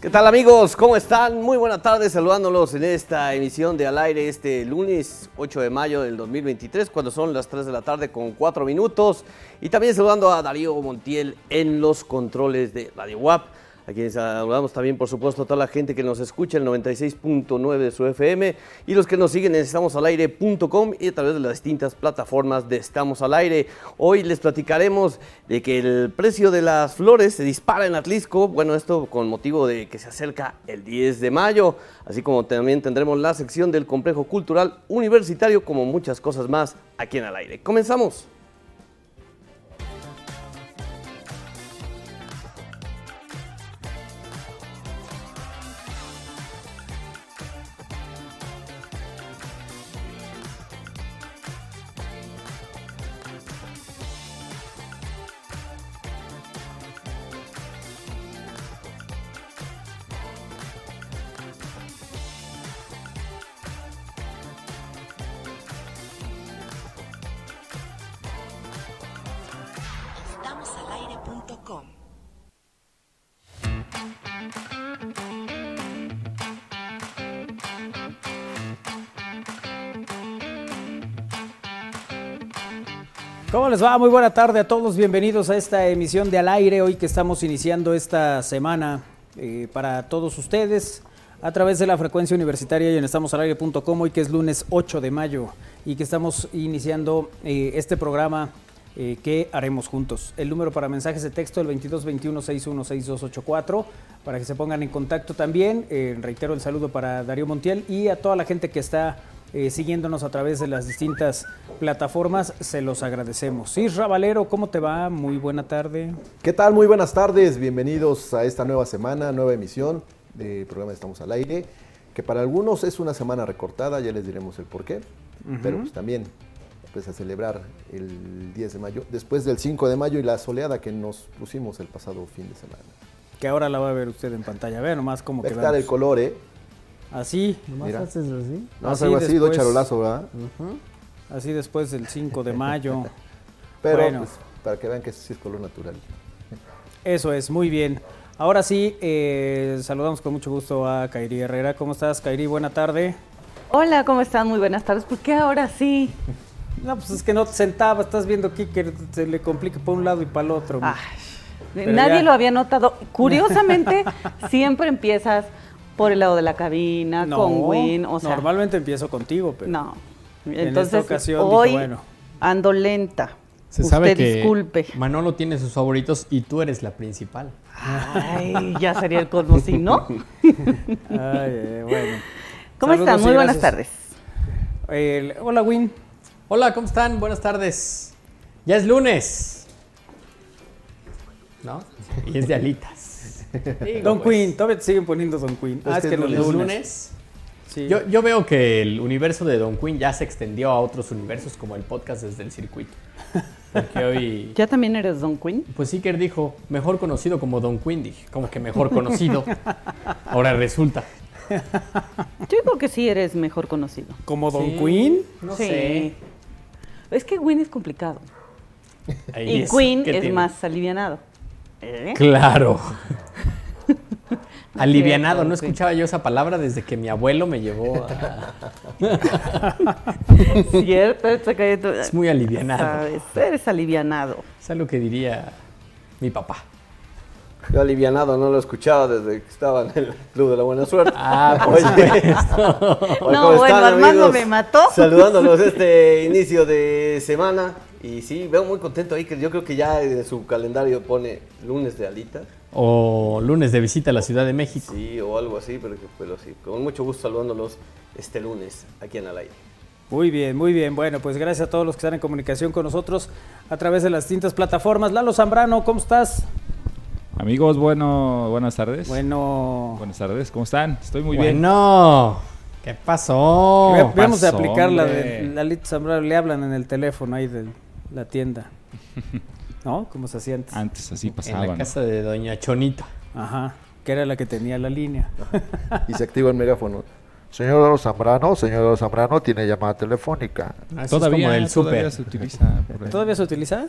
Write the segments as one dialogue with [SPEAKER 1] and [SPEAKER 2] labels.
[SPEAKER 1] ¿Qué tal amigos? ¿Cómo están? Muy buena tarde saludándolos en esta emisión de Al Aire este lunes 8 de mayo del 2023 cuando son las 3 de la tarde con 4 minutos y también saludando a Darío Montiel en los controles de Radio WAP a quienes saludamos también, por supuesto, a toda la gente que nos escucha, el 96.9 de su FM, y los que nos siguen en estamosalaire.com y a través de las distintas plataformas de Estamos al Aire. Hoy les platicaremos de que el precio de las flores se dispara en Atlisco, bueno, esto con motivo de que se acerca el 10 de mayo, así como también tendremos la sección del Complejo Cultural Universitario, como muchas cosas más aquí en Al Aire. Comenzamos.
[SPEAKER 2] ¿Cómo les va? Muy buena tarde a todos. Bienvenidos a esta emisión de Al Aire. Hoy que estamos iniciando esta semana eh, para todos ustedes a través de la frecuencia universitaria y en estamosalaire.com. Hoy que es lunes 8 de mayo y que estamos iniciando eh, este programa eh, que haremos juntos. El número para mensajes de texto el 2221-616284 para que se pongan en contacto también. Eh, reitero el saludo para Darío Montiel y a toda la gente que está eh, siguiéndonos a través de las distintas plataformas. Se los agradecemos. Isra Valero, ¿cómo te va? Muy buena tarde.
[SPEAKER 3] ¿Qué tal? Muy buenas tardes. Bienvenidos a esta nueva semana, nueva emisión del programa Estamos al Aire, que para algunos es una semana recortada, ya les diremos el por qué, uh -huh. pero pues también pues a celebrar el 10 de mayo, después del 5 de mayo y la soleada que nos pusimos el pasado fin de semana.
[SPEAKER 2] Que ahora la va a ver usted en pantalla, vea nomás cómo
[SPEAKER 3] quedamos. estar el color, ¿eh?
[SPEAKER 2] Así.
[SPEAKER 4] Nomás haces así.
[SPEAKER 3] No, así algo así, después, charolazo, ¿verdad?
[SPEAKER 2] Uh -huh. Así después del 5 de mayo.
[SPEAKER 3] Pero bueno. pues, para que vean que sí es color natural.
[SPEAKER 2] Eso es, muy bien. Ahora sí, eh, saludamos con mucho gusto a Kairi Herrera. ¿Cómo estás, Kairi? Buena tarde.
[SPEAKER 5] Hola, ¿cómo están? Muy buenas tardes. ¿Por qué ahora sí?
[SPEAKER 2] No, pues es que no te sentaba, estás viendo aquí que se le complica para un lado y para el otro.
[SPEAKER 5] Ay, nadie ya. lo había notado. Curiosamente, siempre empiezas por el lado de la cabina, no, con Win, o sea.
[SPEAKER 2] Normalmente empiezo contigo, pero.
[SPEAKER 5] No. Entonces, en esta ocasión hoy dije, bueno. ando lenta. Se Usted sabe que disculpe.
[SPEAKER 4] Manolo tiene sus favoritos y tú eres la principal.
[SPEAKER 5] Ay, ya sería el cosmos, si no.
[SPEAKER 2] Ay, eh, bueno.
[SPEAKER 5] ¿Cómo Saludos están? Muy buenas tardes.
[SPEAKER 2] El, hola, Win.
[SPEAKER 4] Hola, ¿cómo están? Buenas tardes. Ya es lunes. ¿No? Y es de alitas.
[SPEAKER 2] Digo, Don pues. Queen, todavía te siguen poniendo Don Queen.
[SPEAKER 4] Ah, es que, que los lunes. lunes sí. yo, yo, veo que el universo de Don Queen ya se extendió a otros universos como el podcast desde el circuito. Porque hoy.
[SPEAKER 5] ¿Ya también eres Don Queen?
[SPEAKER 4] Pues Iker dijo, mejor conocido como Don Queen, dije, como que mejor conocido. Ahora resulta.
[SPEAKER 5] Yo digo que sí eres mejor conocido.
[SPEAKER 2] ¿Como Don sí, Queen?
[SPEAKER 5] No sí. sé. Es que Queen es complicado. Ahí y es, Queen es tiene? más alivianado.
[SPEAKER 4] ¿Eh? Claro. Alivianado, no escuchaba yo esa palabra desde que mi abuelo me llevó a.
[SPEAKER 5] Cierto, es
[SPEAKER 4] muy alivianado.
[SPEAKER 5] ¿Sabes? Eres alivianado.
[SPEAKER 4] Es algo que diría mi papá.
[SPEAKER 3] Yo alivianado no lo escuchaba desde que estaba en el Club de la Buena Suerte.
[SPEAKER 4] Ah, por Oye,
[SPEAKER 5] no, bueno, están, Armando amigos? me mató.
[SPEAKER 3] Saludándonos este inicio de semana. Y sí, veo muy contento ahí, que yo creo que ya en su calendario pone lunes de alita.
[SPEAKER 4] O lunes de visita a la Ciudad de México.
[SPEAKER 3] Sí, o algo así, pero, pero sí, con mucho gusto saludándolos este lunes aquí en el aire.
[SPEAKER 2] Muy bien, muy bien. Bueno, pues gracias a todos los que están en comunicación con nosotros a través de las distintas plataformas. Lalo Zambrano, ¿cómo estás?
[SPEAKER 6] Amigos, bueno, buenas tardes.
[SPEAKER 2] Bueno.
[SPEAKER 6] Buenas tardes, ¿cómo están? Estoy muy
[SPEAKER 4] bueno.
[SPEAKER 6] bien.
[SPEAKER 4] Bueno. ¿Qué pasó? ¿Qué
[SPEAKER 2] Vamos
[SPEAKER 4] pasó,
[SPEAKER 2] a aplicar hombre? la de Lalito Zambrano. Le hablan en el teléfono ahí de la tienda. ¿No? Como se hacía antes.
[SPEAKER 6] Antes así pasaba.
[SPEAKER 4] En la casa ¿no? de Doña Chonita.
[SPEAKER 2] Ajá, que era la que tenía la línea.
[SPEAKER 3] y se activa el megáfono.
[SPEAKER 7] Señor Zambrano, señor Zambrano, tiene llamada telefónica.
[SPEAKER 6] Ah, todavía, es como el todavía super. se utiliza.
[SPEAKER 2] ¿Todavía se utiliza?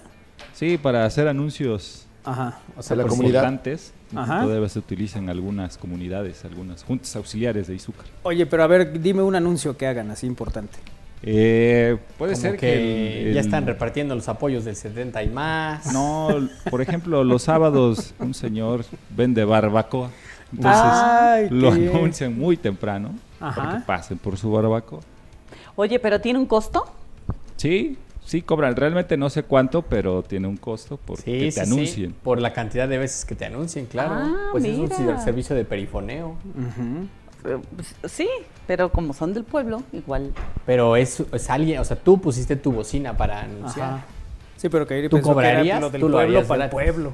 [SPEAKER 6] Sí, para hacer anuncios
[SPEAKER 2] Ajá.
[SPEAKER 6] O sea,
[SPEAKER 3] la
[SPEAKER 6] los
[SPEAKER 3] comunidad.
[SPEAKER 6] votantes
[SPEAKER 2] Ajá.
[SPEAKER 6] todavía se utiliza en algunas comunidades, algunas juntas auxiliares de Izúcar.
[SPEAKER 2] Oye, pero a ver, dime un anuncio que hagan así importante.
[SPEAKER 6] Eh, puede
[SPEAKER 4] Como
[SPEAKER 6] ser que,
[SPEAKER 4] que
[SPEAKER 6] el- el-
[SPEAKER 4] ya están repartiendo los apoyos del 70 y más.
[SPEAKER 6] No, por ejemplo, los sábados un señor vende barbacoa. Entonces
[SPEAKER 2] Ay, qué
[SPEAKER 6] lo
[SPEAKER 2] bien.
[SPEAKER 6] anuncian muy temprano para
[SPEAKER 2] Ajá.
[SPEAKER 6] que pasen por su barbacoa.
[SPEAKER 5] Oye, pero tiene un costo.
[SPEAKER 6] Sí, sí cobran. Realmente no sé cuánto, pero tiene un costo porque
[SPEAKER 4] Sí,
[SPEAKER 6] te
[SPEAKER 4] sí, sí,
[SPEAKER 6] anuncien.
[SPEAKER 4] Por la cantidad de veces que te anuncien, claro.
[SPEAKER 5] Ah,
[SPEAKER 4] pues es
[SPEAKER 5] mira.
[SPEAKER 4] un ciber- servicio de perifoneo.
[SPEAKER 5] Eh, pues, Sí, pero como son del pueblo, igual.
[SPEAKER 4] Pero es, es alguien, o sea, tú pusiste tu bocina para anunciar.
[SPEAKER 2] Ajá. Sí, pero que
[SPEAKER 4] ¿Tú
[SPEAKER 2] pensó que era
[SPEAKER 4] cobrarías?
[SPEAKER 2] lo del
[SPEAKER 4] ¿Tú lo
[SPEAKER 2] pueblo
[SPEAKER 4] harías
[SPEAKER 2] para el
[SPEAKER 4] gratis?
[SPEAKER 2] pueblo.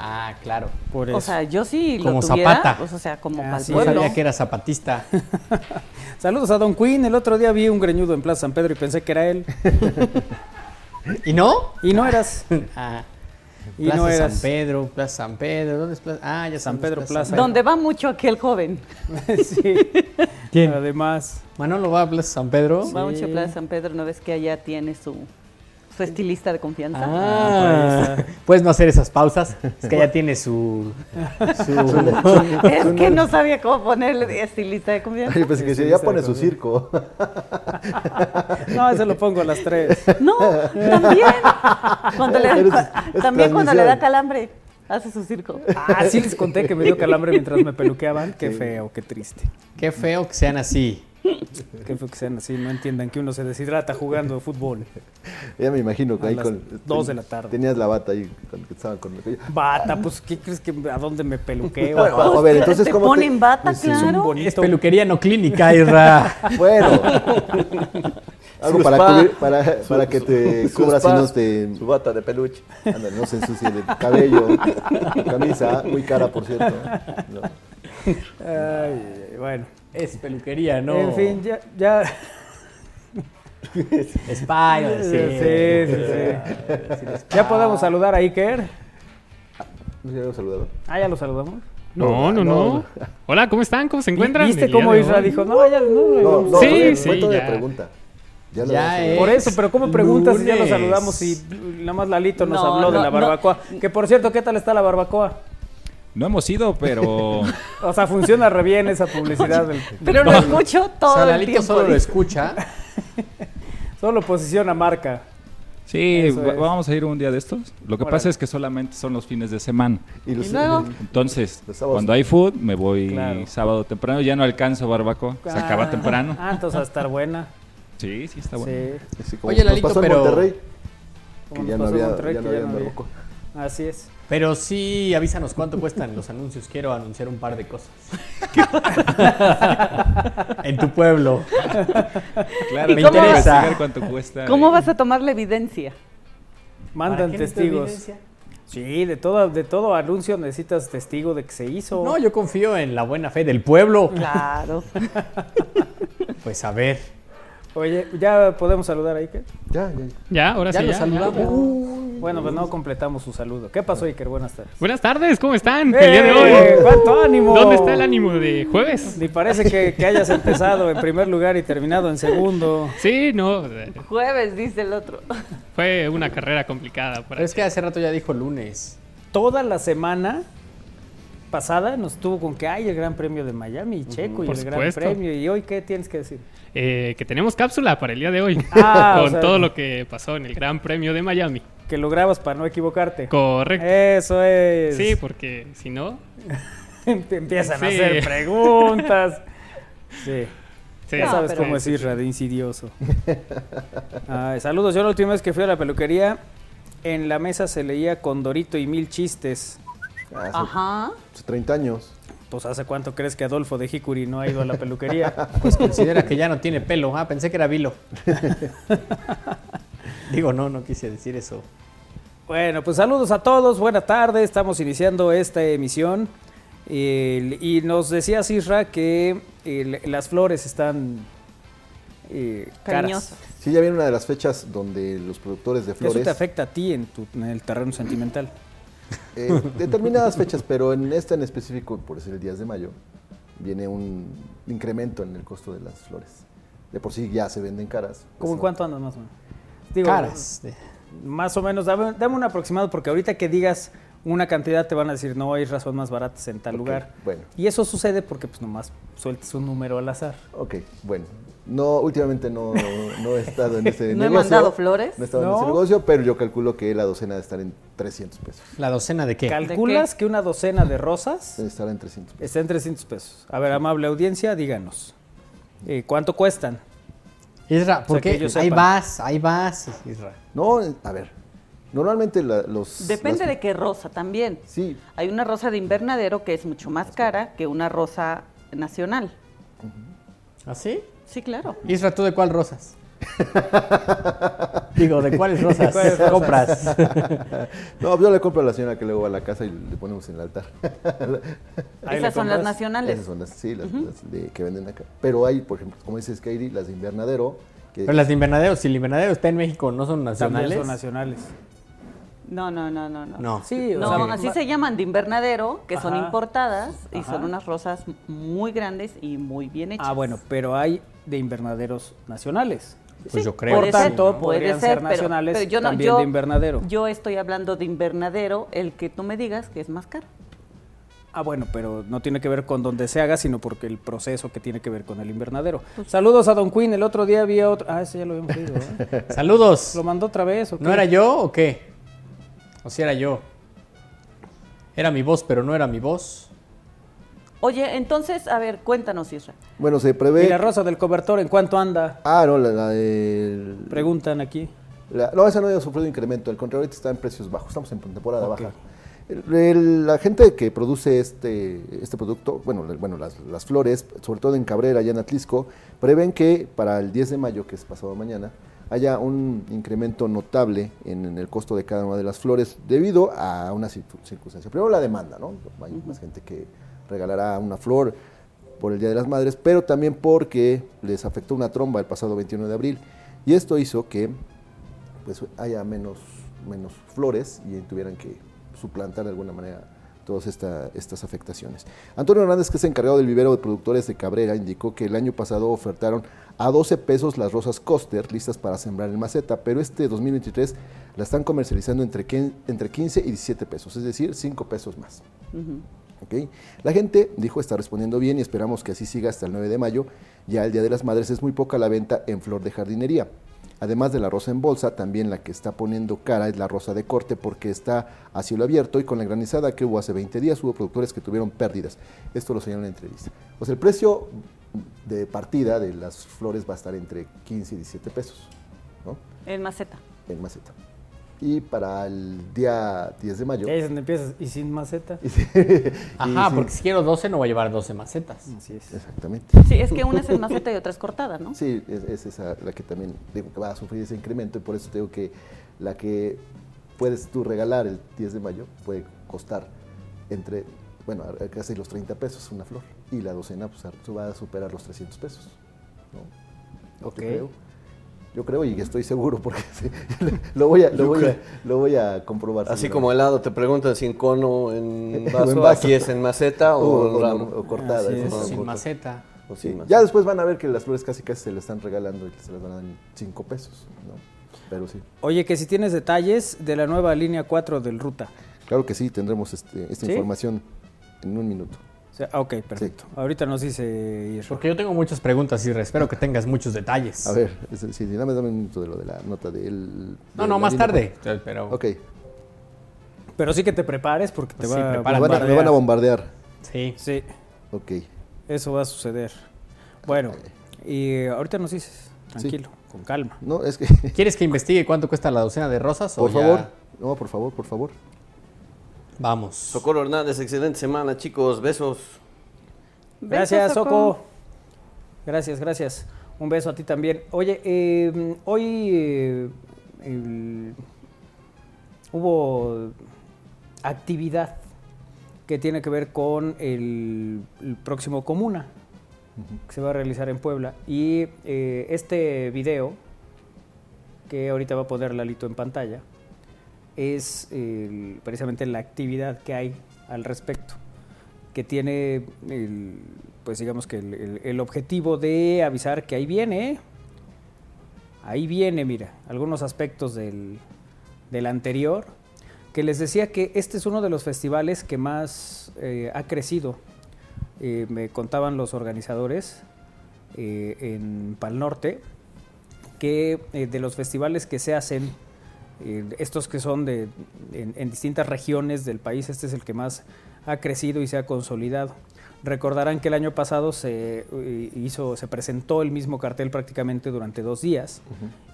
[SPEAKER 4] Ah, claro.
[SPEAKER 2] Por
[SPEAKER 5] O
[SPEAKER 2] eso.
[SPEAKER 5] sea, yo sí
[SPEAKER 4] Como
[SPEAKER 5] lo tuviera,
[SPEAKER 4] Zapata.
[SPEAKER 5] pues, o sea, como
[SPEAKER 2] Ah,
[SPEAKER 5] para el
[SPEAKER 2] sí.
[SPEAKER 4] No
[SPEAKER 5] pueblo.
[SPEAKER 4] sabía que era zapatista.
[SPEAKER 2] Saludos a Don Quinn. El otro día vi un greñudo en Plaza San Pedro y pensé que era él.
[SPEAKER 4] ¿Y no?
[SPEAKER 2] Y no eras.
[SPEAKER 4] Ah,
[SPEAKER 2] Y
[SPEAKER 4] Plaza
[SPEAKER 2] no eras.
[SPEAKER 4] San Pedro, Plaza San Pedro. ¿Dónde es Plaza? Ah, ya
[SPEAKER 2] San
[SPEAKER 4] sabemos,
[SPEAKER 2] Pedro Plaza.
[SPEAKER 4] San
[SPEAKER 5] Donde va mucho aquel joven.
[SPEAKER 2] sí.
[SPEAKER 4] ¿Quién?
[SPEAKER 2] Además.
[SPEAKER 4] Pedro. Manolo va a Plaza San Pedro.
[SPEAKER 5] Va mucho a Plaza San Pedro, ¿no ves que allá tiene su, su estilista de confianza?
[SPEAKER 4] Ah, puedes no hacer esas pausas. Es que ya tiene su. su
[SPEAKER 5] Es que no sabía cómo ponerle de estilista de confianza.
[SPEAKER 3] Yo pensé pues que si ya pone su circo.
[SPEAKER 2] No, ese lo pongo a las tres.
[SPEAKER 5] No, también. Cuando le,
[SPEAKER 3] Pero es-
[SPEAKER 5] cua-
[SPEAKER 3] es
[SPEAKER 5] también cuando le da
[SPEAKER 3] transmisión.
[SPEAKER 5] calambre, hace su circo.
[SPEAKER 2] Ah, sí les conté que me dio calambre mientras me peluqueaban. Qué feo, qué triste.
[SPEAKER 4] qué feo que sean así.
[SPEAKER 2] Qué feo que sean así. No entiendan que uno se deshidrata jugando fútbol.
[SPEAKER 3] Ya me imagino que
[SPEAKER 2] A
[SPEAKER 3] ahí
[SPEAKER 2] las
[SPEAKER 3] con.
[SPEAKER 2] dos de la tarde.
[SPEAKER 3] Tenías la bata ahí con que estaban con. Bueno,
[SPEAKER 2] Bata, pues, ¿qué crees que a dónde me peluqueo?
[SPEAKER 3] a ver, entonces
[SPEAKER 5] te
[SPEAKER 3] cómo. te-
[SPEAKER 5] ponen bata,
[SPEAKER 3] Pues
[SPEAKER 4] Pues,
[SPEAKER 5] claro.
[SPEAKER 4] Es peluquería no clínica, Irra.
[SPEAKER 3] Bueno. Algo
[SPEAKER 1] Su
[SPEAKER 3] para,
[SPEAKER 1] spa,
[SPEAKER 3] cubrir- para, para que te
[SPEAKER 1] su
[SPEAKER 3] cubras y
[SPEAKER 1] spa,
[SPEAKER 3] no te.
[SPEAKER 1] Su bata de peluche.
[SPEAKER 3] Ándale, no se ensucie el cabello. Camisa, muy cara, por cierto. No.
[SPEAKER 2] Ay, bueno.
[SPEAKER 4] Es peluquería, no.
[SPEAKER 2] En fin, ya. ya...
[SPEAKER 4] Spy, o
[SPEAKER 2] Sí, sí, sí. Ya podemos saludar a Iker.
[SPEAKER 3] No sé, habíamos saludado.
[SPEAKER 2] Ah, ya lo saludamos.
[SPEAKER 8] No, no, no. Hola, ¿cómo están? ¿Cómo se encuentran?
[SPEAKER 2] ¿Viste
[SPEAKER 8] El día
[SPEAKER 2] cómo
[SPEAKER 8] de
[SPEAKER 2] Isra
[SPEAKER 8] hoy.
[SPEAKER 2] dijo? No, ya no,
[SPEAKER 3] No, no,
[SPEAKER 8] Sí,
[SPEAKER 3] fue-
[SPEAKER 8] sí,
[SPEAKER 3] fue toda
[SPEAKER 8] ya.
[SPEAKER 3] la pregunta. Ya lo
[SPEAKER 4] Ya
[SPEAKER 3] habíamos
[SPEAKER 4] es.
[SPEAKER 2] Por eso, pero ¿cómo preguntas si ya lo
[SPEAKER 4] lunes.
[SPEAKER 2] saludamos si nada más Lalito nos
[SPEAKER 5] No,
[SPEAKER 2] habló de
[SPEAKER 5] no,
[SPEAKER 2] la
[SPEAKER 5] no.
[SPEAKER 2] barbacoa? Que por cierto, ¿qué tal está la barbacoa?
[SPEAKER 6] No hemos ido, pero
[SPEAKER 2] O sea, funciona re bien esa publicidad. del-
[SPEAKER 5] Pero lo escucho todo
[SPEAKER 4] O sea,
[SPEAKER 5] el
[SPEAKER 4] Lalito
[SPEAKER 5] tiempo.
[SPEAKER 4] solo lo
[SPEAKER 5] dice.
[SPEAKER 4] escucha.
[SPEAKER 2] Solo posiciona marca.
[SPEAKER 6] sí,
[SPEAKER 2] Eso
[SPEAKER 6] va-
[SPEAKER 2] es.
[SPEAKER 6] vamos a ir un día de estos. Lo que
[SPEAKER 2] Órale.
[SPEAKER 6] pasa es que solamente son los fines de semana.
[SPEAKER 3] Y los-
[SPEAKER 5] luego?
[SPEAKER 6] Entonces,
[SPEAKER 3] Los sábados.
[SPEAKER 6] cuando hay food, me voy
[SPEAKER 2] Claro.
[SPEAKER 6] sábado temprano. Ya no alcanzo barbacoa. Se acaba
[SPEAKER 2] Ah,
[SPEAKER 6] temprano.
[SPEAKER 2] Ah, entonces va a estar buena.
[SPEAKER 6] Sí, sí, está bueno.
[SPEAKER 2] Sí.
[SPEAKER 3] Así como
[SPEAKER 4] Oye,
[SPEAKER 3] nos
[SPEAKER 4] Lalito,
[SPEAKER 3] pasó en
[SPEAKER 4] pero-
[SPEAKER 3] Monterrey,
[SPEAKER 2] Como
[SPEAKER 3] que
[SPEAKER 2] nos
[SPEAKER 3] ya no
[SPEAKER 2] pasó en
[SPEAKER 3] había,
[SPEAKER 2] Monterrey,
[SPEAKER 3] ya no
[SPEAKER 2] que
[SPEAKER 3] había barbacoa.
[SPEAKER 2] Así es.
[SPEAKER 4] Pero sí, avísanos cuánto cuestan los anuncios. Quiero anunciar un par de cosas. en tu pueblo.
[SPEAKER 6] Claro,
[SPEAKER 5] ¿Y
[SPEAKER 6] me interesa
[SPEAKER 5] cómo vas a-
[SPEAKER 6] investigar cuánto cuesta.
[SPEAKER 5] ¿Cómo
[SPEAKER 6] y-
[SPEAKER 5] vas a tomar la evidencia?
[SPEAKER 2] Mandan
[SPEAKER 4] ¿Para qué
[SPEAKER 2] testigos.
[SPEAKER 4] necesito evidencia?
[SPEAKER 2] Sí, de todo, de todo anuncio necesitas testigo de que se hizo.
[SPEAKER 4] No, yo confío en la buena fe del pueblo.
[SPEAKER 5] Claro.
[SPEAKER 4] Pues a ver.
[SPEAKER 2] Oye, ¿ya podemos saludar a Iker?
[SPEAKER 3] Ya, ya, ya.
[SPEAKER 8] Ya, ahora
[SPEAKER 4] Ya
[SPEAKER 8] sí.
[SPEAKER 4] lo saludamos.
[SPEAKER 2] Bueno, pues no completamos su saludo. ¿Qué pasó, Iker? Buenas tardes.
[SPEAKER 8] Buenas tardes, ¿cómo están? El día de
[SPEAKER 2] ¡Eh!
[SPEAKER 8] hoy.
[SPEAKER 2] ¡Cuánto ánimo!
[SPEAKER 8] ¿Dónde está el ánimo de jueves?
[SPEAKER 2] Ni parece que, que hayas empezado en primer lugar y terminado en segundo.
[SPEAKER 8] Sí, no. eh,
[SPEAKER 5] Jueves, dice el otro.
[SPEAKER 8] Fue una carrera complicada.
[SPEAKER 4] Pero
[SPEAKER 8] Para
[SPEAKER 4] es que hace rato ya dijo lunes.
[SPEAKER 2] Toda la semana pasada nos estuvo con que hay el Gran Premio de Miami y Checo y
[SPEAKER 8] Por
[SPEAKER 2] el
[SPEAKER 8] supuesto.
[SPEAKER 2] Gran Premio. ¿Y hoy qué tienes que decir?
[SPEAKER 8] Eh, que tenemos cápsula para el día de hoy.
[SPEAKER 2] Ah, o
[SPEAKER 8] con
[SPEAKER 2] sea-
[SPEAKER 8] todo lo que pasó en el Gran Premio de Miami.
[SPEAKER 2] Que lo grabas para no equivocarte.
[SPEAKER 8] Correcto.
[SPEAKER 2] Eso es.
[SPEAKER 8] Sí, porque si no,
[SPEAKER 2] Empiezan a
[SPEAKER 8] Sí.
[SPEAKER 2] hacer preguntas. Sí.
[SPEAKER 8] se-
[SPEAKER 2] Ya
[SPEAKER 5] No,
[SPEAKER 2] sabes
[SPEAKER 5] pero-
[SPEAKER 2] cómo es Isra de insidioso. Ay, saludos. Yo la última vez que fui a la peluquería, en la mesa se leía Condorito y Mil Chistes.
[SPEAKER 3] Hace
[SPEAKER 5] Ajá.
[SPEAKER 3] sus 30 años.
[SPEAKER 2] Pues, ¿hace cuánto crees que Adolfo de Hickory no ha ido a la peluquería?
[SPEAKER 4] Pues considera que ya no tiene pelo. Ah, pensé que era vilo. Digo, no, no quise decir eso.
[SPEAKER 2] Bueno, pues saludos a todos, buena tarde, estamos iniciando esta emisión. El- y nos decía Isra que el- las flores están eh, caras.
[SPEAKER 5] Cariñosas.
[SPEAKER 3] Sí, ya viene una de las fechas donde los productores de
[SPEAKER 2] Eso
[SPEAKER 3] flores.
[SPEAKER 2] te afecta a ti en, tu, en el terreno sentimental.
[SPEAKER 3] eh, determinadas fechas, pero en esta en específico, por ser el 10 de mayo, viene un incremento en el costo de las flores. De por sí ya se venden caras.
[SPEAKER 2] ¿Cómo en
[SPEAKER 3] Pues,
[SPEAKER 2] cuánto andas más o menos? Digo,
[SPEAKER 4] Caras.
[SPEAKER 2] Más o menos, dame, dame un aproximado, porque ahorita que digas una cantidad te van a decir, no, hay razón más baratas en tal
[SPEAKER 3] Ok,
[SPEAKER 2] lugar.
[SPEAKER 3] bueno.
[SPEAKER 2] Y eso sucede porque pues nomás sueltas un número al azar.
[SPEAKER 3] Ok, bueno. No, últimamente no, no he estado en este- ese
[SPEAKER 5] ¿No he
[SPEAKER 3] negocio.
[SPEAKER 5] mandado flores?
[SPEAKER 3] No he estado en
[SPEAKER 2] No.
[SPEAKER 3] ese negocio, pero yo calculo que la docena debe estar en 300 pesos.
[SPEAKER 4] ¿La docena de qué?
[SPEAKER 2] ¿Calculas que una docena de rosas
[SPEAKER 3] Debe estar en 300 pesos.
[SPEAKER 2] está en 300 pesos? A ver, amable audiencia, díganos. eh, ¿Cuánto cuestan?
[SPEAKER 4] Isra,
[SPEAKER 2] O sea,
[SPEAKER 4] ¿por
[SPEAKER 2] que
[SPEAKER 4] qué?
[SPEAKER 2] ellos
[SPEAKER 4] Ahí
[SPEAKER 2] sepan.
[SPEAKER 4] vas, ahí vas, Isra.
[SPEAKER 3] No, a ver. Normalmente la- los...
[SPEAKER 5] Depende
[SPEAKER 3] las-
[SPEAKER 5] de qué rosa también.
[SPEAKER 3] Sí,
[SPEAKER 5] Hay una rosa de invernadero que es mucho más cara que una rosa nacional.
[SPEAKER 4] ¿Ah, sí?
[SPEAKER 5] Sí, claro.
[SPEAKER 4] Isra, ¿tú de cuál rosas? Digo, ¿de cuáles rosas
[SPEAKER 2] cuáles rosas?
[SPEAKER 4] compras?
[SPEAKER 3] No, yo le compro a la señora que luego va a la casa y le ponemos en el altar.
[SPEAKER 2] Ahí le
[SPEAKER 5] Esas son las
[SPEAKER 2] compras.
[SPEAKER 5] nacionales.
[SPEAKER 3] Esas son las, sí, las, las de- que venden acá. Pero hay, por ejemplo, como dices, Kairi, las de invernadero. Que,
[SPEAKER 4] Pero las de invernadero, si el invernadero está en México, ¿no son
[SPEAKER 2] También
[SPEAKER 4] nacionales?
[SPEAKER 2] son nacionales.
[SPEAKER 5] No, no, no, no, no.
[SPEAKER 4] No.
[SPEAKER 2] Sí, o
[SPEAKER 5] No,
[SPEAKER 2] sea,
[SPEAKER 5] así se llaman de invernadero, que son
[SPEAKER 2] Ajá.
[SPEAKER 5] importadas y
[SPEAKER 2] Ajá.
[SPEAKER 5] son unas rosas muy grandes y muy bien hechas.
[SPEAKER 2] Ah, bueno, pero hay de invernaderos nacionales.
[SPEAKER 4] Pues
[SPEAKER 5] Sí,
[SPEAKER 4] yo creo.
[SPEAKER 2] Por
[SPEAKER 5] puede
[SPEAKER 2] tanto,
[SPEAKER 5] ser,
[SPEAKER 2] podrían
[SPEAKER 5] puede
[SPEAKER 2] ser
[SPEAKER 5] pero-
[SPEAKER 2] nacionales
[SPEAKER 5] pero yo no-
[SPEAKER 2] también
[SPEAKER 5] yo-
[SPEAKER 2] de invernadero.
[SPEAKER 5] Yo estoy hablando de invernadero, el que tú me digas que es más caro.
[SPEAKER 2] Ah, bueno, pero no tiene que ver con donde se haga, sino porque el proceso que tiene que ver con el invernadero.
[SPEAKER 5] Pues
[SPEAKER 2] Saludos a Don Quinn, el otro día había otro... Ah, ese ya lo habíamos leído, ¿eh?
[SPEAKER 4] Saludos.
[SPEAKER 2] ¿Lo mandó otra vez o qué?
[SPEAKER 4] ¿No era yo o qué? O si era yo. Era mi voz, pero no era mi voz.
[SPEAKER 5] Oye, entonces, a ver, cuéntanos, Isra.
[SPEAKER 3] bueno, se prevé.
[SPEAKER 2] ¿Y la rosa del cobertor en cuánto anda?
[SPEAKER 3] Ah, no, la, la de.
[SPEAKER 2] Preguntan aquí.
[SPEAKER 3] la- no, esa no ha sufrido incremento. Al contrario, ahorita está en precios bajos. Estamos en temporada
[SPEAKER 2] Ok.
[SPEAKER 3] baja. El- el- la gente que produce este, este producto, bueno, la- bueno las, las flores, sobre todo en Cabrera, allá en Atlisco, prevén que para el 10 de mayo, que es pasado mañana, haya un incremento notable en, en el costo de cada una de las flores debido a una circu- circunstancia. Primero la demanda, ¿no? Hay más gente que regalará una flor por el Día de las Madres, pero también porque les afectó una tromba el pasado 21 de abril. Y esto hizo que pues haya menos, menos flores y tuvieran que suplantar de alguna manera todas esta- estas afectaciones. Antonio Hernández, que es encargado del vivero de productores de Cabrera, indicó que el año pasado ofertaron a 12 pesos las rosas Coster listas para sembrar en maceta, pero este 2023 la están comercializando entre, quen- entre 15 y 17 pesos, es decir, 5 pesos más. ¿ok? La gente dijo está respondiendo bien y esperamos que así siga hasta el 9 de mayo. Ya el Día de las Madres es muy poca la venta en flor de jardinería. Además de la rosa en bolsa, también la que está poniendo cara es la rosa de corte porque está a cielo abierto y con la granizada que hubo hace 20 días hubo productores que tuvieron pérdidas. Esto lo señaló en la entrevista. O sea, el precio de partida de las flores va a estar entre 15 y 17 pesos ¿no?
[SPEAKER 5] En maceta.
[SPEAKER 3] en maceta. Y para el día 10 de mayo...
[SPEAKER 2] Ahí es donde empiezas. ¿Y sin maceta?
[SPEAKER 4] Ajá,
[SPEAKER 3] sí.
[SPEAKER 4] porque si quiero 12 no voy a llevar 12 macetas.
[SPEAKER 2] Así es.
[SPEAKER 3] Exactamente.
[SPEAKER 5] Sí, es que una es en maceta y otra es cortada, ¿no?
[SPEAKER 3] Sí, es, es esa la que también digo que va a sufrir ese incremento y por eso te digo que la que puedes tú regalar el 10 de mayo puede costar entre, bueno, a- a casi los 30 pesos una flor y la docena pues, a- va a superar los 300 pesos. ¿no? Yo
[SPEAKER 2] Ok.
[SPEAKER 3] creo. Yo creo y estoy seguro porque sí, lo, voy a, lo, voy a, lo voy a comprobar.
[SPEAKER 1] Así
[SPEAKER 3] seguramente.
[SPEAKER 1] como helado, te preguntan si en cono, en
[SPEAKER 3] O en
[SPEAKER 1] vaso,
[SPEAKER 3] vaso.
[SPEAKER 1] aquí es en maceta
[SPEAKER 3] o,
[SPEAKER 1] o en
[SPEAKER 3] o-
[SPEAKER 1] ramo.
[SPEAKER 3] o cortada.
[SPEAKER 2] Así
[SPEAKER 3] ¿no?
[SPEAKER 2] es.
[SPEAKER 3] O
[SPEAKER 4] Sin
[SPEAKER 3] cortada.
[SPEAKER 4] maceta.
[SPEAKER 1] O
[SPEAKER 3] Sí,
[SPEAKER 1] sin maceta.
[SPEAKER 3] ya después van a ver que las flores casi casi se las están regalando y que se las van a dar en 5 pesos, ¿no? Pero sí.
[SPEAKER 2] Oye, que si tienes detalles de la nueva línea 4 del Ruta.
[SPEAKER 3] Claro que sí, tendremos este- esta
[SPEAKER 2] ¿Sí?
[SPEAKER 3] información en un minuto.
[SPEAKER 2] O sea, ah, ok, perfecto. Ahorita nos dice Isra.
[SPEAKER 4] Porque yo tengo muchas preguntas, Isra. Espero que tengas muchos detalles.
[SPEAKER 3] A ver, es- sí, sí, nada más dame un minuto de lo de la nota de él.
[SPEAKER 4] No,
[SPEAKER 3] de
[SPEAKER 4] no,
[SPEAKER 3] la
[SPEAKER 4] más
[SPEAKER 3] línea.
[SPEAKER 4] tarde. Pero
[SPEAKER 3] Ok,
[SPEAKER 2] Pero sí que te prepares porque te
[SPEAKER 4] Sí,
[SPEAKER 2] va
[SPEAKER 4] prepárate.
[SPEAKER 3] me van, a, me van a bombardear.
[SPEAKER 4] sí.
[SPEAKER 2] Sí,
[SPEAKER 3] Ok,
[SPEAKER 2] eso va a suceder. Bueno, y ahorita nos dices. Tranquilo, con calma.
[SPEAKER 3] no, es que,
[SPEAKER 4] ¿Quieres que investigue cuánto cuesta la docena de rosas? o
[SPEAKER 3] por
[SPEAKER 4] ya?
[SPEAKER 3] favor, no, por favor, por favor.
[SPEAKER 4] Vamos.
[SPEAKER 1] Socorro Hernández, excelente semana, chicos. Besos.
[SPEAKER 2] Gracias,
[SPEAKER 5] Besos,
[SPEAKER 2] Soco. Gracias, gracias. Un beso a ti también. Oye, eh, hoy eh, el- hubo actividad que tiene que ver con el, el próximo comuna que se va a realizar en Puebla. Y eh, este video, que ahorita va a poner Lalito en pantalla, es el- precisamente la actividad que hay al respecto que tiene el, pues digamos que el, el- el objetivo de avisar que ahí viene, ¿eh? ahí viene, mira, algunos aspectos del, del anterior, que les decía que este es uno de los festivales que más eh, ha crecido. Eh, me contaban los organizadores eh, en Pal Norte que eh, de los festivales que se hacen, eh, estos que son de, en, en distintas regiones del país, este es el que más ha crecido y se ha consolidado. Recordarán que el año pasado se eh, hizo, se presentó el mismo cartel prácticamente durante dos días.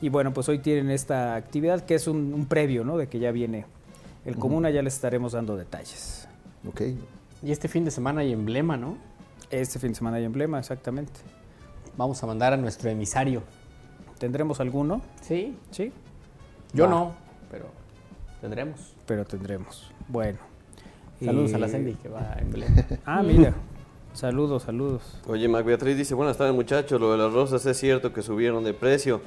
[SPEAKER 2] Y bueno, pues hoy tienen esta actividad que es un, un previo, ¿no? De que ya viene el comuna, ya les estaremos dando detalles.
[SPEAKER 3] Ok.
[SPEAKER 4] Y este fin de semana hay emblema, ¿no?
[SPEAKER 2] Este fin de semana hay emblema, exactamente.
[SPEAKER 4] Vamos a mandar a nuestro emisario.
[SPEAKER 2] ¿Tendremos alguno?
[SPEAKER 4] Sí.
[SPEAKER 2] Sí.
[SPEAKER 4] Yo
[SPEAKER 2] Va.
[SPEAKER 4] no, pero tendremos.
[SPEAKER 2] Pero tendremos. Bueno.
[SPEAKER 4] Saludos
[SPEAKER 2] Y-
[SPEAKER 4] a la Sandy que va a emblema.
[SPEAKER 2] Ah, mira. saludos, saludos.
[SPEAKER 1] Oye, Mac Beatriz dice, buenas tardes muchachos, lo de las rosas es cierto que subieron de precio.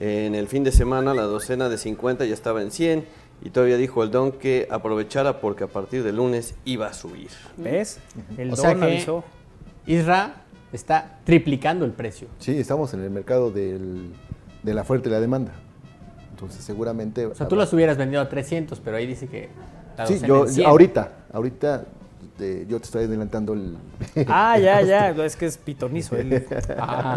[SPEAKER 1] En el fin de semana la docena de 50 ya estaba en 100 y todavía dijo el don que aprovechara porque a partir del lunes iba a subir.
[SPEAKER 2] Mm. ¿Ves? El
[SPEAKER 4] O
[SPEAKER 2] don
[SPEAKER 4] sea que-
[SPEAKER 2] avisó.
[SPEAKER 4] Isra está triplicando el precio.
[SPEAKER 3] Sí, estamos en el mercado del- de la oferta y la demanda. Entonces, seguramente.
[SPEAKER 4] O sea, tú las hubieras vendido a 300, pero ahí dice que la
[SPEAKER 3] Sí,
[SPEAKER 4] docena
[SPEAKER 3] yo,
[SPEAKER 4] en
[SPEAKER 3] yo
[SPEAKER 4] 100.
[SPEAKER 3] ahorita, ahorita eh, yo te estoy adelantando el.
[SPEAKER 2] Ah, ya, ya. Es que es pitonizo. Él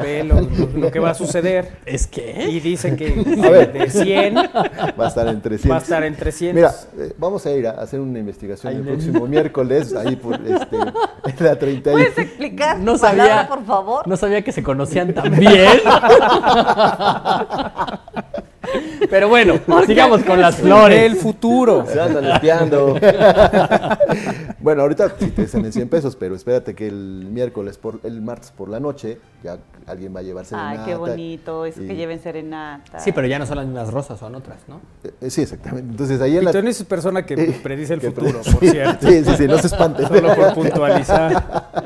[SPEAKER 2] ve lo, lo- lo que va a suceder.
[SPEAKER 4] ¿Es que?
[SPEAKER 2] Y dice que
[SPEAKER 3] ver.
[SPEAKER 2] de 100 va
[SPEAKER 3] Va a estar en 300.
[SPEAKER 2] a estar en 300.
[SPEAKER 3] Mira, eh, vamos a ir a hacer una investigación el próximo miércoles, ahí por este, en la 30. y-
[SPEAKER 5] ¿Puedes explicar
[SPEAKER 4] No
[SPEAKER 5] tu
[SPEAKER 4] sabía.
[SPEAKER 5] palabra, por favor?
[SPEAKER 4] No sabía que se conocían tan bien. pero bueno, sigamos con las
[SPEAKER 2] El
[SPEAKER 4] flores.
[SPEAKER 2] futuro.
[SPEAKER 3] Se andan espiando. bueno, ahorita sí te dicen en 100 pesos, pero espérate que el miércoles, por el martes por la noche, ya alguien va a llevarse
[SPEAKER 5] Ay, qué bonito, eso que lleven serenata.
[SPEAKER 4] Sí, pero ya no son las mismas rosas, son otras, ¿no?
[SPEAKER 3] Eh, sí, exactamente. Entonces ahí en la...
[SPEAKER 2] Pitonizo es persona que
[SPEAKER 3] Eh,
[SPEAKER 2] predice el
[SPEAKER 3] que
[SPEAKER 2] futuro,
[SPEAKER 3] pre-
[SPEAKER 2] por cierto.
[SPEAKER 3] Sí, sí, sí, no se espanten.
[SPEAKER 2] Solo por puntualizar.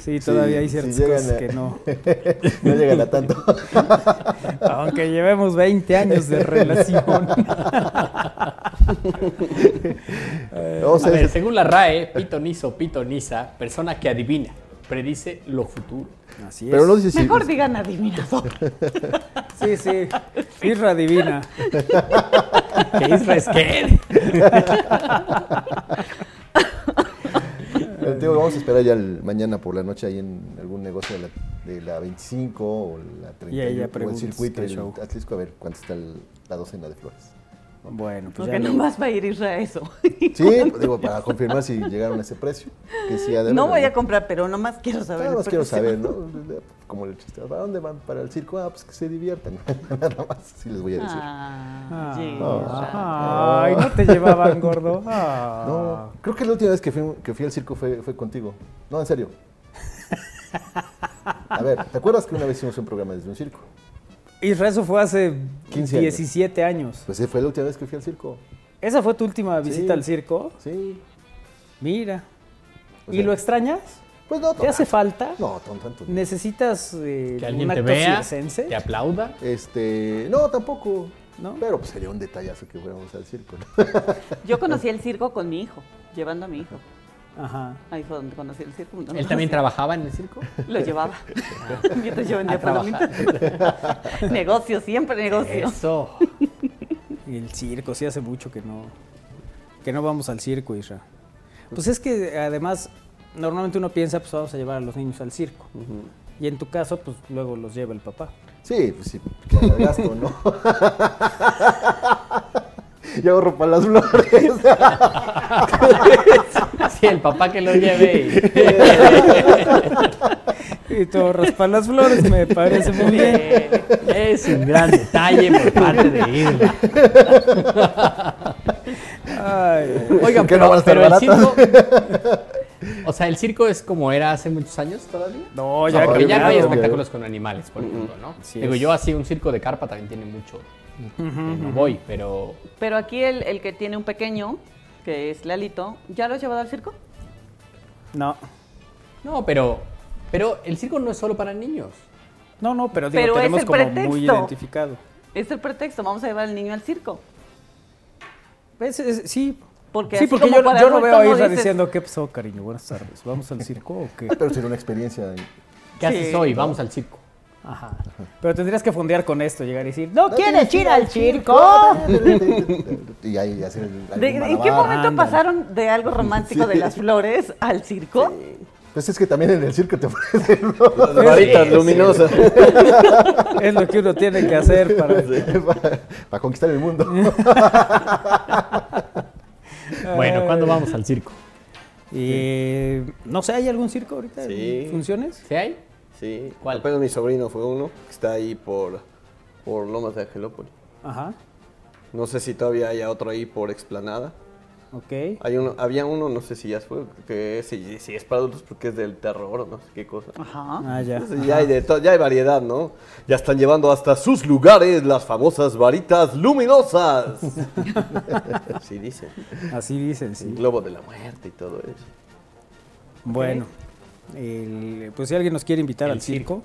[SPEAKER 2] Sí, todavía hay
[SPEAKER 3] Sí, sí llegan
[SPEAKER 2] ciertas
[SPEAKER 3] a-
[SPEAKER 2] cosas que no.
[SPEAKER 3] no llegan a tanto.
[SPEAKER 2] Aunque llevemos 20 años de relación.
[SPEAKER 3] Vamos
[SPEAKER 4] A
[SPEAKER 2] Eh,
[SPEAKER 3] a
[SPEAKER 4] ver,
[SPEAKER 3] ver,
[SPEAKER 4] según la RAE, pitonizo, pitoniza, persona que adivina, predice lo futuro.
[SPEAKER 2] Así es.
[SPEAKER 3] pero no dice si... pues
[SPEAKER 5] Mejor digan adivinador.
[SPEAKER 2] Sí, sí. Irra divina.
[SPEAKER 4] ¿Qué Isra es qué?
[SPEAKER 3] Pero te digo, vamos a esperar ya el- mañana por la noche ahí en algún negocio de la, de la 25 o la 30
[SPEAKER 2] Y ahí ya
[SPEAKER 3] o el
[SPEAKER 2] preguntas
[SPEAKER 3] circuito
[SPEAKER 2] qué
[SPEAKER 3] en
[SPEAKER 2] show.
[SPEAKER 3] Atlisco a ver cuánto está el- la docena de flores.
[SPEAKER 2] Bueno, pues
[SPEAKER 5] Porque
[SPEAKER 2] ya. lo-
[SPEAKER 5] nomás va a ir Isra a eso.
[SPEAKER 3] Sí, pues, digo, para confirmar si llegaron a ese precio. Que sí, ha de
[SPEAKER 5] No
[SPEAKER 3] haber,
[SPEAKER 5] voy a comprar, pero nomás quiero saber.
[SPEAKER 3] Nada más
[SPEAKER 5] el
[SPEAKER 3] quiero
[SPEAKER 5] precio.
[SPEAKER 3] saber, ¿no? Como el chiste, ¿para dónde van? ¿Para el circo? Ah, pues que se diviertan. Nada más, sí les voy a decir.
[SPEAKER 5] Ah, Isra.
[SPEAKER 2] Ah, Ay, no te llevaban gordo. Ah.
[SPEAKER 3] No, creo que la última vez que fui, que fui al circo fue, fue contigo. No, en serio. A ver, ¿te acuerdas que una vez hicimos un programa desde un circo?
[SPEAKER 2] Isra, eso fue hace
[SPEAKER 3] 15 años.
[SPEAKER 2] 17 años.
[SPEAKER 3] Pues sí, fue la última vez que fui al circo.
[SPEAKER 2] ¿Esa fue tu última visita
[SPEAKER 3] Sí.
[SPEAKER 2] al circo?
[SPEAKER 3] Sí.
[SPEAKER 2] Mira.
[SPEAKER 3] O
[SPEAKER 2] ¿Y
[SPEAKER 3] sea,
[SPEAKER 2] lo extrañas?
[SPEAKER 3] Pues no,
[SPEAKER 2] ¿Te
[SPEAKER 3] tonto.
[SPEAKER 2] hace falta?
[SPEAKER 3] No, tonto, tonto.
[SPEAKER 2] ¿Necesitas eh,
[SPEAKER 4] Que
[SPEAKER 2] un
[SPEAKER 4] alguien te
[SPEAKER 2] acto
[SPEAKER 4] vea,
[SPEAKER 2] circense?
[SPEAKER 4] te aplauda.
[SPEAKER 3] Este, no, tampoco.
[SPEAKER 2] ¿No?
[SPEAKER 3] Pero pues sería un detallazo que fuéramos al circo. ¿no?
[SPEAKER 5] Yo conocí el circo con mi hijo, llevando a mi hijo.
[SPEAKER 2] Ajá.
[SPEAKER 5] Ahí fue donde conocí el circo. No,
[SPEAKER 4] Él
[SPEAKER 5] no
[SPEAKER 4] también
[SPEAKER 5] sé.
[SPEAKER 4] trabajaba en el circo.
[SPEAKER 5] Lo llevaba. Mientras yo vendía
[SPEAKER 4] A trabajar.
[SPEAKER 5] palomitas. negocio, siempre negocio.
[SPEAKER 4] Eso.
[SPEAKER 2] El circo, sí hace mucho que no, que no vamos al circo, Isra. Pues es que además, normalmente uno piensa, pues vamos a llevar a los niños al circo. Y en tu caso, pues luego los lleva el papá.
[SPEAKER 3] Sí, pues sí, claro, gasto, ¿no? y ahorro para las flores.
[SPEAKER 4] Sí, el papá que lo lleve.
[SPEAKER 2] Y tú raspa las flores, me parece muy bien.
[SPEAKER 4] y- Eh, Es un gran detalle por parte de Isra.
[SPEAKER 2] Ay,
[SPEAKER 4] Oigan,
[SPEAKER 3] Que
[SPEAKER 4] pero,
[SPEAKER 3] no van a estar
[SPEAKER 4] pero el
[SPEAKER 3] baratas.
[SPEAKER 4] circo. O sea, el circo es como era hace muchos años todavía.
[SPEAKER 2] no, ya,
[SPEAKER 4] Ya, porque ya no hay
[SPEAKER 2] cambiado.
[SPEAKER 4] espectáculos con animales, por ejemplo, ¿no?
[SPEAKER 2] Así
[SPEAKER 4] Digo,
[SPEAKER 2] es.
[SPEAKER 4] yo así un circo de carpa también tiene mucho. que No voy, pero
[SPEAKER 5] Pero aquí el, el que tiene un pequeño, que es Lalito, ¿ya lo has llevado al circo?
[SPEAKER 2] No,
[SPEAKER 4] no, pero pero el circo no es solo para niños.
[SPEAKER 2] no, no, pero, digo,
[SPEAKER 5] Pero es
[SPEAKER 2] tenemos
[SPEAKER 5] el
[SPEAKER 2] como muy
[SPEAKER 5] pretexto.
[SPEAKER 2] identificado.
[SPEAKER 5] Es el pretexto, vamos a llevar al niño al circo.
[SPEAKER 2] Es- es- sí.
[SPEAKER 5] Porque
[SPEAKER 2] sí,
[SPEAKER 5] así
[SPEAKER 2] porque
[SPEAKER 5] como
[SPEAKER 2] yo,
[SPEAKER 5] para
[SPEAKER 2] yo no
[SPEAKER 5] adulto
[SPEAKER 2] veo a
[SPEAKER 5] no
[SPEAKER 2] Isra
[SPEAKER 5] dices-
[SPEAKER 2] diciendo, ¿qué pasó, cariño? Buenas tardes. ¿Vamos al circo o qué?
[SPEAKER 3] Pero sería una experiencia.
[SPEAKER 4] ¿Qué
[SPEAKER 5] Sí.
[SPEAKER 4] haces hoy? Vamos al circo.
[SPEAKER 2] Ajá. Pero tendrías que fondear con esto, llegar y decir, ¡No, quieres
[SPEAKER 3] tienes
[SPEAKER 2] ir al circo!
[SPEAKER 3] Y ahí hacer el-
[SPEAKER 5] De-
[SPEAKER 3] algún
[SPEAKER 5] ¿En qué
[SPEAKER 3] malabar.
[SPEAKER 5] momento pasaron de algo romántico de las flores al circo?
[SPEAKER 3] Pues es que también en el circo te ofrecen
[SPEAKER 1] Las varitas luminosas.
[SPEAKER 2] Es lo que uno tiene que hacer para...
[SPEAKER 3] para, para conquistar el mundo.
[SPEAKER 4] Bueno, ¿cuándo vamos al circo?
[SPEAKER 2] Eh, no sé, ¿hay algún circo ahorita?
[SPEAKER 1] Sí.
[SPEAKER 2] en ¿Funciones?
[SPEAKER 4] ¿Sí hay?
[SPEAKER 1] Sí.
[SPEAKER 4] ¿Cuál?
[SPEAKER 1] Apenas mi sobrino fue uno que está ahí por, por Lomas de Angelópolis.
[SPEAKER 2] Ajá,
[SPEAKER 1] No sé si todavía haya otro ahí por Explanada.
[SPEAKER 2] ok.
[SPEAKER 1] Hay uno, había uno, no sé si ya fue, que si, si es para adultos porque es del terror o no sé qué cosa.
[SPEAKER 5] Ajá.
[SPEAKER 2] Ah, ya.
[SPEAKER 1] Entonces, ya hay de to- ya hay variedad, ¿no? Ya están llevando hasta sus lugares las famosas varitas luminosas. Así dicen.
[SPEAKER 2] Así dicen,
[SPEAKER 1] El
[SPEAKER 2] sí.
[SPEAKER 1] globo de la muerte y todo eso.
[SPEAKER 2] Bueno, el- pues si alguien nos quiere invitar
[SPEAKER 4] El
[SPEAKER 2] al circo,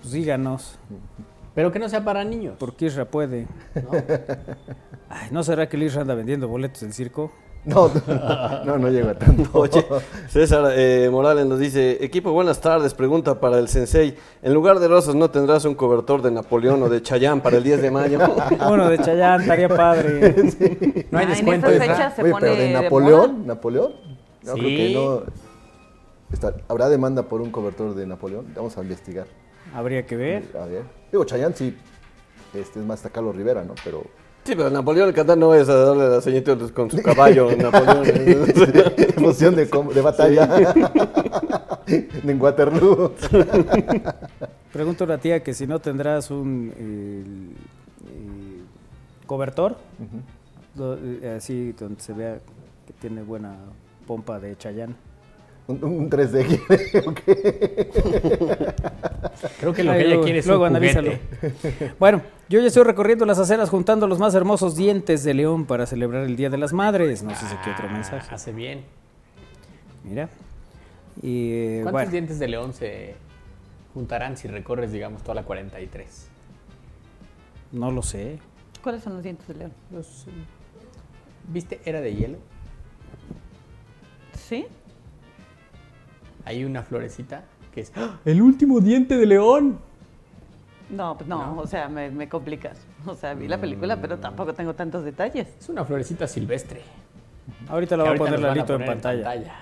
[SPEAKER 2] pues díganos,
[SPEAKER 4] Pero que no sea para niños.
[SPEAKER 2] porque Isra puede. ¿no? Ay, ¿no será que el Isra anda vendiendo boletos del circo?
[SPEAKER 3] No, no, no, no llego a tanto.
[SPEAKER 1] Oye, César eh, Morales nos dice, equipo, buenas tardes, pregunta para el Sensei. En lugar de rosas, ¿no tendrás un cobertor de Napoleón o de Chayán para el 10 de mayo?
[SPEAKER 2] Bueno, de Chayán, estaría padre.
[SPEAKER 4] No hay
[SPEAKER 5] Ah,
[SPEAKER 4] descuento.
[SPEAKER 5] En
[SPEAKER 4] Isra.
[SPEAKER 5] estas fechas se
[SPEAKER 3] Oye,
[SPEAKER 5] pone
[SPEAKER 3] pero de
[SPEAKER 5] moda.
[SPEAKER 3] Napoleón, Napoleón, no creo
[SPEAKER 4] Sí.
[SPEAKER 3] que no. Está- ¿Habrá demanda por un cobertor de Napoleón? Vamos a investigar.
[SPEAKER 2] Habría que ver.
[SPEAKER 3] A ver. Digo, Chayán sí, este es más está Carlos Rivera, ¿no? Pero
[SPEAKER 1] sí, pero Napoleón el Catán no es a darle a la señorita con su caballo, Napoleón.
[SPEAKER 3] emoción de, com- de batalla en Waterloo.
[SPEAKER 2] Pregunto a la tía que si no tendrás un el- eh, cobertor, do- eh, así donde se vea que tiene buena pompa de Chayán.
[SPEAKER 3] Un, un 3D.
[SPEAKER 4] Creo que lo que ella quiere es
[SPEAKER 2] Luego
[SPEAKER 4] un
[SPEAKER 2] analízalo.
[SPEAKER 4] juguete.
[SPEAKER 2] Bueno, yo ya estoy recorriendo las aceras juntando los más hermosos dientes de león para celebrar el Día de las Madres. No sé si aquí otro mensaje.
[SPEAKER 4] Ah, Hace bien.
[SPEAKER 2] Mira. Y, eh,
[SPEAKER 4] ¿Cuántos
[SPEAKER 2] bueno,
[SPEAKER 4] dientes de león se juntarán si recorres, digamos, toda la 43?
[SPEAKER 2] no lo sé.
[SPEAKER 5] ¿Cuáles son los dientes de león?
[SPEAKER 4] Los, eh, ¿Viste? Era de hielo.
[SPEAKER 5] ¿Sí?
[SPEAKER 4] Hay una florecita que es ¡Ah! el último diente de león.
[SPEAKER 5] No, pues no, o sea, me, me complicas. O sea, vi la película, pero tampoco tengo tantos detalles.
[SPEAKER 4] Mm. Es una florecita silvestre.
[SPEAKER 2] Ahorita
[SPEAKER 4] que
[SPEAKER 2] lo voy a
[SPEAKER 4] ahorita
[SPEAKER 2] poner
[SPEAKER 4] nos van
[SPEAKER 2] Lalito en
[SPEAKER 4] poner
[SPEAKER 2] pantalla.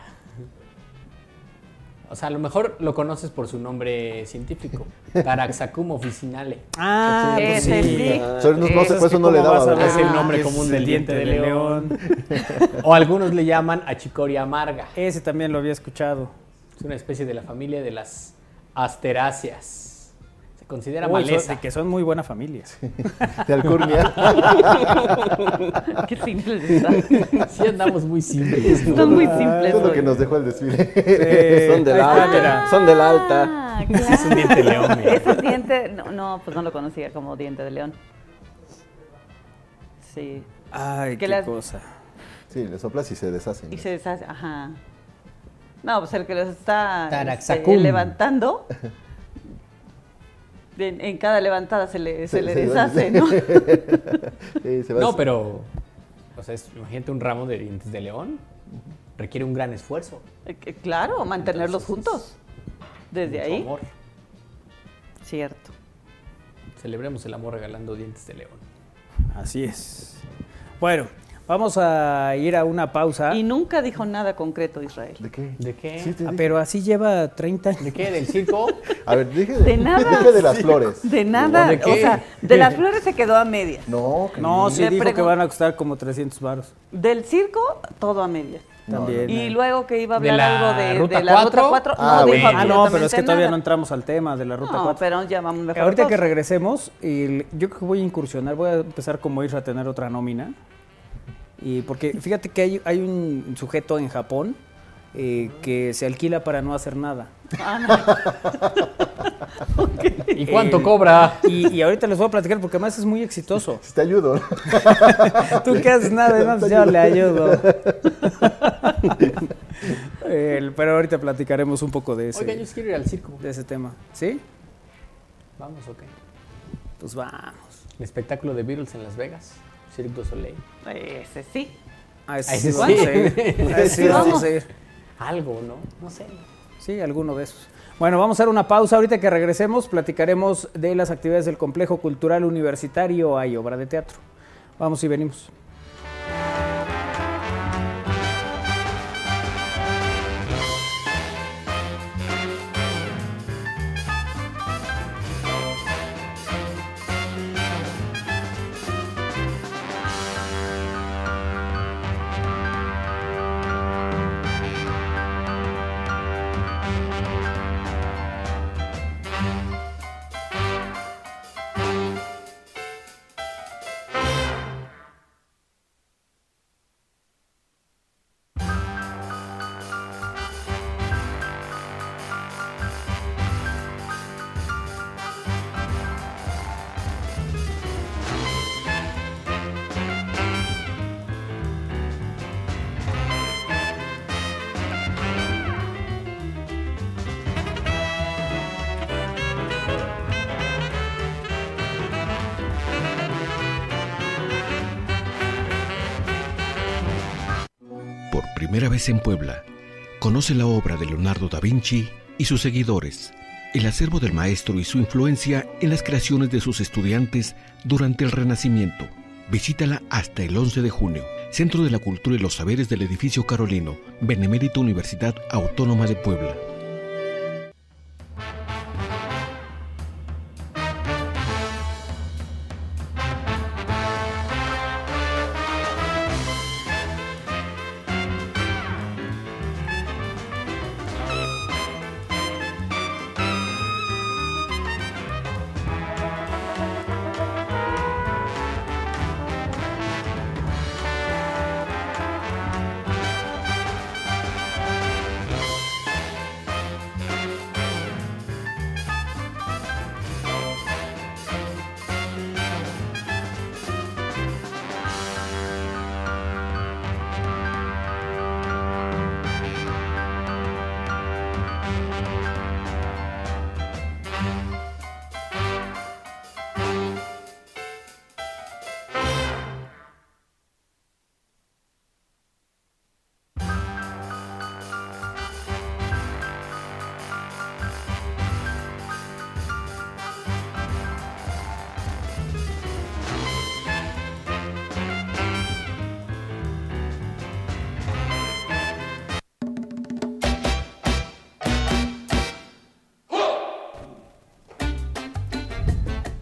[SPEAKER 4] O sea, a lo mejor lo conoces por su nombre científico, Taraxacum officinale.
[SPEAKER 2] Ah, pues
[SPEAKER 5] Ese
[SPEAKER 2] sí.
[SPEAKER 5] sí.
[SPEAKER 3] Solo no, no sé, por
[SPEAKER 2] Pues es que
[SPEAKER 3] eso no le
[SPEAKER 2] cómo
[SPEAKER 3] daba.
[SPEAKER 2] vas a
[SPEAKER 3] ¿verdad?
[SPEAKER 4] Ah, Es
[SPEAKER 2] ver
[SPEAKER 4] el nombre
[SPEAKER 2] que
[SPEAKER 4] común
[SPEAKER 2] es
[SPEAKER 4] del
[SPEAKER 2] el
[SPEAKER 4] diente de O algunos le llaman achicoria amarga.
[SPEAKER 2] Ese también lo había escuchado.
[SPEAKER 4] Es una especie de la familia de las asteráceas. Se considera
[SPEAKER 2] Uy, son-
[SPEAKER 4] maleza.
[SPEAKER 2] de que son muy buena familia.
[SPEAKER 3] De Alcurnia.
[SPEAKER 5] Qué simples están.
[SPEAKER 4] Sí andamos muy simples. ¿no?
[SPEAKER 5] Son muy
[SPEAKER 3] Eso es
[SPEAKER 5] simples.
[SPEAKER 3] lo
[SPEAKER 5] oye.
[SPEAKER 3] que nos dejó el desfile.
[SPEAKER 1] son del alta, son del alta.
[SPEAKER 5] Ah, claro.
[SPEAKER 4] Es un diente de león, mira.
[SPEAKER 5] Ese es diente, no, no, pues no lo conocía como diente de león. Sí.
[SPEAKER 2] Ay,
[SPEAKER 5] Que
[SPEAKER 2] qué
[SPEAKER 5] las-
[SPEAKER 2] cosa.
[SPEAKER 3] Sí, le soplas y se deshacen.
[SPEAKER 5] Y se deshace, ajá. No, pues el que los está
[SPEAKER 4] Taraxacum.
[SPEAKER 5] este, levantando, en, en cada levantada se le, se le deshace, ¿no?
[SPEAKER 3] Sí, se va
[SPEAKER 4] No, pero. O sea, es- imagínate un ramo de dientes de león. Requiere un gran esfuerzo.
[SPEAKER 5] Eh, que- Claro, mantenerlos juntos. Desde
[SPEAKER 4] mucho
[SPEAKER 5] ahí.
[SPEAKER 4] amor.
[SPEAKER 5] Cierto.
[SPEAKER 4] Celebremos el amor regalando dientes de león.
[SPEAKER 2] Así es. Bueno, vamos a ir a una pausa.
[SPEAKER 5] Y nunca dijo nada concreto Israel.
[SPEAKER 3] ¿De qué?
[SPEAKER 4] ¿De qué?
[SPEAKER 3] Sí, te
[SPEAKER 2] Ah,
[SPEAKER 3] dije.
[SPEAKER 2] pero así lleva 30 años.
[SPEAKER 4] ¿De qué? ¿Del circo?
[SPEAKER 3] A ver, dije
[SPEAKER 5] De nada.
[SPEAKER 3] dije de las flores.
[SPEAKER 5] De nada,
[SPEAKER 4] ¿De qué?
[SPEAKER 5] o sea, de las flores se quedó a medias.
[SPEAKER 3] No, que
[SPEAKER 2] No, sí
[SPEAKER 5] Le
[SPEAKER 2] dijo que
[SPEAKER 5] pregun-
[SPEAKER 2] van a costar como 300 baros.
[SPEAKER 5] Del circo, todo a medias.
[SPEAKER 2] También.
[SPEAKER 5] Y
[SPEAKER 2] eh.
[SPEAKER 5] luego que iba a
[SPEAKER 4] ¿De
[SPEAKER 5] hablar
[SPEAKER 4] la
[SPEAKER 5] algo de,
[SPEAKER 4] Ruta
[SPEAKER 5] de la Ruta
[SPEAKER 4] 4?
[SPEAKER 5] 4,
[SPEAKER 3] Ah,
[SPEAKER 5] no
[SPEAKER 3] bueno.
[SPEAKER 5] dijo
[SPEAKER 2] ah, no, pero es que
[SPEAKER 5] absolutamente
[SPEAKER 2] todavía no
[SPEAKER 5] nada.
[SPEAKER 2] entramos al tema de la ruta
[SPEAKER 5] No,
[SPEAKER 2] 4.
[SPEAKER 5] pero ya vamos mejor.
[SPEAKER 2] Ahorita que
[SPEAKER 5] todos.
[SPEAKER 2] regresemos, el- yo creo que voy a incursionar, voy a empezar como ir a tener otra nómina. Y porque fíjate que hay, hay un sujeto en Japón eh, que se alquila para no hacer nada.
[SPEAKER 4] ¿Y cuánto
[SPEAKER 2] El-
[SPEAKER 4] cobra?
[SPEAKER 2] Eh, Y, y ahorita les voy a platicar porque además es muy exitoso.
[SPEAKER 3] Si te ayudo. ¿no?
[SPEAKER 2] Tú que haces nada, además yo le ayudo. El- pero ahorita platicaremos un poco de ese,
[SPEAKER 4] Oigan, yo sí quiero ir al circo.
[SPEAKER 2] de ese tema. ¿Sí?
[SPEAKER 4] Vamos, ok.
[SPEAKER 2] Pues vamos.
[SPEAKER 4] El espectáculo de Beatles en Las Vegas. Cirque du Soleil.
[SPEAKER 5] Ese sí.
[SPEAKER 2] A ese
[SPEAKER 4] A ese
[SPEAKER 2] sí vamos
[SPEAKER 4] sí.
[SPEAKER 2] a ir. A ese sí vamos a ir.
[SPEAKER 4] Algo, ¿no? No sé.
[SPEAKER 2] Sí, alguno de esos. Bueno, vamos a hacer una pausa. Ahorita que regresemos, platicaremos de las actividades del Complejo Cultural Universitario. Hay obra de teatro. Vamos y venimos.
[SPEAKER 9] Por primera vez en Puebla, conoce la obra de Leonardo da Vinci y sus seguidores, el acervo del maestro y su influencia en las creaciones de sus estudiantes durante el Renacimiento. Visítala hasta el 11 de junio, Centro de la Cultura y los Saberes del Edificio Carolino, Benemérito Universidad Autónoma de Puebla.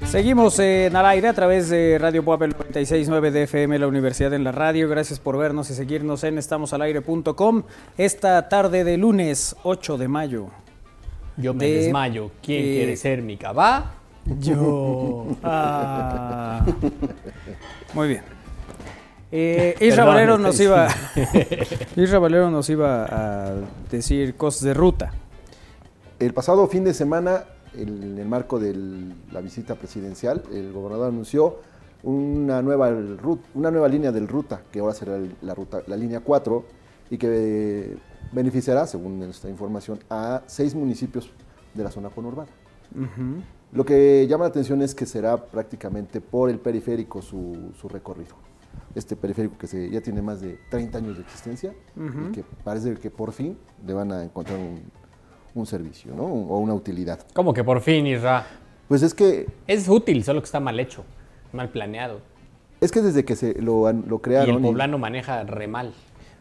[SPEAKER 2] Seguimos eh, en al aire a través de Radio Puebla 969 de FM, la Universidad en la Radio. Gracias por vernos y seguirnos en estamosalaire.com esta tarde de lunes 8 de mayo.
[SPEAKER 4] Yo me
[SPEAKER 2] De-
[SPEAKER 4] desmayo. ¿Quién
[SPEAKER 2] eh,
[SPEAKER 4] quiere ser mi cabá?
[SPEAKER 2] Yo. Ah. Muy bien. Eh, Isra Valero nos iba. Isra Valero nos iba a decir cosas de ruta.
[SPEAKER 3] El pasado fin de semana, el- en el marco de la visita presidencial, el gobernador anunció una nueva, ru- una nueva línea del ruta, que ahora será el- la, ruta, la línea 4, y que eh, beneficiará, según nuestra información, a seis municipios de la zona conurbana. Lo que llama la atención es que será prácticamente por el periférico su, su recorrido. Este periférico que se- ya tiene más de 30 años de existencia y que parece que por fin le van a encontrar un, un servicio ¿no? o una utilidad.
[SPEAKER 4] Como que por fin, Isra.
[SPEAKER 3] Pues es que,
[SPEAKER 4] Es útil, solo que está mal hecho, mal planeado.
[SPEAKER 3] es que desde que se lo, an- lo
[SPEAKER 4] Y
[SPEAKER 3] crearon,
[SPEAKER 4] el
[SPEAKER 3] y
[SPEAKER 4] poblano maneja re mal.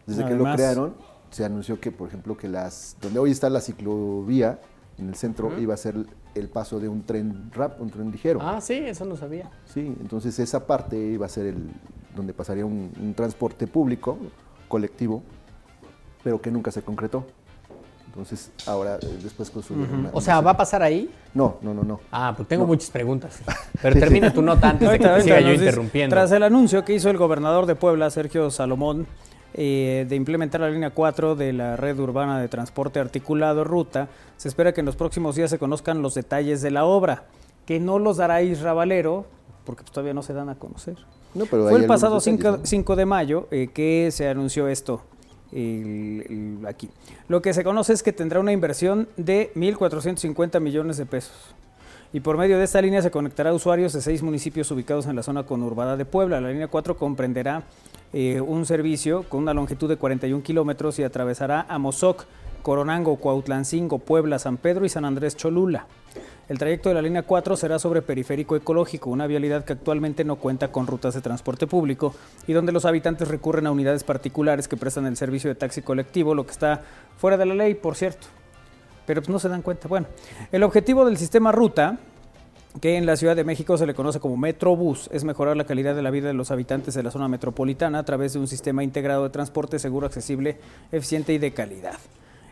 [SPEAKER 3] desde que
[SPEAKER 2] Además-
[SPEAKER 3] lo crearon, se anunció que, por ejemplo, que las donde hoy está la ciclovía en el centro iba a ser el paso de un tren rap, un tren ligero.
[SPEAKER 4] Ah, sí, eso no sabía.
[SPEAKER 3] Sí, entonces esa parte iba a ser el donde pasaría un, un transporte público, colectivo, pero que nunca se concretó. Entonces, ahora, eh, después con su... una-
[SPEAKER 4] O sea,
[SPEAKER 3] una-
[SPEAKER 4] ¿va a pasar ahí?
[SPEAKER 3] No, no, no, no.
[SPEAKER 4] Ah, pues tengo muchas preguntas.
[SPEAKER 3] Sí,
[SPEAKER 4] Pero
[SPEAKER 3] sí.
[SPEAKER 4] termina tu nota antes de que
[SPEAKER 2] Ahorita,
[SPEAKER 4] te siga
[SPEAKER 2] ahorita
[SPEAKER 4] yo
[SPEAKER 2] nos dice,
[SPEAKER 4] interrumpiendo.
[SPEAKER 2] Tras el anuncio que hizo el gobernador de Puebla, Sergio Salomón, eh, de implementar la línea 4 de la red urbana de transporte articulado ruta, se espera que en los próximos días se conozcan los detalles de la obra, que no los dará Isra Valero, porque pues, todavía no se dan a conocer.
[SPEAKER 3] No, pero hay
[SPEAKER 2] Fue el
[SPEAKER 3] algunos
[SPEAKER 2] pasado
[SPEAKER 3] detalles,
[SPEAKER 2] 5,
[SPEAKER 3] ¿no?
[SPEAKER 2] de mayo eh, que se anunció esto el- el- aquí. Lo que se conoce es que tendrá una inversión de 1.450 millones de pesos. Y por medio de esta línea se conectará a usuarios de seis municipios ubicados en la zona conurbada de Puebla. La línea 4 comprenderá eh, un servicio con una longitud de 41 kilómetros y atravesará Amozoc, Coronango, Cuautlancingo, Puebla, San Pedro y San Andrés Cholula. El trayecto de la línea 4 será sobre Periférico Ecológico, una vialidad que actualmente no cuenta con rutas de transporte público y donde los habitantes recurren a unidades particulares que prestan el servicio de taxi colectivo, lo que está fuera de la ley, por cierto. Pero pues, no se dan cuenta. Bueno, el objetivo del sistema ruta, que en la Ciudad de México se le conoce como Metrobús, es mejorar la calidad de la vida de los habitantes de la zona metropolitana a través de un sistema integrado de transporte seguro, accesible, eficiente y de calidad.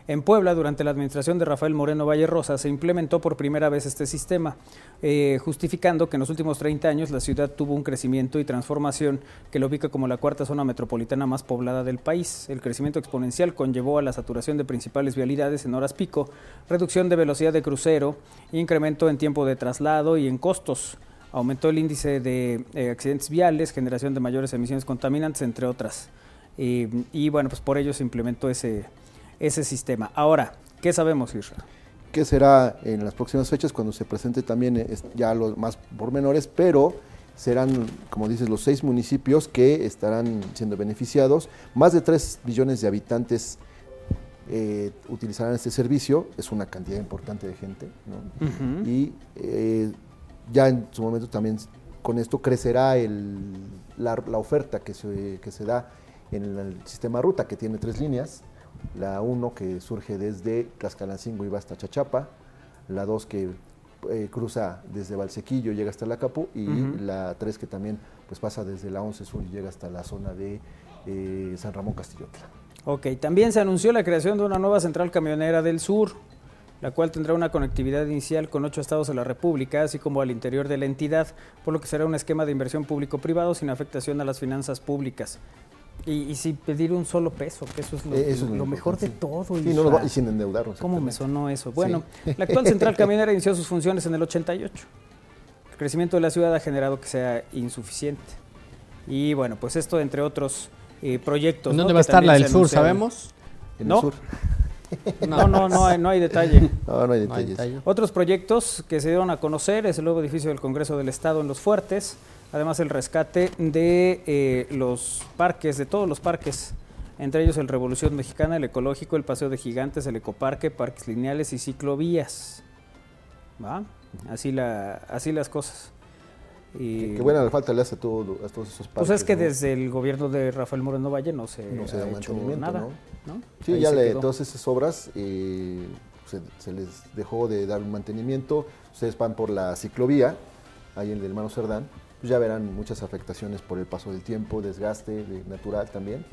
[SPEAKER 2] En Puebla, durante la administración de Rafael Moreno Valle Rosa, se implementó por primera vez este sistema, eh, justificando que en los últimos 30 años la ciudad tuvo un crecimiento y transformación que lo ubica como la cuarta zona metropolitana más poblada del país. El crecimiento exponencial conllevó a la saturación de principales vialidades en horas pico, reducción de velocidad de crucero, incremento en tiempo de traslado y en costos. Aumentó el índice de eh, accidentes viales, generación de mayores emisiones contaminantes, entre otras. Eh, y bueno, pues por ello se implementó ese, ese sistema. Ahora, ¿qué sabemos, Israel?
[SPEAKER 3] que será en las próximas fechas cuando se presente también eh, es- ya los más pormenores, pero serán, como dices, los seis municipios que estarán siendo beneficiados. Más de 3 millones de habitantes eh, utilizarán este servicio, es una cantidad importante de gente, ¿no? Y eh, ya en su momento también s- con esto crecerá el- la, la oferta que se, que se da en el, el sistema ruta, que tiene tres líneas. La 1 que surge desde Tlaxcalancingo y va hasta Chachapa, la 2 que eh, cruza desde Valsequillo y llega hasta Lacapu, y la 3 que también pues, pasa desde la 11 sur y llega hasta la zona de eh, San Ramón Castillotla.
[SPEAKER 2] Ok, también se anunció la creación de una nueva central camionera del sur, la cual tendrá una conectividad inicial con ocho estados de la República, así como al interior de la entidad, por lo que será un esquema de inversión público-privado sin afectación a las finanzas públicas. Y, y sin pedir un solo peso, que eso es lo,
[SPEAKER 3] Eh, eso es
[SPEAKER 2] lo
[SPEAKER 3] lo
[SPEAKER 2] mejor de
[SPEAKER 3] importante.
[SPEAKER 2] todo.
[SPEAKER 3] Sí, no nos va-
[SPEAKER 2] Isra.
[SPEAKER 3] y sin endeudarnos.
[SPEAKER 2] ¿Cómo me sonó eso? Bueno,
[SPEAKER 3] Sí.
[SPEAKER 2] la actual central camionera inició sus funciones en el 88. El crecimiento de la ciudad ha generado que sea insuficiente. Y bueno, pues esto entre otros eh, proyectos.
[SPEAKER 4] ¿En dónde
[SPEAKER 2] ¿no?
[SPEAKER 4] va a
[SPEAKER 2] que
[SPEAKER 4] estar la
[SPEAKER 2] también
[SPEAKER 4] del
[SPEAKER 2] se
[SPEAKER 4] sur?
[SPEAKER 2] anunciaron.
[SPEAKER 4] ¿Sabemos?
[SPEAKER 3] En
[SPEAKER 2] No.
[SPEAKER 3] el sur.
[SPEAKER 2] No, no, no hay, no hay detalle.
[SPEAKER 3] No, no hay
[SPEAKER 4] No hay
[SPEAKER 3] detalles.
[SPEAKER 4] detalle.
[SPEAKER 2] Otros proyectos que se dieron a conocer es el nuevo edificio del Congreso del Estado en Los Fuertes, además el rescate de eh, los parques, de todos los parques, entre ellos el Revolución Mexicana, el Ecológico, el Paseo de Gigantes, el Ecoparque, parques lineales y ciclovías. ¿Va? Así, la, así las cosas. Y,
[SPEAKER 3] Qué buena la falta le hace a, todo, a todos esos parques.
[SPEAKER 2] pues es que
[SPEAKER 3] ¿no?
[SPEAKER 2] desde el gobierno de Rafael Moreno Valle no se,
[SPEAKER 3] No se
[SPEAKER 2] ha
[SPEAKER 3] da
[SPEAKER 2] hecho
[SPEAKER 3] mantenimiento,
[SPEAKER 2] nada. ¿no?
[SPEAKER 3] Sí,
[SPEAKER 2] Ahí
[SPEAKER 3] ya
[SPEAKER 2] se
[SPEAKER 3] le-
[SPEAKER 2] quedó.
[SPEAKER 3] todas esas obras eh, se, se les dejó de dar un mantenimiento. Ustedes van por la ciclovía, ahí en el hermano Cerdán, pues ya verán muchas afectaciones por el paso del tiempo, desgaste de- natural también.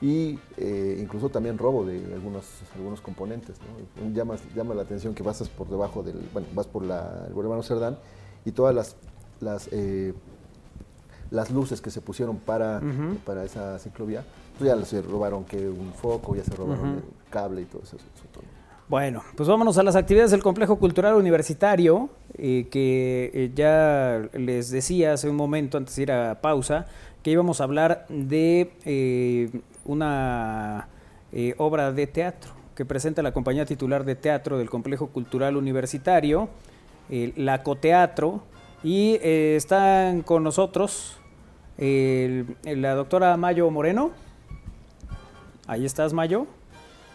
[SPEAKER 3] Y eh, incluso también robo de algunos, algunos componentes. ¿no? Llama, llama la atención que pasas por debajo del. Bueno, vas por la, el hermano Cerdán y todas las, las eh, las luces que se pusieron para, para esa ciclovía, pues ya se robaron que un foco, ya se robaron el cable y todo eso. eso, todo.
[SPEAKER 2] Bueno, pues vámonos a las actividades del Complejo Cultural Universitario, eh, que eh, ya les decía hace un momento, antes de ir a pausa, que íbamos a hablar de eh, una eh, obra de teatro que presenta la compañía titular de teatro del Complejo Cultural Universitario, eh, la Coteatro, y eh, están con nosotros el- la doctora Mayo Moreno. Ahí estás, Mayo.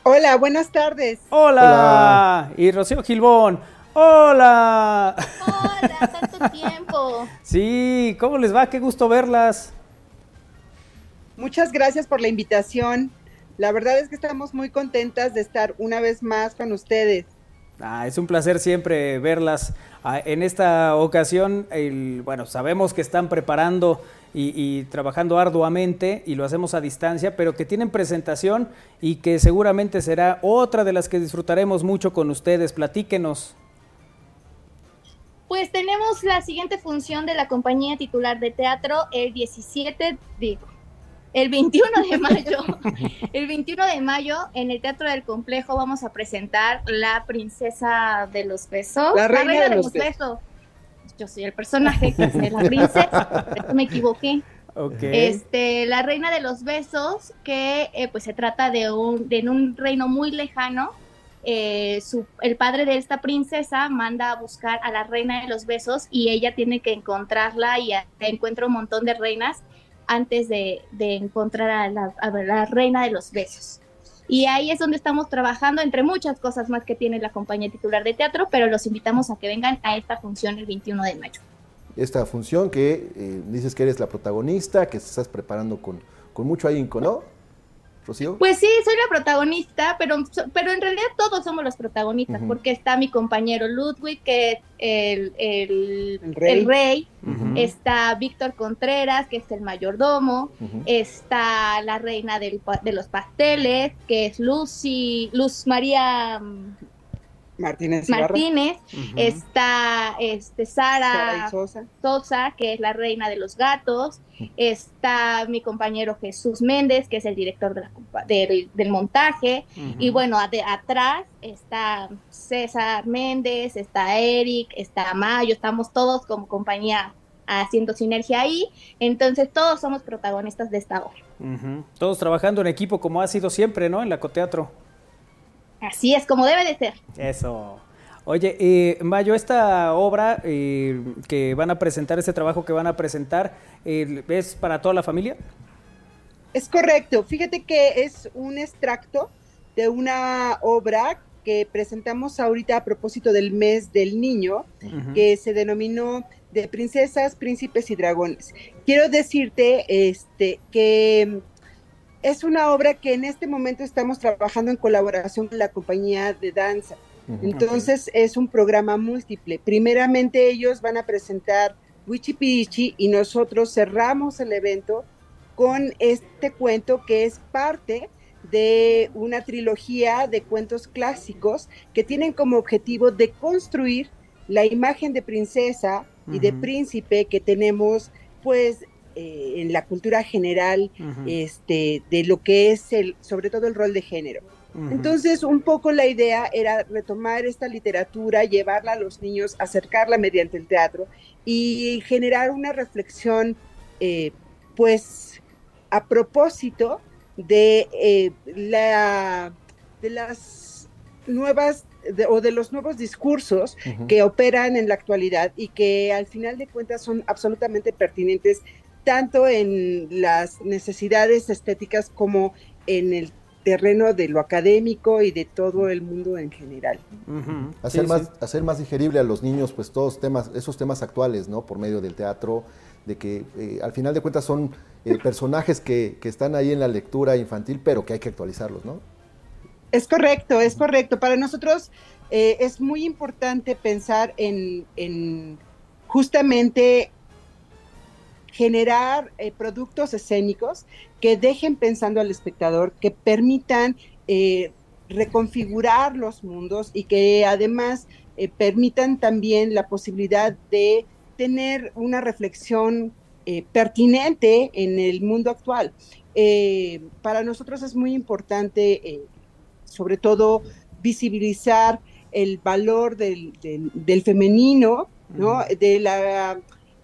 [SPEAKER 10] Hola, buenas tardes.
[SPEAKER 2] Hola. Ah, Y Rocío Gilbón. Hola.
[SPEAKER 11] Hola, tanto tiempo.
[SPEAKER 2] Sí, ¿cómo les va? Qué gusto verlas.
[SPEAKER 10] Muchas gracias por la invitación. La verdad es que estamos muy contentas de estar una vez más con ustedes.
[SPEAKER 2] Ah, es un placer siempre verlas. Ah, en esta ocasión, el- bueno, sabemos que están preparando y, y trabajando arduamente y lo hacemos a distancia, pero que tienen presentación y que seguramente será otra de las que disfrutaremos mucho con ustedes. Platíquenos.
[SPEAKER 11] Pues tenemos la siguiente función de la compañía titular de teatro el 17, digo, el 21 de mayo. El 21 de mayo en el Teatro del Complejo vamos a presentar La Princesa de los Besos.
[SPEAKER 10] La reina de los
[SPEAKER 11] Yo soy el personaje que es de la princesa, por eso me equivoqué.
[SPEAKER 2] Ok.
[SPEAKER 11] Este, la reina de los besos, que eh, pues se trata de un, de en un reino muy lejano. eh, su- el padre de esta princesa manda a buscar a la reina de los besos y ella tiene que encontrarla y a- encuentra un montón de reinas antes de, de encontrar a la, a la reina de los besos. Y ahí es donde estamos trabajando, entre muchas cosas más que tiene la compañía titular de teatro, pero los invitamos a que vengan a esta función el 21 de mayo.
[SPEAKER 3] Esta función que eh, dices que eres la protagonista, que estás preparando con, con mucho ahínco, ¿no? Rocío.
[SPEAKER 11] Pues sí, soy la protagonista, pero, pero en realidad todos somos los protagonistas,
[SPEAKER 3] Ujú.
[SPEAKER 11] porque está mi compañero Ludwig, que es el, el-
[SPEAKER 10] El rey.
[SPEAKER 11] el rey.
[SPEAKER 10] Ujú.
[SPEAKER 11] está Víctor Contreras, que es el mayordomo,
[SPEAKER 10] Ujú.
[SPEAKER 11] está la reina del pa- de los pasteles, que es Lucy, Luz María mm,
[SPEAKER 10] Martínez Ibarra.
[SPEAKER 11] Martínez,
[SPEAKER 10] Ujú.
[SPEAKER 11] está este, Sara,
[SPEAKER 10] Sara y Sosa.
[SPEAKER 11] Sosa, que es la reina de los gatos, está mi compañero Jesús Méndez, que es el director de la compa- del, del montaje,
[SPEAKER 12] Ujú.
[SPEAKER 11] y bueno, a- de- atrás está César Méndez, está Eric, está Mayo, estamos todos como compañía haciendo sinergia ahí, entonces todos somos protagonistas de esta obra.
[SPEAKER 2] Ujú. Todos trabajando en equipo como ha sido siempre, ¿no? En la Coteatro.
[SPEAKER 11] Así es como debe de ser.
[SPEAKER 2] Eso. Oye, eh, Mayo, esta obra eh, que van a presentar, este trabajo que van a presentar, eh, ¿es para toda la familia?
[SPEAKER 10] Es correcto. Fíjate que es un extracto de una obra que presentamos ahorita a propósito del mes del niño,
[SPEAKER 12] Ujú.
[SPEAKER 10] que se denominó de princesas, príncipes y dragones. Quiero decirte este, que es una obra que en este momento estamos trabajando en colaboración con la compañía de danza.
[SPEAKER 12] Ujú.
[SPEAKER 10] Entonces es un programa múltiple. Primeramente ellos van a presentar Wichipirichi y nosotros cerramos el evento con este cuento que es parte de una trilogía de cuentos clásicos que tienen como objetivo de construir la imagen de princesa y de
[SPEAKER 12] Ujú.
[SPEAKER 10] príncipe que tenemos pues eh, en la cultura general
[SPEAKER 12] Ujú.
[SPEAKER 10] este, de lo que es el, sobre todo el rol de género.
[SPEAKER 12] Ujú.
[SPEAKER 10] Entonces, un poco la idea era retomar esta literatura, llevarla a los niños, acercarla mediante el teatro y generar una reflexión, eh, pues, a propósito de, eh, la, de las nuevas de- o de los nuevos discursos
[SPEAKER 12] Ujú.
[SPEAKER 10] que operan en la actualidad y que al final de cuentas son absolutamente pertinentes tanto en las necesidades estéticas como en el terreno de lo académico y de todo el mundo en general.
[SPEAKER 3] Hacer,
[SPEAKER 10] Sí,
[SPEAKER 3] más,
[SPEAKER 10] sí.
[SPEAKER 3] hacer más digerible a los niños, pues todos temas, esos temas actuales, ¿no? Por medio del teatro, de que eh, al final de cuentas son eh, personajes que, que están ahí en la lectura infantil, pero que hay que actualizarlos, ¿no?
[SPEAKER 10] Es correcto, es correcto. Para nosotros eh, es muy importante pensar en, en justamente generar eh, productos escénicos que dejen pensando al espectador, que permitan eh, reconfigurar los mundos y que además eh, permitan también la posibilidad de tener una reflexión eh, pertinente en el mundo actual. Eh, para nosotros es muy importante eh, sobre todo visibilizar el valor del, del- del femenino, ¿no? De la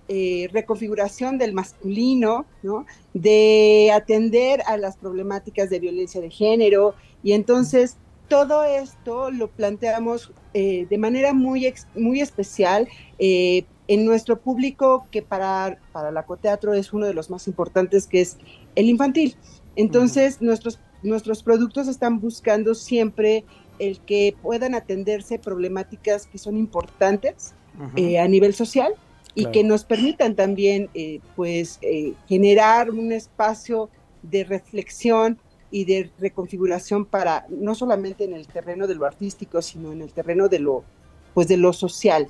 [SPEAKER 10] eh, reconfiguración del masculino, ¿no? De atender a las problemáticas de violencia de género. Y entonces todo esto lo planteamos eh, de manera muy, ex- muy especial eh, en nuestro público que para, para el acoteatro es uno de los más importantes, que es el infantil. Entonces, nuestros, nuestros productos están buscando siempre el que puedan atenderse problemáticas que son importantes
[SPEAKER 12] Ujú.
[SPEAKER 10] eh, a nivel social y
[SPEAKER 12] Claro.
[SPEAKER 10] que nos permitan también eh, pues eh, generar un espacio de reflexión y de reconfiguración para no solamente en el terreno de lo artístico sino en el terreno de lo pues de lo social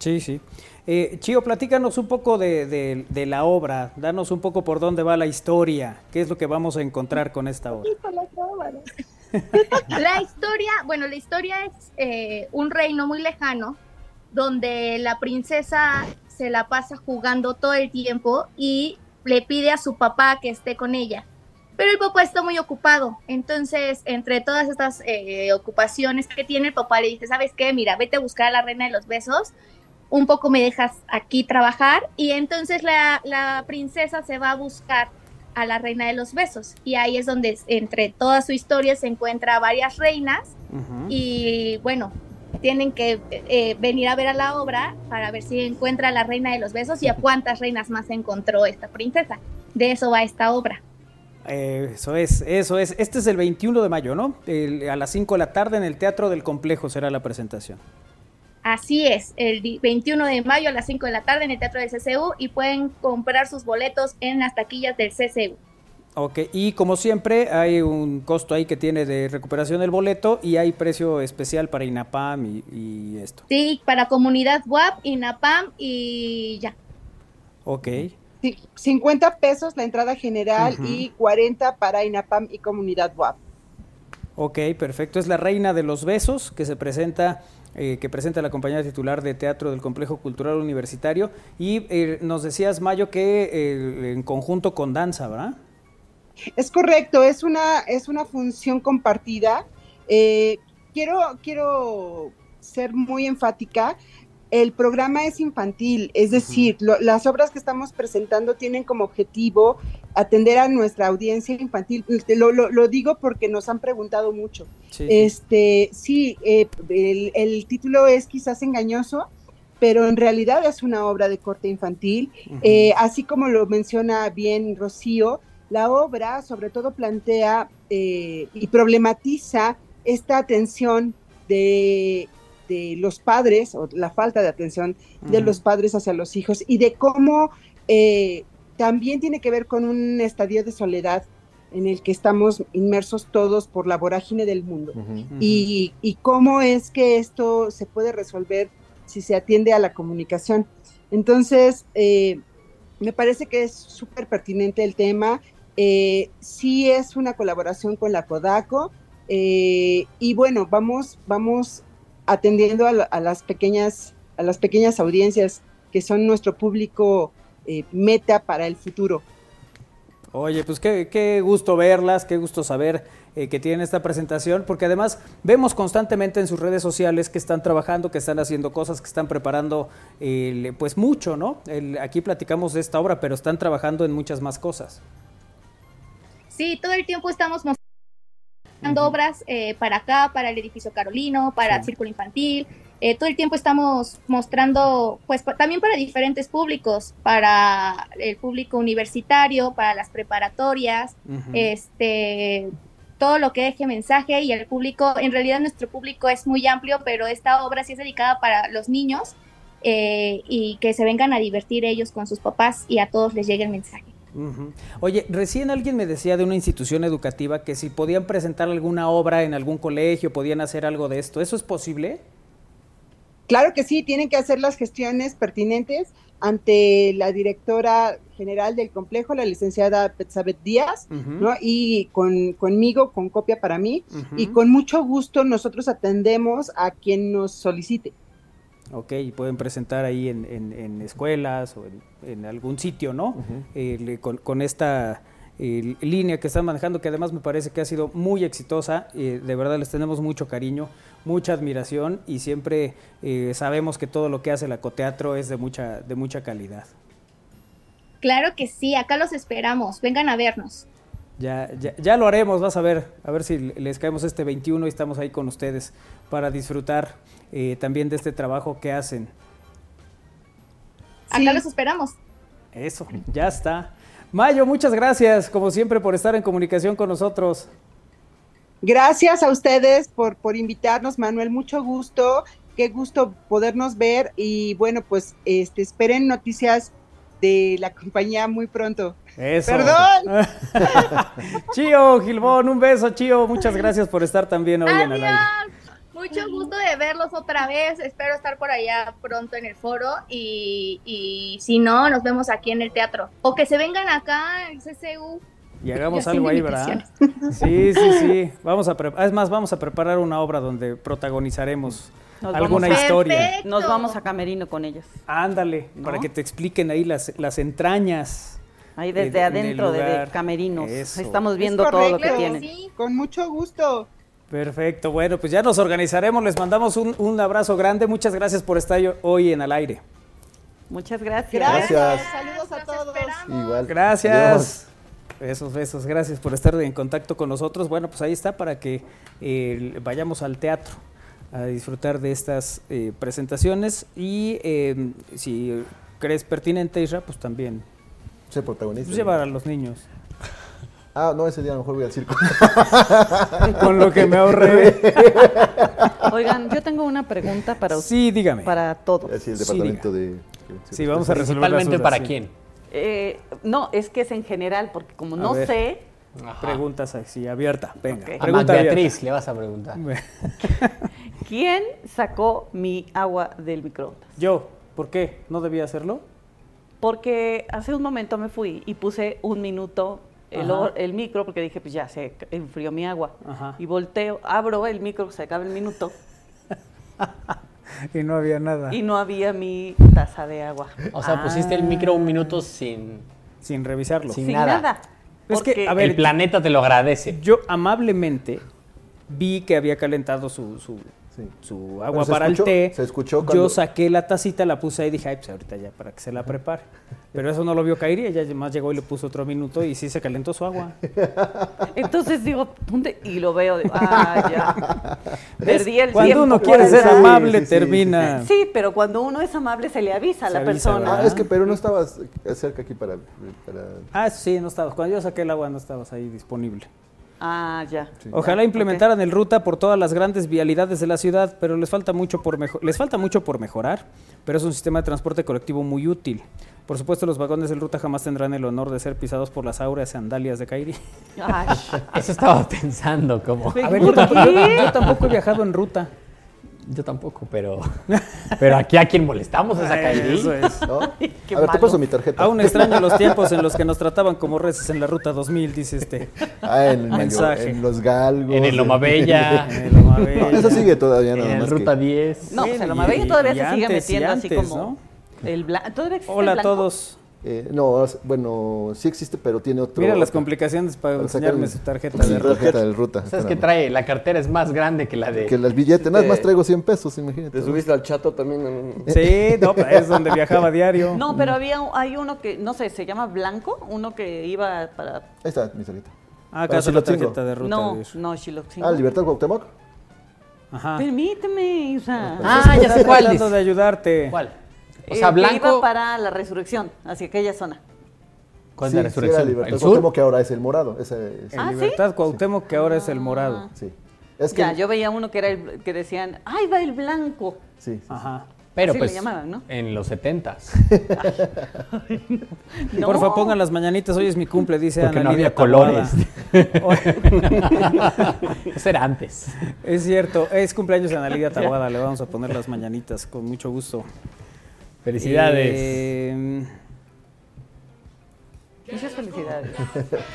[SPEAKER 2] Sí, sí. Eh, Chío, platícanos un poco de, de- de la obra, danos un poco por dónde va la historia, qué es lo que vamos a encontrar con esta obra.
[SPEAKER 11] La historia, bueno, la historia es eh, un reino muy lejano donde la princesa se la pasa jugando todo el tiempo y le pide a su papá que esté con ella. Pero el papá está muy ocupado, entonces entre todas estas eh, ocupaciones que tiene el papá le dice, ¿sabes qué? Mira, vete a buscar a la reina de los besos, un poco me dejas aquí trabajar y entonces la, la princesa se va a buscar a la reina de los besos y ahí es donde entre toda su historia se encuentra a varias reinas y bueno, tienen que eh, venir a ver a la obra para ver si encuentra a la reina de los besos y a cuántas reinas más encontró esta princesa. De eso va esta obra.
[SPEAKER 2] Eh, Eso es, eso es. Este es el 21 de mayo, ¿no? El- a las 5 de la tarde en el Teatro del Complejo será la presentación.
[SPEAKER 11] Así es, el di- 21 de mayo a las 5 de la tarde en el Teatro del CCU y pueden comprar sus boletos en las taquillas del CCU.
[SPEAKER 2] Ok, y como siempre hay un costo ahí que tiene de recuperación del boleto y hay precio especial para INAPAM y, y esto.
[SPEAKER 11] Sí, para comunidad WAP, INAPAM y ya.
[SPEAKER 2] Ok.
[SPEAKER 10] Sí, 50 pesos la entrada general
[SPEAKER 2] Ujú.
[SPEAKER 10] y 40 para INAPAM y comunidad WAP.
[SPEAKER 2] Ok, perfecto. Es la reina de los besos que se presenta, eh, que presenta la compañía titular de teatro del Complejo Cultural Universitario. Y eh, nos decías, Mayo, que eh, en conjunto con danza, ¿verdad?
[SPEAKER 10] Es correcto, es una, es una función compartida. Eh, quiero, quiero ser muy enfática. El programa es infantil, es decir, lo- las obras que estamos presentando tienen como objetivo atender a nuestra audiencia infantil. Este, Lo, lo- lo digo porque nos han preguntado mucho.
[SPEAKER 12] Sí, sí.
[SPEAKER 10] Este, sí, eh, el, el título es quizás engañoso, pero en realidad es una obra de corte infantil.
[SPEAKER 12] Ujú.
[SPEAKER 10] Eh, así como lo menciona bien Rocío, la obra sobre todo plantea eh, y problematiza esta atención de, de los padres o la falta de atención de
[SPEAKER 12] Ujú.
[SPEAKER 10] los padres hacia los hijos y de cómo eh, también tiene que ver con un estadio de soledad en el que estamos inmersos todos por la vorágine del mundo y, y cómo es que esto se puede resolver si se atiende a la comunicación. Entonces, eh, me parece que es súper pertinente el tema. Eh, sí es una colaboración con la Codaco eh, y bueno, vamos, vamos atendiendo a, la- a las pequeñas, a las pequeñas audiencias que son nuestro público eh, meta para el futuro.
[SPEAKER 2] Oye, pues qué, qué gusto verlas, qué gusto saber eh, que tienen esta presentación, porque además vemos constantemente en sus redes sociales que están trabajando, que están haciendo cosas, que están preparando eh, le- pues mucho, ¿no? El- aquí platicamos de esta obra, pero están trabajando en muchas más cosas.
[SPEAKER 11] Sí, todo el tiempo estamos mostrando obras eh, para acá, para el edificio Carolino, para el Círculo Infantil. eh, todo el tiempo estamos mostrando, pues pa- también para diferentes públicos, para el público universitario, para las preparatorias,
[SPEAKER 12] Ujú.
[SPEAKER 11] este, todo lo que deje mensaje y el público, en realidad nuestro público es muy amplio, pero esta obra sí es dedicada para los niños eh, y que se vengan a divertir ellos con sus papás y a todos les llegue el mensaje.
[SPEAKER 2] Ujú. Oye, recién alguien me decía de una institución educativa que si podían presentar alguna obra en algún colegio, podían hacer algo de esto. ¿Eso es posible?
[SPEAKER 10] Claro que sí, tienen que hacer las gestiones pertinentes ante la directora general del complejo, la licenciada Petzabet Díaz,
[SPEAKER 12] Ujú.
[SPEAKER 10] ¿no? y con, conmigo, con copia para mí,
[SPEAKER 2] Ujú.
[SPEAKER 10] y con mucho gusto nosotros atendemos a quien nos solicite.
[SPEAKER 2] Ok, y pueden presentar ahí en, en- en escuelas o en, en algún sitio, ¿no? Eh, le- con, con esta eh, línea que están manejando, que además me parece que ha sido muy exitosa. eh, de verdad les tenemos mucho cariño, mucha admiración y siempre eh, sabemos que todo lo que hace el acoteatro es de mucha, de mucha calidad.
[SPEAKER 11] Claro que sí, acá los esperamos. Vengan a vernos.
[SPEAKER 2] Ya, ya, ya lo haremos, vas a ver, a ver si les caemos este 21 y estamos ahí con ustedes para disfrutar eh, también de este trabajo que hacen.
[SPEAKER 11] Acá los esperamos.
[SPEAKER 2] Eso, ya está. Mayo, muchas gracias, como siempre, por estar en comunicación con nosotros.
[SPEAKER 10] Gracias a ustedes por, por invitarnos, Manuel, mucho gusto, qué gusto podernos ver y bueno, pues este, esperen noticias de la compañía muy pronto.
[SPEAKER 2] Eso.
[SPEAKER 10] Perdón.
[SPEAKER 2] Chío, Gilbón, un beso, Chío. Muchas gracias por estar también hoy en el aire.
[SPEAKER 11] Mucho gusto de verlos otra vez. Espero estar por allá pronto en el foro y, y si no, nos vemos aquí en el teatro. O que se vengan acá en CCU.
[SPEAKER 2] Y hagamos
[SPEAKER 11] Ya
[SPEAKER 2] algo
[SPEAKER 11] sin
[SPEAKER 2] ahí, ¿verdad? Sí, sí, sí. Vamos a pre- es más, vamos a preparar una obra donde protagonizaremos
[SPEAKER 5] Nos
[SPEAKER 2] alguna
[SPEAKER 5] vamos a-
[SPEAKER 2] historia.
[SPEAKER 5] Nos vamos a camerino con ellos.
[SPEAKER 2] Ándale, para que te expliquen ahí las, las entrañas.
[SPEAKER 5] Ahí
[SPEAKER 2] eh,
[SPEAKER 5] desde
[SPEAKER 2] de- del
[SPEAKER 5] adentro, desde
[SPEAKER 2] lugar.
[SPEAKER 5] camerinos.
[SPEAKER 2] Eso.
[SPEAKER 5] Estamos viendo todo lo que
[SPEAKER 10] correcto,
[SPEAKER 5] tienen.
[SPEAKER 10] sí, Con mucho gusto.
[SPEAKER 2] Perfecto, bueno, pues ya nos organizaremos. Les mandamos un, un abrazo grande. Muchas gracias por estar hoy en al aire.
[SPEAKER 5] Muchas gracias.
[SPEAKER 10] Gracias. Saludos a todos.
[SPEAKER 2] Igual. Gracias. Besos, besos. Gracias por estar en contacto con nosotros. Bueno, pues ahí está para que eh, vayamos al teatro a disfrutar de estas eh, presentaciones y eh, si crees pertinente, Isra, pues también
[SPEAKER 3] Sé protagonista.
[SPEAKER 2] pues, llevar a los niños.
[SPEAKER 3] Ah, no, ese día a lo mejor voy al circo. Ah,
[SPEAKER 2] Con lo que me ahorré.
[SPEAKER 5] Oigan, yo tengo una pregunta Ah, para ustedes.
[SPEAKER 2] Sí, dígame.
[SPEAKER 5] Para todos.
[SPEAKER 3] Así el departamento de...
[SPEAKER 2] Sí, vamos a resolver las
[SPEAKER 4] Principalmente
[SPEAKER 2] dudas,
[SPEAKER 4] para
[SPEAKER 2] sí.
[SPEAKER 4] quién.
[SPEAKER 5] Eh, no, es que es en general, porque como
[SPEAKER 2] A
[SPEAKER 5] no
[SPEAKER 2] ver.
[SPEAKER 5] sé,
[SPEAKER 2] Preguntas así, abierta. Venga.
[SPEAKER 5] Ok.
[SPEAKER 4] A Mac
[SPEAKER 2] Pregunta abierta.
[SPEAKER 4] Beatriz le vas a preguntar.
[SPEAKER 5] ¿quién sacó mi agua del microondas?
[SPEAKER 2] Yo, ¿por qué? ¿No debía hacerlo?
[SPEAKER 5] Porque hace un momento me fui y puse un minuto el,
[SPEAKER 2] Ajá.
[SPEAKER 5] hor- el micro, porque dije, pues ya se enfrió mi agua.
[SPEAKER 2] Ajá.
[SPEAKER 5] Y volteo, abro el micro, se acaba el minuto,
[SPEAKER 2] Y no había nada.
[SPEAKER 5] y no había mi taza de agua. Ah.
[SPEAKER 4] O sea, pusiste el micro un minuto sin,
[SPEAKER 2] Sin revisarlo.
[SPEAKER 4] sin
[SPEAKER 5] Sin
[SPEAKER 4] nada.
[SPEAKER 5] nada.
[SPEAKER 2] Es que,
[SPEAKER 5] Porque-
[SPEAKER 2] a ver,
[SPEAKER 4] el planeta te lo agradece.
[SPEAKER 2] Yo amablemente vi que había calentado su, su,
[SPEAKER 3] Sí.
[SPEAKER 2] su agua
[SPEAKER 3] Pero se
[SPEAKER 2] para
[SPEAKER 3] escuchó-
[SPEAKER 2] el té.
[SPEAKER 3] se escuchó
[SPEAKER 2] Yo
[SPEAKER 3] cuando-
[SPEAKER 2] saqué la tacita, la puse ahí y dije, ay, pues ahorita ya para que se la prepare. Pero eso no lo vio caer y ella más llegó y le puso otro minuto y sí se calentó su agua.
[SPEAKER 5] Entonces digo, ¿dónde? Y lo veo, digo, ah, ya. Perdí el
[SPEAKER 2] Cuando
[SPEAKER 5] tiempo.
[SPEAKER 2] uno quiere ser
[SPEAKER 5] ¿verdad?
[SPEAKER 2] amable,
[SPEAKER 3] Sí, sí, sí,
[SPEAKER 2] termina.
[SPEAKER 5] Sí, pero cuando uno es amable se le avisa a
[SPEAKER 2] Se
[SPEAKER 5] la
[SPEAKER 2] avisa,
[SPEAKER 5] persona.
[SPEAKER 2] ¿verdad?
[SPEAKER 3] Ah, es que pero no estabas cerca aquí para... para-
[SPEAKER 2] Ah, sí, no estabas. Cuando yo saqué el agua no estabas ahí disponible.
[SPEAKER 5] Ah, ya.
[SPEAKER 2] Ojalá implementaran el ruta por todas las grandes vialidades de la ciudad, pero les falta mucho por mejo- les falta mucho por mejorar, pero es un sistema de transporte colectivo muy útil. Por supuesto, los vagones del ruta jamás tendrán el honor de ser pisados por las áureas sandalias de Kairi.
[SPEAKER 5] Ay,
[SPEAKER 4] Eso estaba pensando, como.
[SPEAKER 5] güey,
[SPEAKER 2] A ver, yo
[SPEAKER 5] ¿por
[SPEAKER 2] tampoco,
[SPEAKER 5] qué?
[SPEAKER 2] yo tampoco he viajado en ruta.
[SPEAKER 4] Yo tampoco, pero. Pero aquí a quien molestamos es a Kairi.
[SPEAKER 3] ¿no? a
[SPEAKER 5] qué
[SPEAKER 3] ver, te
[SPEAKER 5] malo.
[SPEAKER 3] paso mi tarjeta.
[SPEAKER 2] Aún extraño los tiempos en los que nos trataban como reces en la ruta 2000, dice este.
[SPEAKER 3] Ah, en, el Mayo-
[SPEAKER 2] Mensaje.
[SPEAKER 3] en los galgos.
[SPEAKER 4] En el Loma Bella.
[SPEAKER 2] Me lo mamé.
[SPEAKER 3] No, eso sigue todavía
[SPEAKER 4] En
[SPEAKER 3] nada
[SPEAKER 4] el
[SPEAKER 3] más
[SPEAKER 4] Ruta
[SPEAKER 3] que-
[SPEAKER 4] 10.
[SPEAKER 5] No, pues,
[SPEAKER 2] Sí,
[SPEAKER 5] se lo
[SPEAKER 2] y-
[SPEAKER 5] amable todavía
[SPEAKER 2] y
[SPEAKER 5] se sigue
[SPEAKER 2] antes, y
[SPEAKER 5] metiendo así
[SPEAKER 2] antes,
[SPEAKER 5] como el blanco. ¿Todavía existe el
[SPEAKER 2] Hola a
[SPEAKER 5] blanco?
[SPEAKER 2] todos.
[SPEAKER 3] eh, no, ahora sí- bueno, sí existe, pero tiene otro...
[SPEAKER 2] Mira las complicaciones para
[SPEAKER 3] para sacar
[SPEAKER 2] enseñarme
[SPEAKER 3] el-
[SPEAKER 2] su tarjeta
[SPEAKER 3] sí,
[SPEAKER 2] de ruta.
[SPEAKER 3] tarjeta del Ruta.
[SPEAKER 4] ¿Sabes Este, qué
[SPEAKER 3] espérame.
[SPEAKER 4] trae? La cartera es más grande que la de.
[SPEAKER 3] Que las billetes, nada más traigo 100 pesos, imagínate. Eh,
[SPEAKER 1] ¿Te subiste al chato también? en un-
[SPEAKER 2] Sí, no, es donde viajaba diario.
[SPEAKER 5] No, pero había un- hay uno que, no sé, se llama blanco, uno que iba para...
[SPEAKER 3] Ahí está mi tarjeta. Pero
[SPEAKER 2] Ah, acá
[SPEAKER 3] sí
[SPEAKER 2] está la
[SPEAKER 3] lo tengo.
[SPEAKER 2] tarjeta de ruta.
[SPEAKER 5] no,
[SPEAKER 2] Dios.
[SPEAKER 5] no, Xilotzingo.
[SPEAKER 3] Ah, Libertad Cuauhtémoc.
[SPEAKER 2] Ajá.
[SPEAKER 5] Permíteme, Isa.
[SPEAKER 4] Ah, ya sé
[SPEAKER 2] Estoy
[SPEAKER 4] cuál.
[SPEAKER 2] tratando Ah. de
[SPEAKER 4] dice.
[SPEAKER 2] ayudarte.
[SPEAKER 4] ¿Cuál? O
[SPEAKER 5] Eh,
[SPEAKER 4] sea,
[SPEAKER 5] que
[SPEAKER 4] blanco.
[SPEAKER 5] iba para la resurrección, hacia aquella zona.
[SPEAKER 4] ¿Cuál es
[SPEAKER 3] Sí, sí,
[SPEAKER 4] la
[SPEAKER 3] era
[SPEAKER 4] resurrección?
[SPEAKER 3] Libertad
[SPEAKER 4] ¿El
[SPEAKER 3] Cuauhtémoc,
[SPEAKER 4] sur?
[SPEAKER 3] que ahora es el morado. Ese es-
[SPEAKER 2] En
[SPEAKER 5] Ah, ¿sí?
[SPEAKER 2] Libertad Cuauhtémoc, que ahora es el
[SPEAKER 4] Ah.
[SPEAKER 2] morado.
[SPEAKER 3] sí. Es que
[SPEAKER 5] Ya, yo veía uno que era el que decían, ¡ay, va el blanco!
[SPEAKER 3] sí, sí.
[SPEAKER 2] Ajá.
[SPEAKER 4] Pero
[SPEAKER 5] Así le
[SPEAKER 4] pues.
[SPEAKER 5] llamaban, ¿no?
[SPEAKER 4] En los 70
[SPEAKER 5] No.
[SPEAKER 2] Por favor, pongan las mañanitas. Hoy es mi cumple, dice
[SPEAKER 4] Porque
[SPEAKER 2] Ana
[SPEAKER 4] no
[SPEAKER 2] Lidia
[SPEAKER 4] había
[SPEAKER 2] Taboada.
[SPEAKER 4] colores. Eso era antes.
[SPEAKER 2] Es cierto, es cumpleaños de Ana Lidia Taboada. Le vamos a poner las mañanitas con mucho gusto.
[SPEAKER 4] Felicidades.
[SPEAKER 2] Eh,
[SPEAKER 5] Muchas felicidades.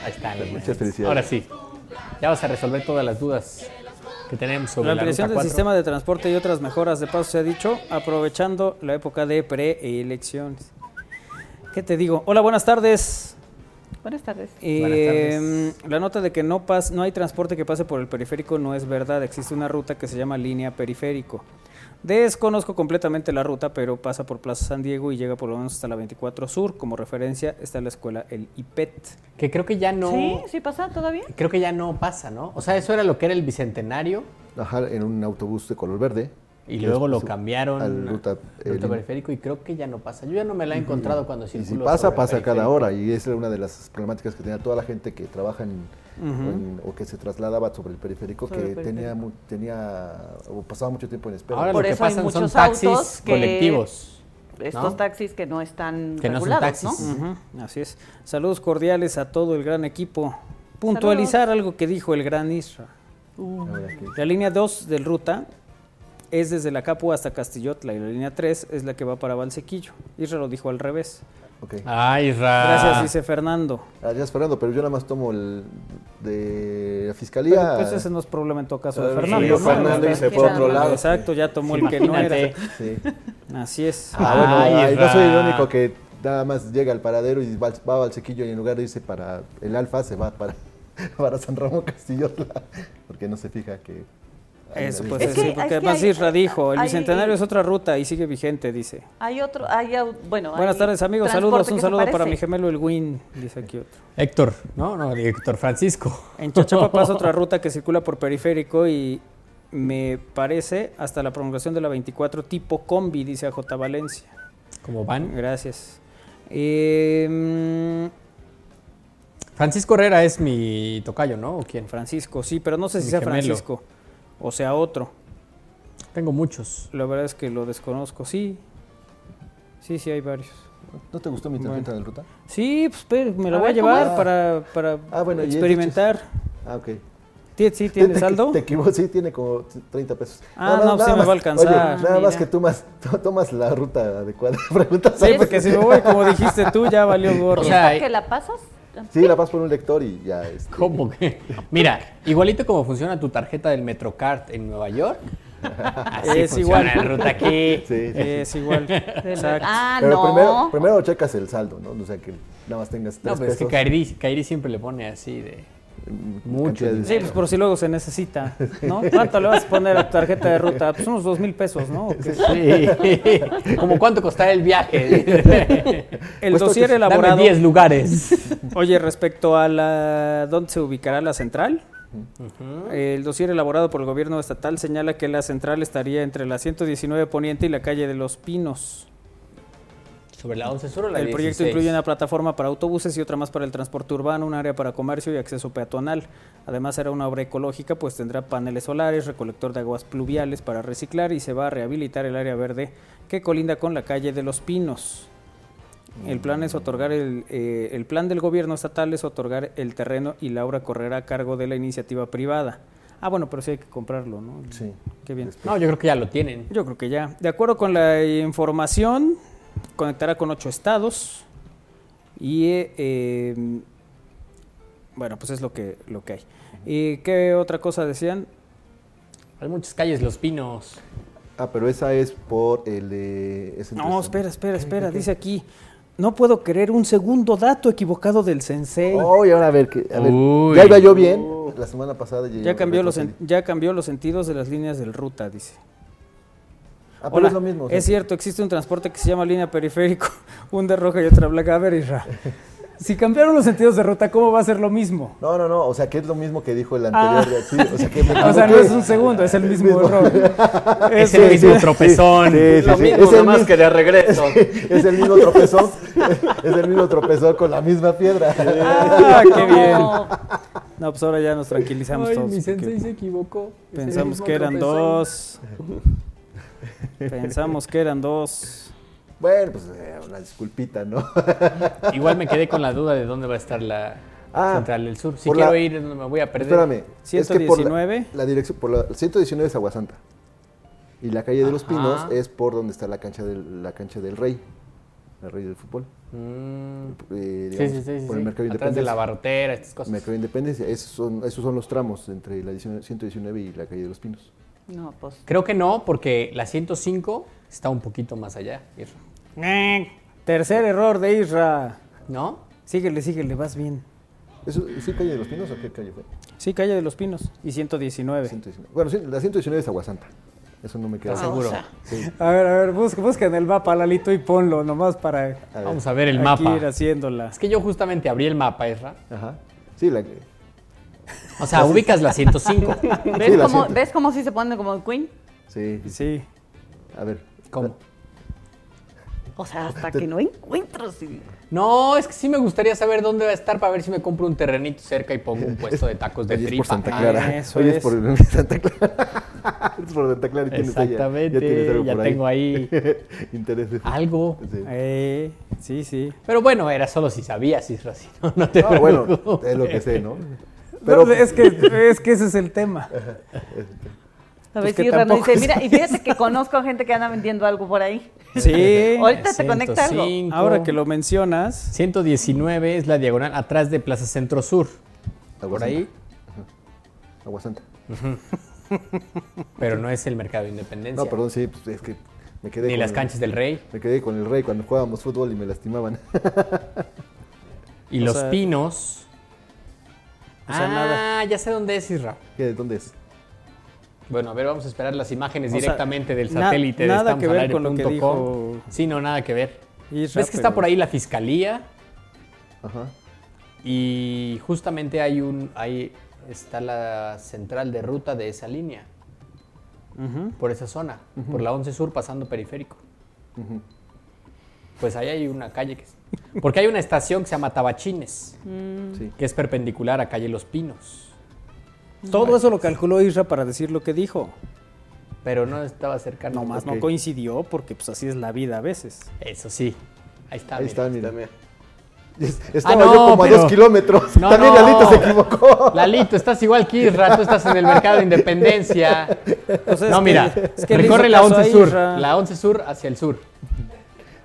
[SPEAKER 4] Ahí está.
[SPEAKER 3] Muchas felicidades.
[SPEAKER 4] Ahora sí. Ya vas a resolver todas las dudas que tenemos sobre
[SPEAKER 2] la
[SPEAKER 4] la, ruta
[SPEAKER 2] ampliación del
[SPEAKER 4] 4.
[SPEAKER 2] sistema de transporte y otras mejoras de paso se ha dicho, aprovechando la época de preelecciones. ¿Qué te digo? Hola, buenas tardes.
[SPEAKER 5] Buenas tardes.
[SPEAKER 2] Eh, la nota de que no, pas- no hay transporte que pase por el periférico no es verdad. Existe una ruta que se llama línea periférico. Desconozco completamente la ruta, pero pasa por Plaza San Diego y llega por lo menos hasta la 24 Sur. Como referencia está la escuela El IPET.
[SPEAKER 4] Que creo que ya no.
[SPEAKER 5] ¿Sí? ¿Sí pasa todavía?
[SPEAKER 4] Creo que ya no pasa, ¿no? O sea, eso era lo que era el bicentenario
[SPEAKER 3] Ajá, en un autobús de color verde.
[SPEAKER 4] y luego lo
[SPEAKER 3] Después,
[SPEAKER 4] cambiaron
[SPEAKER 3] al ruta, eh,
[SPEAKER 4] ruta
[SPEAKER 3] lin-
[SPEAKER 4] periférico y creo que ya no pasa. Yo ya no me la he encontrado cuando
[SPEAKER 3] Y si
[SPEAKER 4] circulo.
[SPEAKER 3] pasa,
[SPEAKER 4] sobre
[SPEAKER 3] pasa cada
[SPEAKER 4] periférico.
[SPEAKER 3] hora. Y esa era una de las problemáticas que tenía toda la gente que trabaja en, en- o que se trasladaba sobre el periférico,
[SPEAKER 5] Sobre
[SPEAKER 3] que
[SPEAKER 5] el
[SPEAKER 3] tenía, mu- tenía o pasaba mucho tiempo en espera.
[SPEAKER 4] Ahora
[SPEAKER 5] Por
[SPEAKER 4] lo que
[SPEAKER 5] eso hay
[SPEAKER 4] pasan son
[SPEAKER 5] muchos
[SPEAKER 4] taxis
[SPEAKER 5] autos que-
[SPEAKER 4] colectivos.
[SPEAKER 5] Estos
[SPEAKER 4] ¿No?
[SPEAKER 5] taxis que no están
[SPEAKER 4] Que no son
[SPEAKER 5] regulados,
[SPEAKER 4] taxis.
[SPEAKER 5] ¿no?
[SPEAKER 2] Ujú, Así es. Saludos cordiales a todo el gran equipo. Puntualizar algo que dijo el gran Isra.
[SPEAKER 5] Uh,
[SPEAKER 3] A ver aquí.
[SPEAKER 2] La línea 2 del ruta es desde la Capua hasta Castillotla y la línea 3 es la que va para Valsequillo. Isra lo dijo al revés.
[SPEAKER 3] Ok.
[SPEAKER 4] Ay, Ra.
[SPEAKER 2] Gracias, dice Fernando.
[SPEAKER 3] Gracias, Fernando, pero yo nada más tomo el de la fiscalía.
[SPEAKER 2] Pero, pues ese no es problema en todo caso de
[SPEAKER 1] Claro,
[SPEAKER 2] Fernando.
[SPEAKER 1] siguió
[SPEAKER 2] ¿no?
[SPEAKER 1] Fernando y se fue a otro lado.
[SPEAKER 2] Exacto, ya tomó el que no era.
[SPEAKER 4] Imagínate.
[SPEAKER 3] Sí.
[SPEAKER 2] Así es.
[SPEAKER 3] Ah, bueno,
[SPEAKER 4] Ay,
[SPEAKER 3] ay, no soy el
[SPEAKER 4] Ra.
[SPEAKER 3] único que nada más llega al paradero y va, va al sequillo y en lugar de irse para el Alfa se va para, para San Ramón Castillo, porque no se fija que...
[SPEAKER 2] Eso
[SPEAKER 3] ahí
[SPEAKER 2] pues
[SPEAKER 5] Es
[SPEAKER 2] es,
[SPEAKER 5] que-
[SPEAKER 2] sí,
[SPEAKER 5] es
[SPEAKER 2] porque
[SPEAKER 5] que
[SPEAKER 2] además
[SPEAKER 5] hay-
[SPEAKER 2] Isra dijo, el
[SPEAKER 5] hay-
[SPEAKER 2] Bicentenario es otra ruta y sigue vigente, dice.
[SPEAKER 5] Hay otro, hay, au- bueno,
[SPEAKER 2] Buenas
[SPEAKER 5] hay
[SPEAKER 2] tardes amigos, saludos,
[SPEAKER 5] transporte
[SPEAKER 2] un
[SPEAKER 5] que se
[SPEAKER 2] saludo para
[SPEAKER 5] parece.
[SPEAKER 2] mi gemelo el Win, dice aquí otro.
[SPEAKER 4] Héctor, no, no, Héctor Francisco.
[SPEAKER 2] En Chachapa pasa otra ruta que circula por periférico y me parece hasta la prolongación de la 24 tipo combi, dice AJ Valencia.
[SPEAKER 4] ¿Cómo van?
[SPEAKER 2] Em, Gracias. Eh, mm,
[SPEAKER 4] Francisco Herrera es mi tocayo, ¿no? ¿O quién?
[SPEAKER 2] Francisco, sí, pero no sé si
[SPEAKER 4] Mi
[SPEAKER 2] sea
[SPEAKER 4] gemelo.
[SPEAKER 2] Francisco o sea otro.
[SPEAKER 4] Tengo muchos.
[SPEAKER 2] La verdad es que lo desconozco, sí. Sí, sí, hay varios.
[SPEAKER 3] ¿No te gustó mi
[SPEAKER 2] Bueno.
[SPEAKER 3] tarjeta de ruta?
[SPEAKER 2] Sí, pues pero me lo
[SPEAKER 3] A
[SPEAKER 2] voy a
[SPEAKER 3] ver, ¿cómo
[SPEAKER 2] llevar
[SPEAKER 3] es?
[SPEAKER 2] para, para
[SPEAKER 3] Ah, bueno, y es de
[SPEAKER 2] pues, experimentar.
[SPEAKER 3] Ah, ok.
[SPEAKER 2] Tie- Sí,
[SPEAKER 3] Te-
[SPEAKER 2] tiene
[SPEAKER 3] te-
[SPEAKER 2] saldo.
[SPEAKER 3] Te equivoco, sí, tiene como 30 pesos.
[SPEAKER 2] Ah, no, pues sí me va a alcanzar.
[SPEAKER 3] oye, nada
[SPEAKER 2] Mira.
[SPEAKER 3] más que tú más, to- tomas la ruta adecuada. Preguntas
[SPEAKER 2] Sí,
[SPEAKER 3] al-
[SPEAKER 2] porque si me voy, como dijiste tú, ya valió gorro.
[SPEAKER 4] O sea,
[SPEAKER 5] ¿Que la pasas?
[SPEAKER 3] Sí, la vas por un lector y ya. este,
[SPEAKER 4] ¿Cómo que? Mira, igualito como funciona tu tarjeta del MetroCard en Nueva York. Así
[SPEAKER 2] Es
[SPEAKER 4] funciona
[SPEAKER 2] igual.
[SPEAKER 4] el ruta aquí.
[SPEAKER 3] Sí, sí,
[SPEAKER 2] Es
[SPEAKER 3] sí.
[SPEAKER 2] igual. Exacto.
[SPEAKER 5] Ah,
[SPEAKER 3] Pero pues,
[SPEAKER 5] no.
[SPEAKER 3] primero, primero checas el saldo, ¿no? O sea, que nada más tengas
[SPEAKER 4] No,
[SPEAKER 3] tres
[SPEAKER 4] pero es que
[SPEAKER 3] pesos. Mm,
[SPEAKER 4] Kairi, Kairi siempre le pone así de mucho.
[SPEAKER 3] cantidades.
[SPEAKER 2] Sí, pues por si luego se necesita, ¿no? ¿Cuánto le vas a poner a tu tarjeta de ruta? Pues unos dos mil pesos, ¿no? ¿O qué?
[SPEAKER 4] Sí. Como cuánto costará el viaje. Pues
[SPEAKER 2] El dossier
[SPEAKER 4] Dame
[SPEAKER 2] elaborado.
[SPEAKER 4] 10 lugares.
[SPEAKER 2] Oye, respecto a la dónde se ubicará la central, el dossier elaborado por el gobierno estatal señala que la central estaría entre la 119 Poniente y la calle de Los Pinos.
[SPEAKER 4] Sobre la 11 sur o la
[SPEAKER 2] El proyecto
[SPEAKER 4] 16?
[SPEAKER 2] incluye una plataforma para autobuses y otra más para el transporte urbano, un área para comercio y acceso peatonal. Además será una obra ecológica, pues tendrá paneles solares, recolector de aguas pluviales para reciclar y se va a rehabilitar el área verde que colinda con la calle de los Pinos. El plan es otorgar el, eh, el plan del gobierno estatal es otorgar el terreno y la obra correrá a cargo de la iniciativa privada. Ah, bueno, pero sí hay que comprarlo, ¿no?
[SPEAKER 3] Sí. Este.
[SPEAKER 2] Qué bien.
[SPEAKER 4] No, yo creo que ya lo tienen.
[SPEAKER 2] Yo creo que ya. De acuerdo con la información, conectará con ocho estados. Y eh, eh, bueno, pues es lo que, lo que hay. ¿Y qué otra cosa decían?
[SPEAKER 4] Hay muchas calles, Los Pinos.
[SPEAKER 3] Ah, pero esa es por el de. es el
[SPEAKER 2] No,
[SPEAKER 3] préstamo.
[SPEAKER 2] espera, espera, espera. Dice aquí, no puedo querer un segundo dato equivocado del sensei.
[SPEAKER 3] Oh, y ahora a ver, que, a ver.
[SPEAKER 4] Uy.
[SPEAKER 3] Ya iba yo bien. La semana pasada ya
[SPEAKER 2] Uh. ya,
[SPEAKER 3] iba
[SPEAKER 2] cambió
[SPEAKER 3] yo
[SPEAKER 2] los, sen-
[SPEAKER 3] retrocedí.
[SPEAKER 2] ya cambió los sentidos de las líneas del ruta, dice.
[SPEAKER 3] Ah, pero
[SPEAKER 2] Hola,
[SPEAKER 3] es lo mismo.
[SPEAKER 2] Es
[SPEAKER 3] sí.
[SPEAKER 2] cierto, existe un transporte que se llama línea periférico, una roja y otra blanca. A ver, Isra, si cambiaron los sentidos de ruta, ¿cómo va a ser lo mismo?
[SPEAKER 3] No, no, no. O sea, que es lo mismo que dijo el
[SPEAKER 2] Ah.
[SPEAKER 3] anterior. de- sí, o sea, que me
[SPEAKER 2] O sea, no
[SPEAKER 3] equivoqué.
[SPEAKER 2] es un segundo, es el mismo error.
[SPEAKER 4] Es
[SPEAKER 2] Eso
[SPEAKER 4] el mismo
[SPEAKER 2] es.
[SPEAKER 4] tropezón.
[SPEAKER 3] Sí, sí, sí. Es el mismo-
[SPEAKER 1] de regreso.
[SPEAKER 3] Es el mismo tropezón. es el mismo tropezón con la misma piedra.
[SPEAKER 2] Ah, qué bien. No, pues ahora ya nos tranquilizamos
[SPEAKER 4] Ay,
[SPEAKER 2] todos.
[SPEAKER 4] mi
[SPEAKER 2] porque
[SPEAKER 4] sensei se equivocó. Es el
[SPEAKER 2] Pensamos
[SPEAKER 4] mismo
[SPEAKER 2] que eran
[SPEAKER 4] tropezón.
[SPEAKER 2] dos. Pensamos que eran dos.
[SPEAKER 3] Bueno, pues eh, una disculpita, ¿no?
[SPEAKER 4] Igual me quedé con la duda de dónde va a estar la
[SPEAKER 3] Ah,
[SPEAKER 4] central del sur. Si
[SPEAKER 3] por
[SPEAKER 4] quiero
[SPEAKER 3] la-
[SPEAKER 4] ir, no me voy a perder.
[SPEAKER 3] Espérame. Es
[SPEAKER 2] 119.
[SPEAKER 3] que por la, la dirección, por la 119 es Aguasanta. Y la calle de los
[SPEAKER 4] Ajá.
[SPEAKER 3] Pinos es por donde está la cancha del, la cancha del Rey. El Rey del Fútbol.
[SPEAKER 4] Mm.
[SPEAKER 3] Eh,
[SPEAKER 4] Sí,
[SPEAKER 3] digamos,
[SPEAKER 4] sí, sí, sí.
[SPEAKER 3] Por el
[SPEAKER 4] sí.
[SPEAKER 3] Mercado
[SPEAKER 4] Atrás de
[SPEAKER 3] Independencia.
[SPEAKER 4] la barrotera, estas cosas.
[SPEAKER 3] Mercado Independencia. Esos son, esos son los tramos entre la 19 119 y la calle de los Pinos.
[SPEAKER 5] No, pues.
[SPEAKER 4] Creo que no, porque la 105 está un poquito más allá. Irra.
[SPEAKER 2] Tercer error de Isra.
[SPEAKER 4] ¿No?
[SPEAKER 2] Síguele, síguele, vas bien.
[SPEAKER 3] ¿Eso, ¿Sí calle de los Pinos o qué calle fue?
[SPEAKER 2] Sí, calle de los Pinos. Y 119.
[SPEAKER 3] 119. Bueno, sí, la 119 es Aguasanta. Eso no me queda
[SPEAKER 4] ¿Estás seguro?
[SPEAKER 3] Sí.
[SPEAKER 2] A ver, a ver, busca, busca en el mapa, Lalito, y ponlo nomás para
[SPEAKER 3] A ver.
[SPEAKER 4] Vamos a ver el
[SPEAKER 2] aquí
[SPEAKER 4] mapa.
[SPEAKER 2] ir haciéndola.
[SPEAKER 4] Es que yo justamente abrí el mapa, Isra.
[SPEAKER 3] Ajá. Sí, la,
[SPEAKER 4] O sea, ubicas la 105.
[SPEAKER 5] ¿Ves,
[SPEAKER 3] Sí, la
[SPEAKER 5] cómo,
[SPEAKER 3] siento.
[SPEAKER 5] ¿Ves cómo sí se ponen como el Queen?
[SPEAKER 3] sí.
[SPEAKER 2] Sí.
[SPEAKER 3] A ver.
[SPEAKER 4] ¿Cómo?
[SPEAKER 5] O sea, hasta que no encuentras. y-
[SPEAKER 4] No, es que sí me gustaría saber dónde va a estar para ver si me compro un terrenito cerca y pongo un puesto de tacos de
[SPEAKER 3] Oye, es
[SPEAKER 4] tripa.
[SPEAKER 3] por Santa
[SPEAKER 4] Ah,
[SPEAKER 3] Clara.
[SPEAKER 2] Ah, eso
[SPEAKER 3] Oye, es.
[SPEAKER 2] es.
[SPEAKER 3] por Santa Clara. es por Santa Clara y tienes ahí ya-
[SPEAKER 4] Exactamente,
[SPEAKER 3] tienes algo
[SPEAKER 4] ya
[SPEAKER 3] por
[SPEAKER 4] tengo ahí.
[SPEAKER 3] Intereses.
[SPEAKER 4] Algo.
[SPEAKER 3] Sí.
[SPEAKER 2] Eh, sí, sí.
[SPEAKER 4] Pero bueno, era solo si sabías, Isra, si no, no te
[SPEAKER 3] Ah, bueno,
[SPEAKER 4] preocupes.
[SPEAKER 3] es lo que sé, ¿no?
[SPEAKER 2] Pero pues, es que, es que ese es el tema.
[SPEAKER 5] A
[SPEAKER 2] Pues
[SPEAKER 5] ver
[SPEAKER 2] que
[SPEAKER 5] si Rana
[SPEAKER 2] tampoco
[SPEAKER 5] dice,
[SPEAKER 2] sabes.
[SPEAKER 5] mira, y fíjate que conozco gente que anda vendiendo algo por ahí.
[SPEAKER 2] Sí.
[SPEAKER 5] Ahorita te conecta algo.
[SPEAKER 4] 105.
[SPEAKER 2] Ahora que lo mencionas,
[SPEAKER 4] 119 es la diagonal atrás de Plaza Centro Sur. Por
[SPEAKER 3] Aguasanta.
[SPEAKER 4] ahí,
[SPEAKER 3] Aguasanta.
[SPEAKER 4] pero no es el mercado de independencia.
[SPEAKER 3] No, perdón, sí, pues, es que me quedé
[SPEAKER 4] Ni
[SPEAKER 3] con
[SPEAKER 4] las
[SPEAKER 3] el-
[SPEAKER 4] canchas del rey.
[SPEAKER 3] Me quedé con el rey cuando jugábamos fútbol y me lastimaban.
[SPEAKER 4] Y
[SPEAKER 2] O
[SPEAKER 4] los
[SPEAKER 2] sea-
[SPEAKER 4] pinos.
[SPEAKER 2] O sea,
[SPEAKER 4] ah,
[SPEAKER 2] nada.
[SPEAKER 4] ya sé dónde es Isra.
[SPEAKER 3] ¿Qué, ¿De dónde es?
[SPEAKER 4] Bueno, a ver, vamos a esperar las imágenes
[SPEAKER 2] O sea,
[SPEAKER 4] directamente del
[SPEAKER 2] na-
[SPEAKER 4] satélite
[SPEAKER 2] nada
[SPEAKER 4] de
[SPEAKER 2] que ver con lo que
[SPEAKER 4] estamosalaire.com.
[SPEAKER 2] dijo
[SPEAKER 4] Sí, no, nada que ver.
[SPEAKER 2] Isra,
[SPEAKER 4] ¿Ves que está
[SPEAKER 2] pero-
[SPEAKER 4] por ahí la fiscalía?
[SPEAKER 3] Ajá.
[SPEAKER 4] Y justamente hay un. ahí está la central de ruta de esa línea. Por esa zona. Por la 11 Sur pasando periférico. pues ahí hay una calle que es- Porque hay una estación que se llama Tabachines, que es perpendicular a calle Los Pinos.
[SPEAKER 2] Todo eso lo calculó Isra para decir lo que dijo.
[SPEAKER 4] Pero no estaba cercano.
[SPEAKER 2] Nomás
[SPEAKER 4] Ok.
[SPEAKER 2] no coincidió porque pues así es la vida a veces.
[SPEAKER 4] Eso sí. Ahí está.
[SPEAKER 3] Ahí
[SPEAKER 4] mira.
[SPEAKER 3] está, mira.
[SPEAKER 4] Ah,
[SPEAKER 3] Estaba
[SPEAKER 4] no,
[SPEAKER 3] yo como
[SPEAKER 4] pero-
[SPEAKER 3] a dos kilómetros.
[SPEAKER 4] No,
[SPEAKER 3] También
[SPEAKER 4] no.
[SPEAKER 3] Lalito se equivocó.
[SPEAKER 4] Lalito, estás igual que Isra, tú estás en el mercado de Independencia.
[SPEAKER 2] Pues es
[SPEAKER 4] no,
[SPEAKER 2] que-
[SPEAKER 4] mira,
[SPEAKER 2] es que le
[SPEAKER 4] recorre
[SPEAKER 2] hizo
[SPEAKER 4] la
[SPEAKER 2] caso a
[SPEAKER 4] 11 Sur,
[SPEAKER 2] Isra.
[SPEAKER 4] la 11 Sur hacia el sur.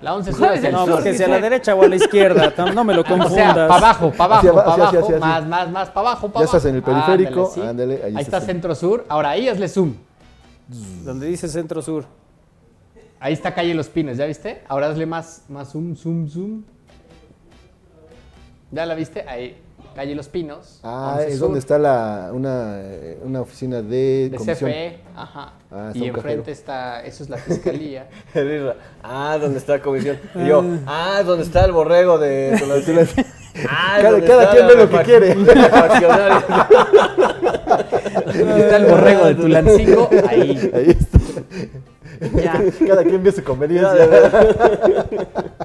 [SPEAKER 4] La 11 Sur
[SPEAKER 2] No,
[SPEAKER 4] hacia el sur. Ah,
[SPEAKER 2] pues que sea a la derecha o a la izquierda, tam- no me lo
[SPEAKER 4] O
[SPEAKER 2] confundas.
[SPEAKER 4] sea, para abajo, para abajo,
[SPEAKER 3] Hacia
[SPEAKER 4] para
[SPEAKER 3] abajo, hacia-
[SPEAKER 4] abajo,
[SPEAKER 3] hacia- hacia-
[SPEAKER 4] más, más, más, para abajo, para
[SPEAKER 3] Ya
[SPEAKER 4] abajo.
[SPEAKER 3] estás en el periférico, ándale, ahí
[SPEAKER 4] ahí,
[SPEAKER 3] estás
[SPEAKER 4] está
[SPEAKER 3] en-
[SPEAKER 4] Centro Sur. Ahora ahí hazle zoom.
[SPEAKER 2] Donde dice Centro Sur.
[SPEAKER 4] Ahí está calle Los Pinos, ¿ya viste? Ahora hazle más, más zoom, zoom, zoom. ¿Ya la viste? Ahí, calle Los Pinos.
[SPEAKER 3] Ah,
[SPEAKER 4] 11
[SPEAKER 3] es
[SPEAKER 4] Sur,
[SPEAKER 3] donde está la, una, eh, una oficina de,
[SPEAKER 4] De E.
[SPEAKER 3] comisión.
[SPEAKER 4] CFE, ajá.
[SPEAKER 3] Ah, está
[SPEAKER 4] y
[SPEAKER 3] un cajero.
[SPEAKER 4] enfrente está, eso es la fiscalía.
[SPEAKER 1] El Isra, ah, ¿dónde está la comisión? Y yo, ah, ¿dónde está el borrego de Tolentino? Ah,
[SPEAKER 3] Cada-
[SPEAKER 1] ¿dónde
[SPEAKER 3] cada
[SPEAKER 1] está
[SPEAKER 3] quien
[SPEAKER 1] la
[SPEAKER 3] ve lo que
[SPEAKER 1] fac-
[SPEAKER 3] quiere.
[SPEAKER 1] la faccionaria?
[SPEAKER 4] está el borrego de Tulancingo, ahí.
[SPEAKER 3] Ahí está.
[SPEAKER 4] Ya.
[SPEAKER 3] Cada quien ve su conveniencia.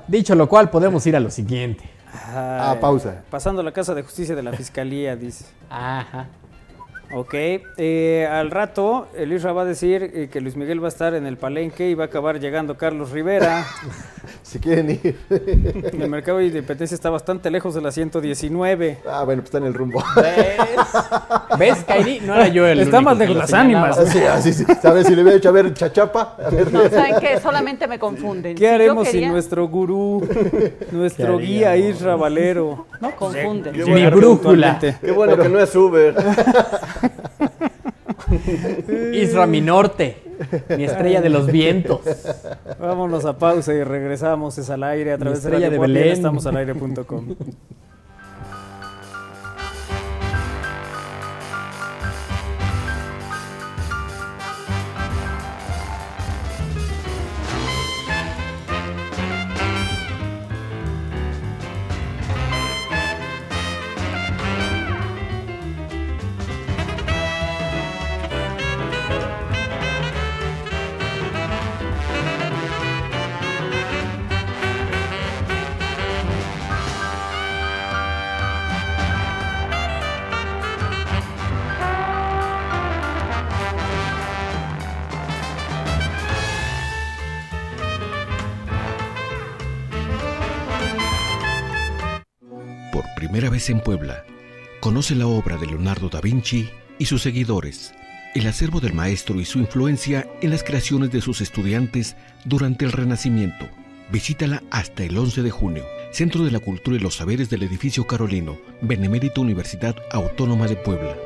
[SPEAKER 4] Dicho lo cual, podemos ir a lo siguiente.
[SPEAKER 3] Ah, pausa.
[SPEAKER 2] Pasando la Casa de Justicia de la Fiscalía, dice.
[SPEAKER 4] Ajá.
[SPEAKER 2] Ok, eh, al rato el Isra va a decir eh, que Luis Miguel va a estar en el palenque y va a acabar llegando Carlos Rivera.
[SPEAKER 3] Si quieren ir.
[SPEAKER 2] el mercado de independencia está bastante lejos de la 119.
[SPEAKER 3] Ah, bueno, pues está en el rumbo.
[SPEAKER 4] ¿Ves? ¿Ves, Kairi? No era yo el
[SPEAKER 2] Está
[SPEAKER 4] único
[SPEAKER 2] más
[SPEAKER 4] que
[SPEAKER 2] de
[SPEAKER 4] lo
[SPEAKER 2] las
[SPEAKER 4] señalaba.
[SPEAKER 2] ánimas.
[SPEAKER 3] Así, así, sí. A ver si le hubiera hecho a ver chachapa. A ver.
[SPEAKER 5] No, ¿saben qué? Solamente me confunden.
[SPEAKER 2] ¿Qué
[SPEAKER 5] Si yo
[SPEAKER 2] haremos sin
[SPEAKER 5] quería-
[SPEAKER 2] nuestro gurú, nuestro guía Isra Valero?
[SPEAKER 5] No confunden.
[SPEAKER 4] Mi brújula.
[SPEAKER 1] Qué bueno que no es Uber.
[SPEAKER 4] Isra mi norte. Mi estrella de los vientos.
[SPEAKER 2] Vámonos a pausa y regresamos. Es al aire a través de
[SPEAKER 4] estrella
[SPEAKER 2] Radio
[SPEAKER 4] de
[SPEAKER 2] Guardián,
[SPEAKER 4] Belén.
[SPEAKER 2] Estamos al aire.com.
[SPEAKER 9] Por primera vez en Puebla, conoce la obra de Leonardo da Vinci y sus seguidores, el acervo del maestro y su influencia en las creaciones de sus estudiantes durante el Renacimiento. Visítala hasta el 11 de junio, Centro de la Cultura y los Saberes del Edificio Carolino, Benemérita Universidad Autónoma de Puebla.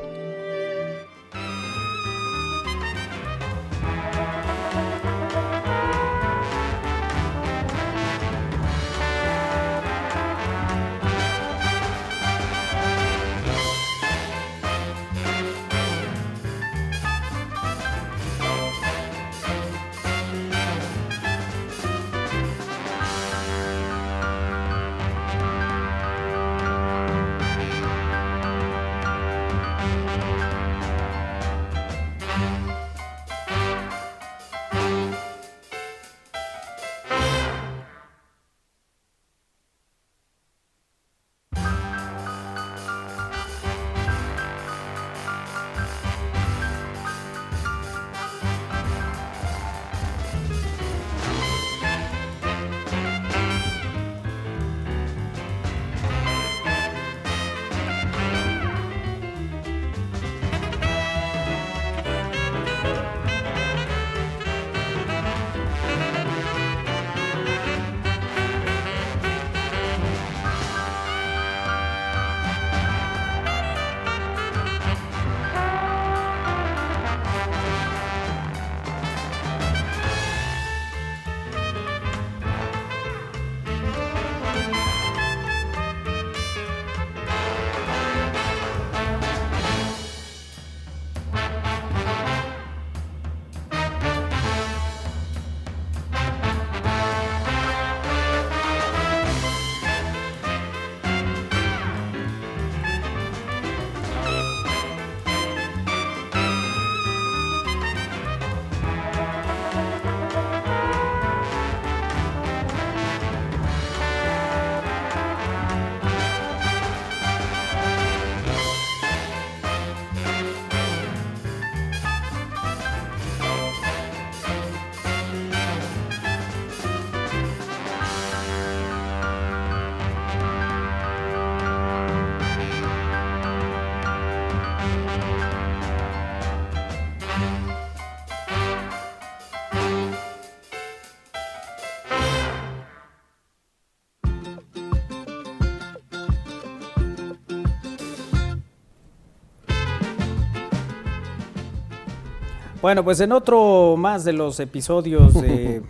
[SPEAKER 2] Bueno, pues en otro más de los episodios de...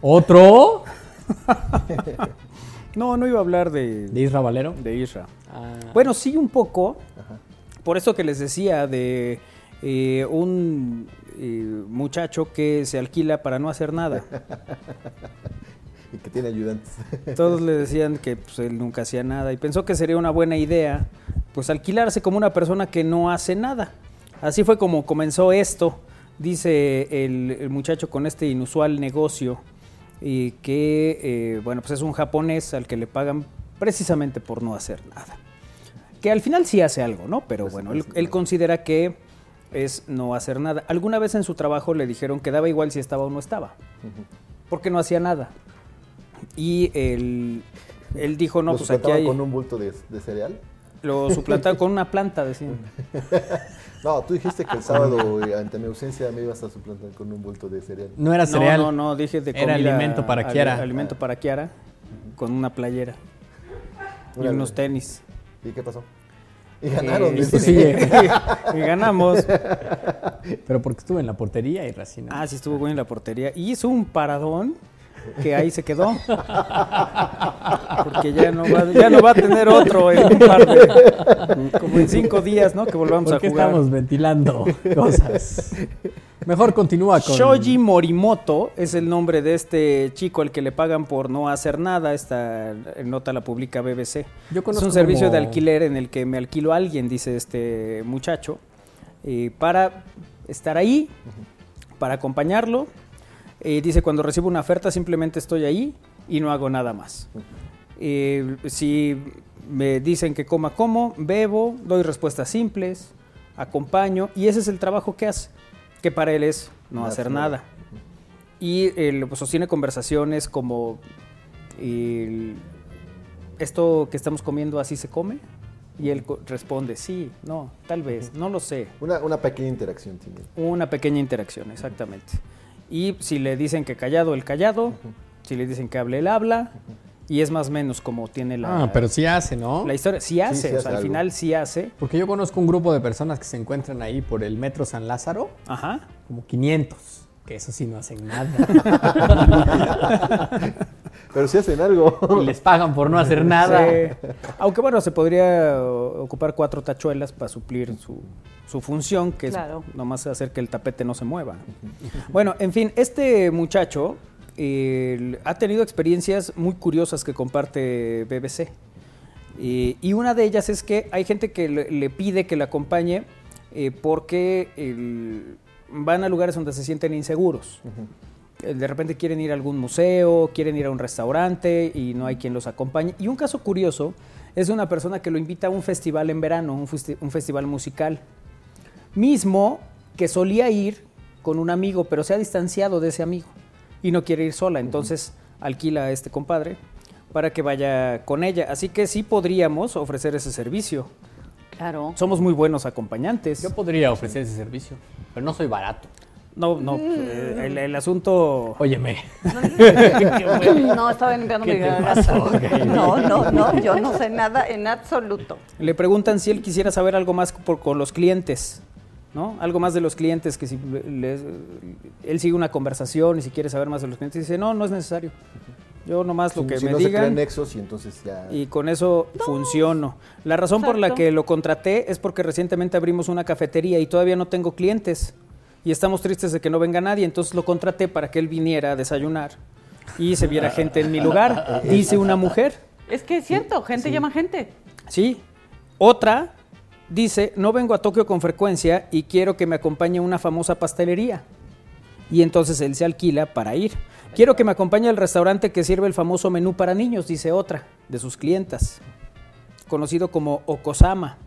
[SPEAKER 4] ¿Otro?
[SPEAKER 2] no, no iba a hablar de...
[SPEAKER 4] ¿De Isra Valero?
[SPEAKER 2] De Isra. Ah. Bueno, sí un poco. Ajá. Por eso que les decía de eh, un eh, muchacho que se alquila para no hacer nada.
[SPEAKER 3] y que tiene ayudantes.
[SPEAKER 2] Todos le decían que pues, él nunca hacía nada y pensó que sería una buena idea pues alquilarse como una persona que no hace nada. Así fue como comenzó esto, dice el, el muchacho con este inusual negocio y que eh, bueno pues es un japonés al que le pagan precisamente por no hacer nada. Que al final sí hace algo, ¿no? Pero pues bueno, él, él considera que es no hacer nada. Alguna vez en su trabajo le dijeron que daba igual si estaba o no estaba, uh -huh. porque no hacía nada. Y él, él dijo, no,
[SPEAKER 3] ¿Lo
[SPEAKER 2] pues aquí hay...
[SPEAKER 3] con un bulto de, de cereal?
[SPEAKER 2] Lo suplantaba con una planta, decían.
[SPEAKER 3] no, tú dijiste que el sábado, eh, ante mi ausencia, me ibas a suplantar con un bulto de cereal.
[SPEAKER 4] No era cereal.
[SPEAKER 2] No, no, no dije de
[SPEAKER 4] comida. Era alimento para Kiara.
[SPEAKER 2] Al, alimento para Kiara, uh -huh. con una playera. Una y unos vez. tenis.
[SPEAKER 3] ¿Y qué pasó? Y ganaron.
[SPEAKER 2] Eh, sí, y, y ganamos.
[SPEAKER 4] Pero porque estuvo en la portería y recién.
[SPEAKER 2] Ah, sí, estuvo bueno en la portería. Y hizo un paradón que ahí se quedó. Porque ya no va, ya no va a tener otro en un par de. Como en cinco días, ¿no? Que volvamos a jugar.
[SPEAKER 4] estamos ventilando cosas. Mejor continúa con.
[SPEAKER 2] Shoji Morimoto es el nombre de este chico al que le pagan por no hacer nada. Esta nota la publica BBC. Yo es un servicio como... de alquiler en el que me alquilo a alguien, dice este muchacho, eh, para estar ahí, para acompañarlo. Eh, dice, cuando recibo una oferta simplemente estoy ahí y no hago nada más. Eh, si me dicen que coma, como, bebo, doy respuestas simples, acompaño y ese es el trabajo que hace, que para él es no, no hacer nada. nada. Y eh, pues, sostiene conversaciones como, ¿esto que estamos comiendo así se come? Y él responde, sí, no, tal vez, no lo sé.
[SPEAKER 3] Una, una pequeña interacción. Tiene.
[SPEAKER 2] Una pequeña interacción, exactamente. Y si le dicen que callado, el callado. Uh -huh. Si le dicen que hable, el habla. Uh -huh. Y es más o menos como tiene la.
[SPEAKER 4] Ah, pero sí hace, ¿no?
[SPEAKER 2] La historia. Sí hace, sí, sí o sea, hace al final sí hace.
[SPEAKER 4] Porque yo conozco un grupo de personas que se encuentran ahí por el metro San Lázaro.
[SPEAKER 2] Ajá.
[SPEAKER 4] Como 500. Que eso sí no hacen nada.
[SPEAKER 3] pero sí hacen algo.
[SPEAKER 4] Y les pagan por no hacer nada. Sí.
[SPEAKER 2] Aunque bueno, se podría uh, ocupar cuatro tachuelas para suplir su, su función, que claro. es nomás hacer que el tapete no se mueva. Bueno, en fin, este muchacho eh, ha tenido experiencias muy curiosas que comparte BBC. Eh, y una de ellas es que hay gente que le, le pide que la acompañe eh, porque van a lugares donde se sienten inseguros. Uh -huh. De repente quieren ir a algún museo, quieren ir a un restaurante y no hay quien los acompañe. Y un caso curioso es una persona que lo invita a un festival en verano, un, festi un festival musical mismo que solía ir con un amigo, pero se ha distanciado de ese amigo y no quiere ir sola, entonces uh -huh. alquila a este compadre para que vaya con ella. Así que sí podríamos ofrecer ese servicio.
[SPEAKER 5] Claro.
[SPEAKER 2] Somos muy buenos acompañantes.
[SPEAKER 4] Yo podría ofrecer ese servicio, pero no soy barato.
[SPEAKER 2] No, no, el, el asunto.
[SPEAKER 4] Óyeme.
[SPEAKER 5] No, estaba enviando mi okay. No, no, no, yo no sé nada en absoluto.
[SPEAKER 2] Le preguntan si él quisiera saber algo más por, con los clientes. ¿no? Algo más de los clientes, que si les, él sigue una conversación y si quiere saber más de los clientes, dice, no, no es necesario. Yo nomás lo
[SPEAKER 3] si,
[SPEAKER 2] que
[SPEAKER 3] si
[SPEAKER 2] me
[SPEAKER 3] no
[SPEAKER 2] digan.
[SPEAKER 3] Se nexos y entonces ya.
[SPEAKER 2] Y con eso no. funciono. La razón Exacto. por la que lo contraté es porque recientemente abrimos una cafetería y todavía no tengo clientes. Y estamos tristes de que no venga nadie, entonces lo contraté para que él viniera a desayunar y se viera gente en mi lugar, dice una mujer.
[SPEAKER 5] Es que es cierto, sí, gente sí. llama gente.
[SPEAKER 2] Sí. Otra dice, no vengo a Tokio con frecuencia y quiero que me acompañe a una famosa pastelería. Y entonces él se alquila para ir. Quiero que me acompañe al restaurante que sirve el famoso menú para niños, dice otra de sus clientas, conocido como Okosama.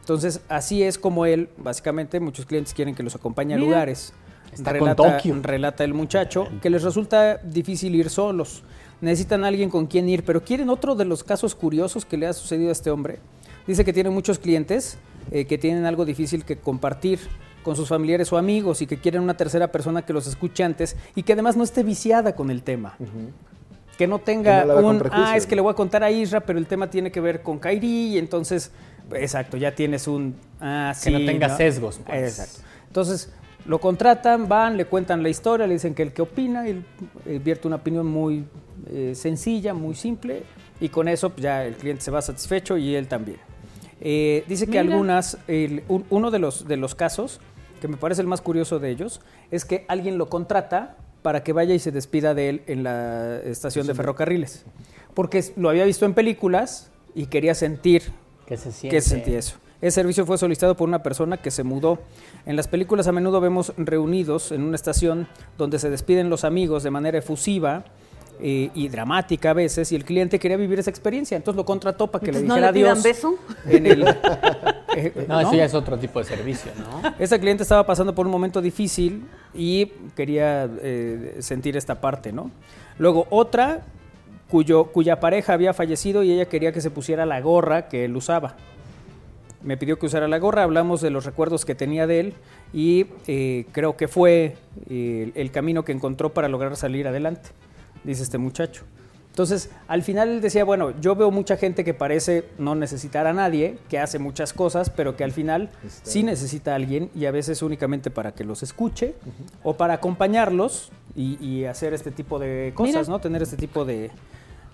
[SPEAKER 2] Entonces así es como él, básicamente muchos clientes quieren que los acompañe a lugares.
[SPEAKER 4] Está
[SPEAKER 2] relata,
[SPEAKER 4] con Tokio.
[SPEAKER 2] relata el muchacho que les resulta difícil ir solos. Necesitan a alguien con quien ir, pero quieren otro de los casos curiosos que le ha sucedido a este hombre. Dice que tiene muchos clientes eh, que tienen algo difícil que compartir con sus familiares o amigos y que quieren una tercera persona que los escuche antes y que además no esté viciada con el tema. Uh -huh. Que no tenga que no un, ah, es que le voy a contar a Isra, pero el tema tiene que ver con Kairi y entonces, exacto, ya tienes un, ah, sí.
[SPEAKER 4] Que no tenga ¿no? sesgos.
[SPEAKER 2] Pues. Exacto. Entonces, Lo contratan, van, le cuentan la historia, le dicen que el que opina, él eh, vierte una opinión muy eh, sencilla, muy simple, y con eso pues, ya el cliente se va satisfecho y él también. Eh, dice que
[SPEAKER 12] Mira.
[SPEAKER 2] algunas, el- un- uno de los, de los casos, que me parece el más curioso de ellos, es que alguien lo contrata para que vaya y se despida de él en la estación de ferrocarriles. Porque es- lo había visto en películas y quería sentir
[SPEAKER 4] que se siente.
[SPEAKER 2] que sentía eso. El servicio fue solicitado por una persona que se mudó. En las películas a menudo vemos reunidos en una estación donde se despiden los amigos de manera efusiva eh, y dramática a veces, y el cliente quería vivir esa experiencia, entonces lo contrató para que le
[SPEAKER 5] Entonces, ¿no
[SPEAKER 2] dijera
[SPEAKER 5] le pidan
[SPEAKER 2] adiós.
[SPEAKER 5] beso?
[SPEAKER 2] En el, eh,
[SPEAKER 4] No, eso ya es otro tipo de servicio, ¿no?
[SPEAKER 2] Esta cliente estaba pasando por un momento difícil y quería eh, sentir esta parte, ¿no? Luego otra cuyo, cuya pareja había fallecido y ella quería que se pusiera la gorra que él usaba. Me pidió que usara la gorra, hablamos de los recuerdos que tenía de él y eh, creo que fue eh, el camino que encontró para lograr salir adelante, dice este muchacho. Entonces, al final él decía, bueno, yo veo mucha gente que parece no necesitar a nadie, que hace muchas cosas, pero que al final sí necesita a alguien y a veces únicamente para que los escuche o para acompañarlos y, y hacer este tipo de cosas,
[SPEAKER 5] Mira.
[SPEAKER 2] ¿no? Tener este tipo de,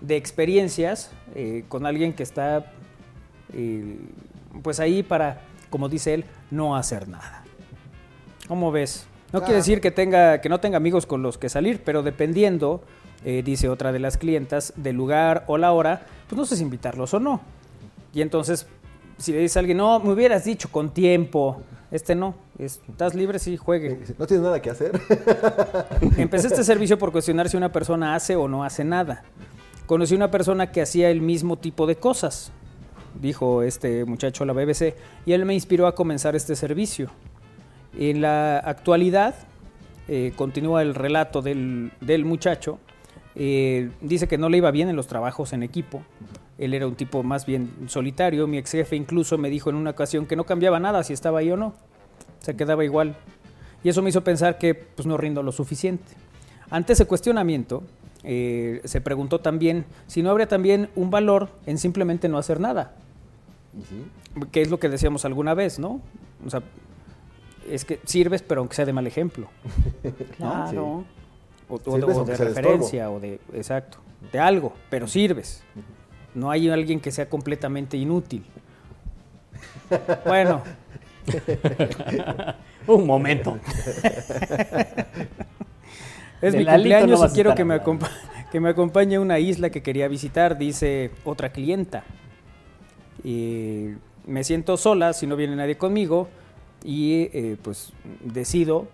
[SPEAKER 2] de experiencias eh, con alguien que está, eh, pues ahí para, como dice él, no hacer nada. ¿Cómo ves? No quiere
[SPEAKER 5] Ah.
[SPEAKER 2] decir que, tenga, que no tenga amigos con los que salir, pero dependiendo, eh, dice otra de las clientas, del lugar o la hora, pues no sé si invitarlos o no. Y entonces, si le dice a alguien, no, me hubieras dicho con tiempo, este no, es- estás libre, sí, juegue.
[SPEAKER 3] Eh, No tienes nada que hacer.
[SPEAKER 2] Empecé este servicio por cuestionar si una persona hace o no hace nada. Conocí una persona que hacía el mismo tipo de cosas, dijo este muchacho a la BBC, y él me inspiró a comenzar este servicio. En la actualidad, eh, continúa el relato del, del muchacho, eh, dice que no le iba bien en los trabajos en equipo. Él era un tipo más bien solitario. Mi ex jefe incluso me dijo en una ocasión que no cambiaba nada si estaba ahí o no. Se quedaba igual. Y eso me hizo pensar que pues, no rindo lo suficiente. Ante ese cuestionamiento, eh, se preguntó también si no habría también un valor en simplemente no hacer nada que es lo que decíamos alguna vez, ¿no? O sea, es que sirves, pero aunque sea de mal ejemplo. ¿no?
[SPEAKER 5] Claro.
[SPEAKER 2] O, o de-
[SPEAKER 5] Sirves
[SPEAKER 2] o
[SPEAKER 5] aunque
[SPEAKER 2] de
[SPEAKER 5] sea de
[SPEAKER 2] referencia, o de. Exacto. De algo, pero sirves. No hay alguien que sea completamente inútil. Bueno.
[SPEAKER 4] Un momento.
[SPEAKER 2] Es
[SPEAKER 4] De
[SPEAKER 2] mi
[SPEAKER 4] Lalito no
[SPEAKER 2] cumpleaños
[SPEAKER 4] vas
[SPEAKER 2] y
[SPEAKER 4] a
[SPEAKER 2] quiero
[SPEAKER 4] estar
[SPEAKER 2] que me, acompa- que me acompañe a una isla que quería visitar, dice otra clienta. Y me siento sola si no viene nadie conmigo y eh, pues decido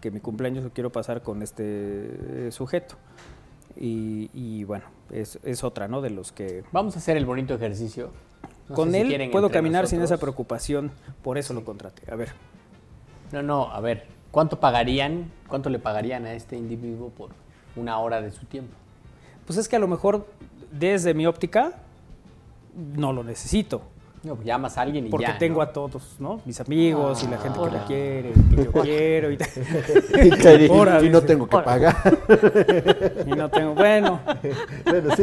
[SPEAKER 2] que mi cumpleaños lo quiero pasar con este eh, sujeto. Y, y, bueno, es, es otra, ¿no? De los que...
[SPEAKER 4] Vamos a hacer el bonito ejercicio. No
[SPEAKER 2] con
[SPEAKER 4] sé si
[SPEAKER 2] él
[SPEAKER 4] quieren
[SPEAKER 2] puedo
[SPEAKER 4] entre
[SPEAKER 2] caminar sin
[SPEAKER 4] nosotros.
[SPEAKER 2] esa preocupación, por eso lo contraté. A ver.
[SPEAKER 4] No, no, a ver, ¿cuánto pagarían, cuánto le pagarían a este individuo por una hora de su tiempo?
[SPEAKER 2] Pues es que a lo mejor desde mi óptica no lo necesito.
[SPEAKER 4] No, pues llamas a alguien y
[SPEAKER 2] Porque
[SPEAKER 4] ya,
[SPEAKER 2] tengo
[SPEAKER 4] ¿no? Ah.
[SPEAKER 2] a todos, ¿no? Mis amigos y la gente que
[SPEAKER 4] Hola.
[SPEAKER 2] me quiere, y que yo quiero y,
[SPEAKER 3] Y que- y no
[SPEAKER 2] dice.
[SPEAKER 3] tengo que
[SPEAKER 2] Hola.
[SPEAKER 3] pagar.
[SPEAKER 2] Y no tengo, bueno.
[SPEAKER 3] Bueno, sí.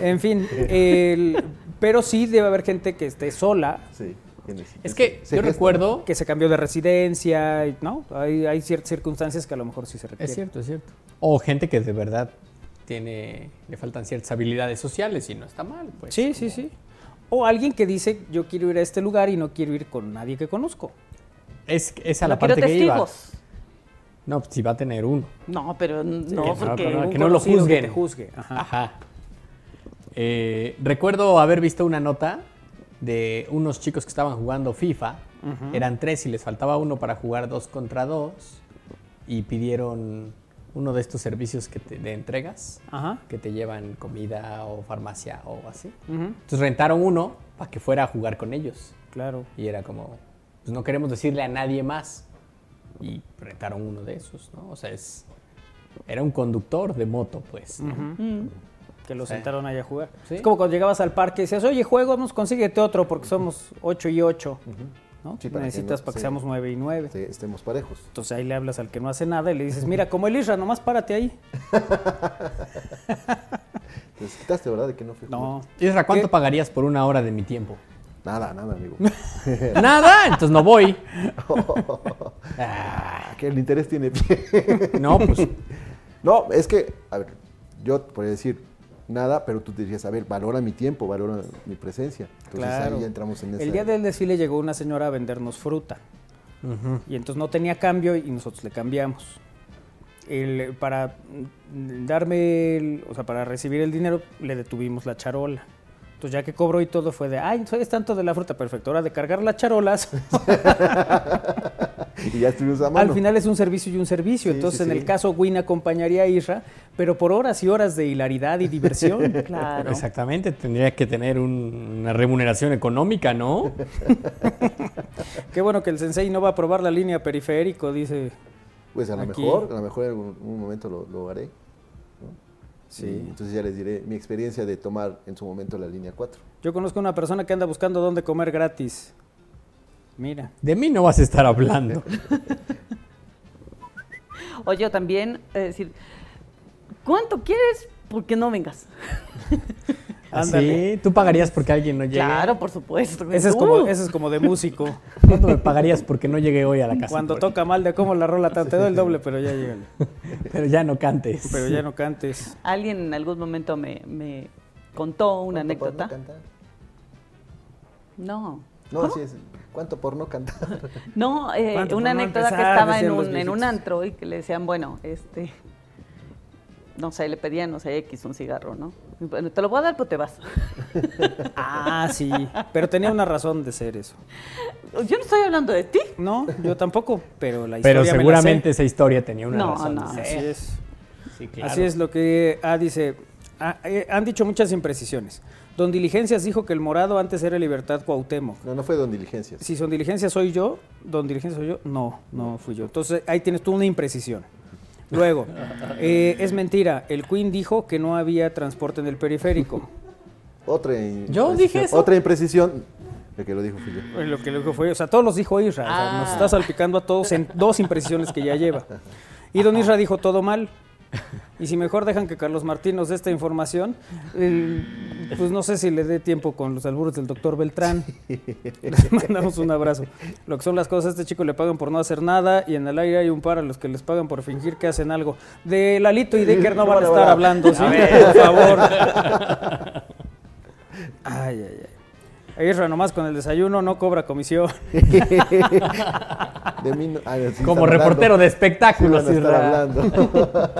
[SPEAKER 2] En fin, el- pero sí debe haber gente que esté sola.
[SPEAKER 3] Sí.
[SPEAKER 2] Es que
[SPEAKER 4] yo recuerdo-
[SPEAKER 2] que se cambió de residencia, y- ¿no? Hay, hay ciertas circunstancias que a lo mejor sí se requieren.
[SPEAKER 4] cierto, es cierto. O gente que de verdad tiene, le faltan ciertas habilidades sociales y no está mal, pues.
[SPEAKER 2] Sí, sí, sí. O alguien que dice, yo quiero ir a este lugar y no quiero ir con nadie que conozco.
[SPEAKER 4] Es, es a
[SPEAKER 2] No
[SPEAKER 4] la
[SPEAKER 2] quiero
[SPEAKER 4] parte que iba.
[SPEAKER 2] testigos.
[SPEAKER 4] No, pues si va a tener uno.
[SPEAKER 5] No, pero
[SPEAKER 4] Sí,
[SPEAKER 5] no,
[SPEAKER 4] que
[SPEAKER 5] porque
[SPEAKER 4] no,
[SPEAKER 5] un
[SPEAKER 4] que no lo
[SPEAKER 5] conocido
[SPEAKER 4] juzguen.
[SPEAKER 5] que te juzgue.
[SPEAKER 2] Ajá.
[SPEAKER 4] Eh, recuerdo haber visto una nota de unos chicos que estaban jugando FIFA.
[SPEAKER 8] Ujú.
[SPEAKER 4] Eran tres y les faltaba uno para jugar dos contra dos. Y pidieron uno de estos servicios que te, de entregas
[SPEAKER 2] Ajá.
[SPEAKER 4] que te llevan comida o farmacia o así.
[SPEAKER 2] Ujú.
[SPEAKER 4] Entonces rentaron uno para que fuera a jugar con ellos.
[SPEAKER 2] Claro.
[SPEAKER 4] Y era como, pues no queremos decirle a nadie más. Y rentaron uno de esos, ¿no? O sea, es, era un conductor de moto, pues. ¿no?
[SPEAKER 2] Ujú. Que lo
[SPEAKER 4] Sí.
[SPEAKER 2] sentaron ahí a jugar.
[SPEAKER 4] Sí.
[SPEAKER 2] Es como cuando llegabas al parque y decías, oye, juego, nos consíguete otro porque somos 8 y 8. ¿no?
[SPEAKER 3] Sí, para que
[SPEAKER 2] Necesitas
[SPEAKER 3] no-
[SPEAKER 2] para que
[SPEAKER 3] sí.
[SPEAKER 2] seamos 9 y 9.
[SPEAKER 3] estemos parejos.
[SPEAKER 2] Entonces ahí le hablas al que no hace nada y le dices, mira, como el Isra, nomás párate ahí.
[SPEAKER 3] Te Pues quitaste, ¿verdad? De que no fui.
[SPEAKER 2] No.
[SPEAKER 4] Isra, ¿cuánto pagarías por una hora de mi tiempo?
[SPEAKER 3] Nada, nada, amigo.
[SPEAKER 4] ¿Nada? Entonces no voy.
[SPEAKER 3] que el interés tiene pie.
[SPEAKER 4] No, pues.
[SPEAKER 3] No, es que, a ver, yo te podría decir nada, pero tú te dirías, a ver, valora mi tiempo, valora mi presencia. Entonces
[SPEAKER 2] Claro.
[SPEAKER 3] ahí ya entramos en esa.
[SPEAKER 2] El día del desfile llegó una señora a vendernos fruta. Y entonces no tenía cambio y nosotros le cambiamos. El- para mm, darme, el- o sea, para recibir el dinero, le detuvimos la charola. Entonces ya que cobró y todo fue de, ay, es tanto de la fruta, perfecto, ahora de cargar las charolas.
[SPEAKER 3] Y ya estuvimos a mano.
[SPEAKER 2] Al final es un servicio y un servicio.
[SPEAKER 3] Sí,
[SPEAKER 2] Entonces,
[SPEAKER 3] sí,
[SPEAKER 2] en
[SPEAKER 3] sí.
[SPEAKER 2] el caso, Win acompañaría a Isra, pero por horas y horas de hilaridad y diversión.
[SPEAKER 4] Exactamente, tendría que tener un- una remuneración económica, ¿no?
[SPEAKER 2] Qué bueno que el sensei no va a probar la línea periférico, dice.
[SPEAKER 3] Pues a lo
[SPEAKER 2] aquí.
[SPEAKER 3] mejor, a lo mejor en algún un momento lo, lo haré. ¿no?
[SPEAKER 2] Sí.
[SPEAKER 3] Y entonces ya les diré mi experiencia de tomar en su momento la línea 4.
[SPEAKER 2] Yo conozco una persona que anda buscando dónde comer gratis. Mira.
[SPEAKER 4] De mí no vas a estar hablando.
[SPEAKER 5] O yo también, eh, decir, ¿cuánto quieres? ¿Por qué no vengas?
[SPEAKER 2] Ándale.
[SPEAKER 4] Sí, tú pagarías porque alguien no llegue.
[SPEAKER 5] Claro, por supuesto.
[SPEAKER 2] Ese es,
[SPEAKER 5] Uh.
[SPEAKER 2] como, ese es como de músico.
[SPEAKER 4] ¿Cuánto me pagarías porque no llegué hoy a la casa?
[SPEAKER 2] Cuando
[SPEAKER 4] Por-
[SPEAKER 2] toca mal de cómo la rola, tan- te doy el doble, pero ya llega.
[SPEAKER 4] Pero ya no cantes.
[SPEAKER 2] Pero ya no cantes.
[SPEAKER 5] Alguien en algún momento me, me contó una anécdota. No.
[SPEAKER 3] No,
[SPEAKER 2] ¿Ah?
[SPEAKER 3] así es. ¿Cuánto por no cantar?
[SPEAKER 5] No, eh,
[SPEAKER 3] ¿Cuánto
[SPEAKER 5] una
[SPEAKER 3] por no
[SPEAKER 5] anécdota que
[SPEAKER 3] empezar?
[SPEAKER 5] estaba en
[SPEAKER 3] Decían los
[SPEAKER 5] un, en un
[SPEAKER 3] viejitos.
[SPEAKER 5] antro y que le decían, bueno, este, no sé, le pedían, no sé, X, un cigarro, ¿no? Y, Bueno, te lo voy a dar, pero te vas.
[SPEAKER 2] Ah, sí. Pero tenía una razón de ser eso.
[SPEAKER 5] Yo no estoy hablando de ti.
[SPEAKER 2] No, yo tampoco, pero la historia
[SPEAKER 4] Pero
[SPEAKER 2] me la sé.
[SPEAKER 4] seguramente esa historia tenía una
[SPEAKER 5] No,
[SPEAKER 4] razón.
[SPEAKER 5] no.
[SPEAKER 4] de
[SPEAKER 2] Así
[SPEAKER 4] ser.
[SPEAKER 2] es.
[SPEAKER 4] Sí, claro.
[SPEAKER 2] Así es lo que ah, dice. Ah, eh, han dicho muchas imprecisiones. Don Diligencias dijo que el morado antes era Libertad Cuauhtémoc.
[SPEAKER 3] No, no fue Don Diligencias.
[SPEAKER 2] Si Don Diligencias soy yo, Don Diligencias soy yo, no, no fui yo. Entonces ahí tienes tú una imprecisión. Luego, eh, es mentira. El Queen dijo que no había transporte en el periférico.
[SPEAKER 3] Otra imprecisión.
[SPEAKER 2] Yo dije eso.
[SPEAKER 3] Otra imprecisión. El que lo dijo fui yo.
[SPEAKER 2] Eh, Lo que dijo fue, o sea, todos los dijo Isra. o sea, nos está salpicando a todos en dos imprecisiones que ya lleva. Y don Isra dijo todo mal. Y si mejor dejan que Carlos Martín nos dé esta información, eh, pues no sé si le dé tiempo con los albures del doctor Beltrán. Les mandamos un abrazo. Lo que son las cosas, a este chico le pagan por no hacer nada y en el aire hay un par a los que les pagan por fingir que hacen algo. De Lalito y Decker no, van a estar hablando, ¿sí?
[SPEAKER 4] A ver.
[SPEAKER 2] Por favor. Ay, ay, ay. Isra nomás con el desayuno no cobra comisión.
[SPEAKER 3] De mí no- ah, sí
[SPEAKER 4] Como
[SPEAKER 3] están
[SPEAKER 4] reportero
[SPEAKER 3] hablando.
[SPEAKER 4] de espectáculos,
[SPEAKER 3] Sí van a estar
[SPEAKER 4] Isra.
[SPEAKER 3] hablando.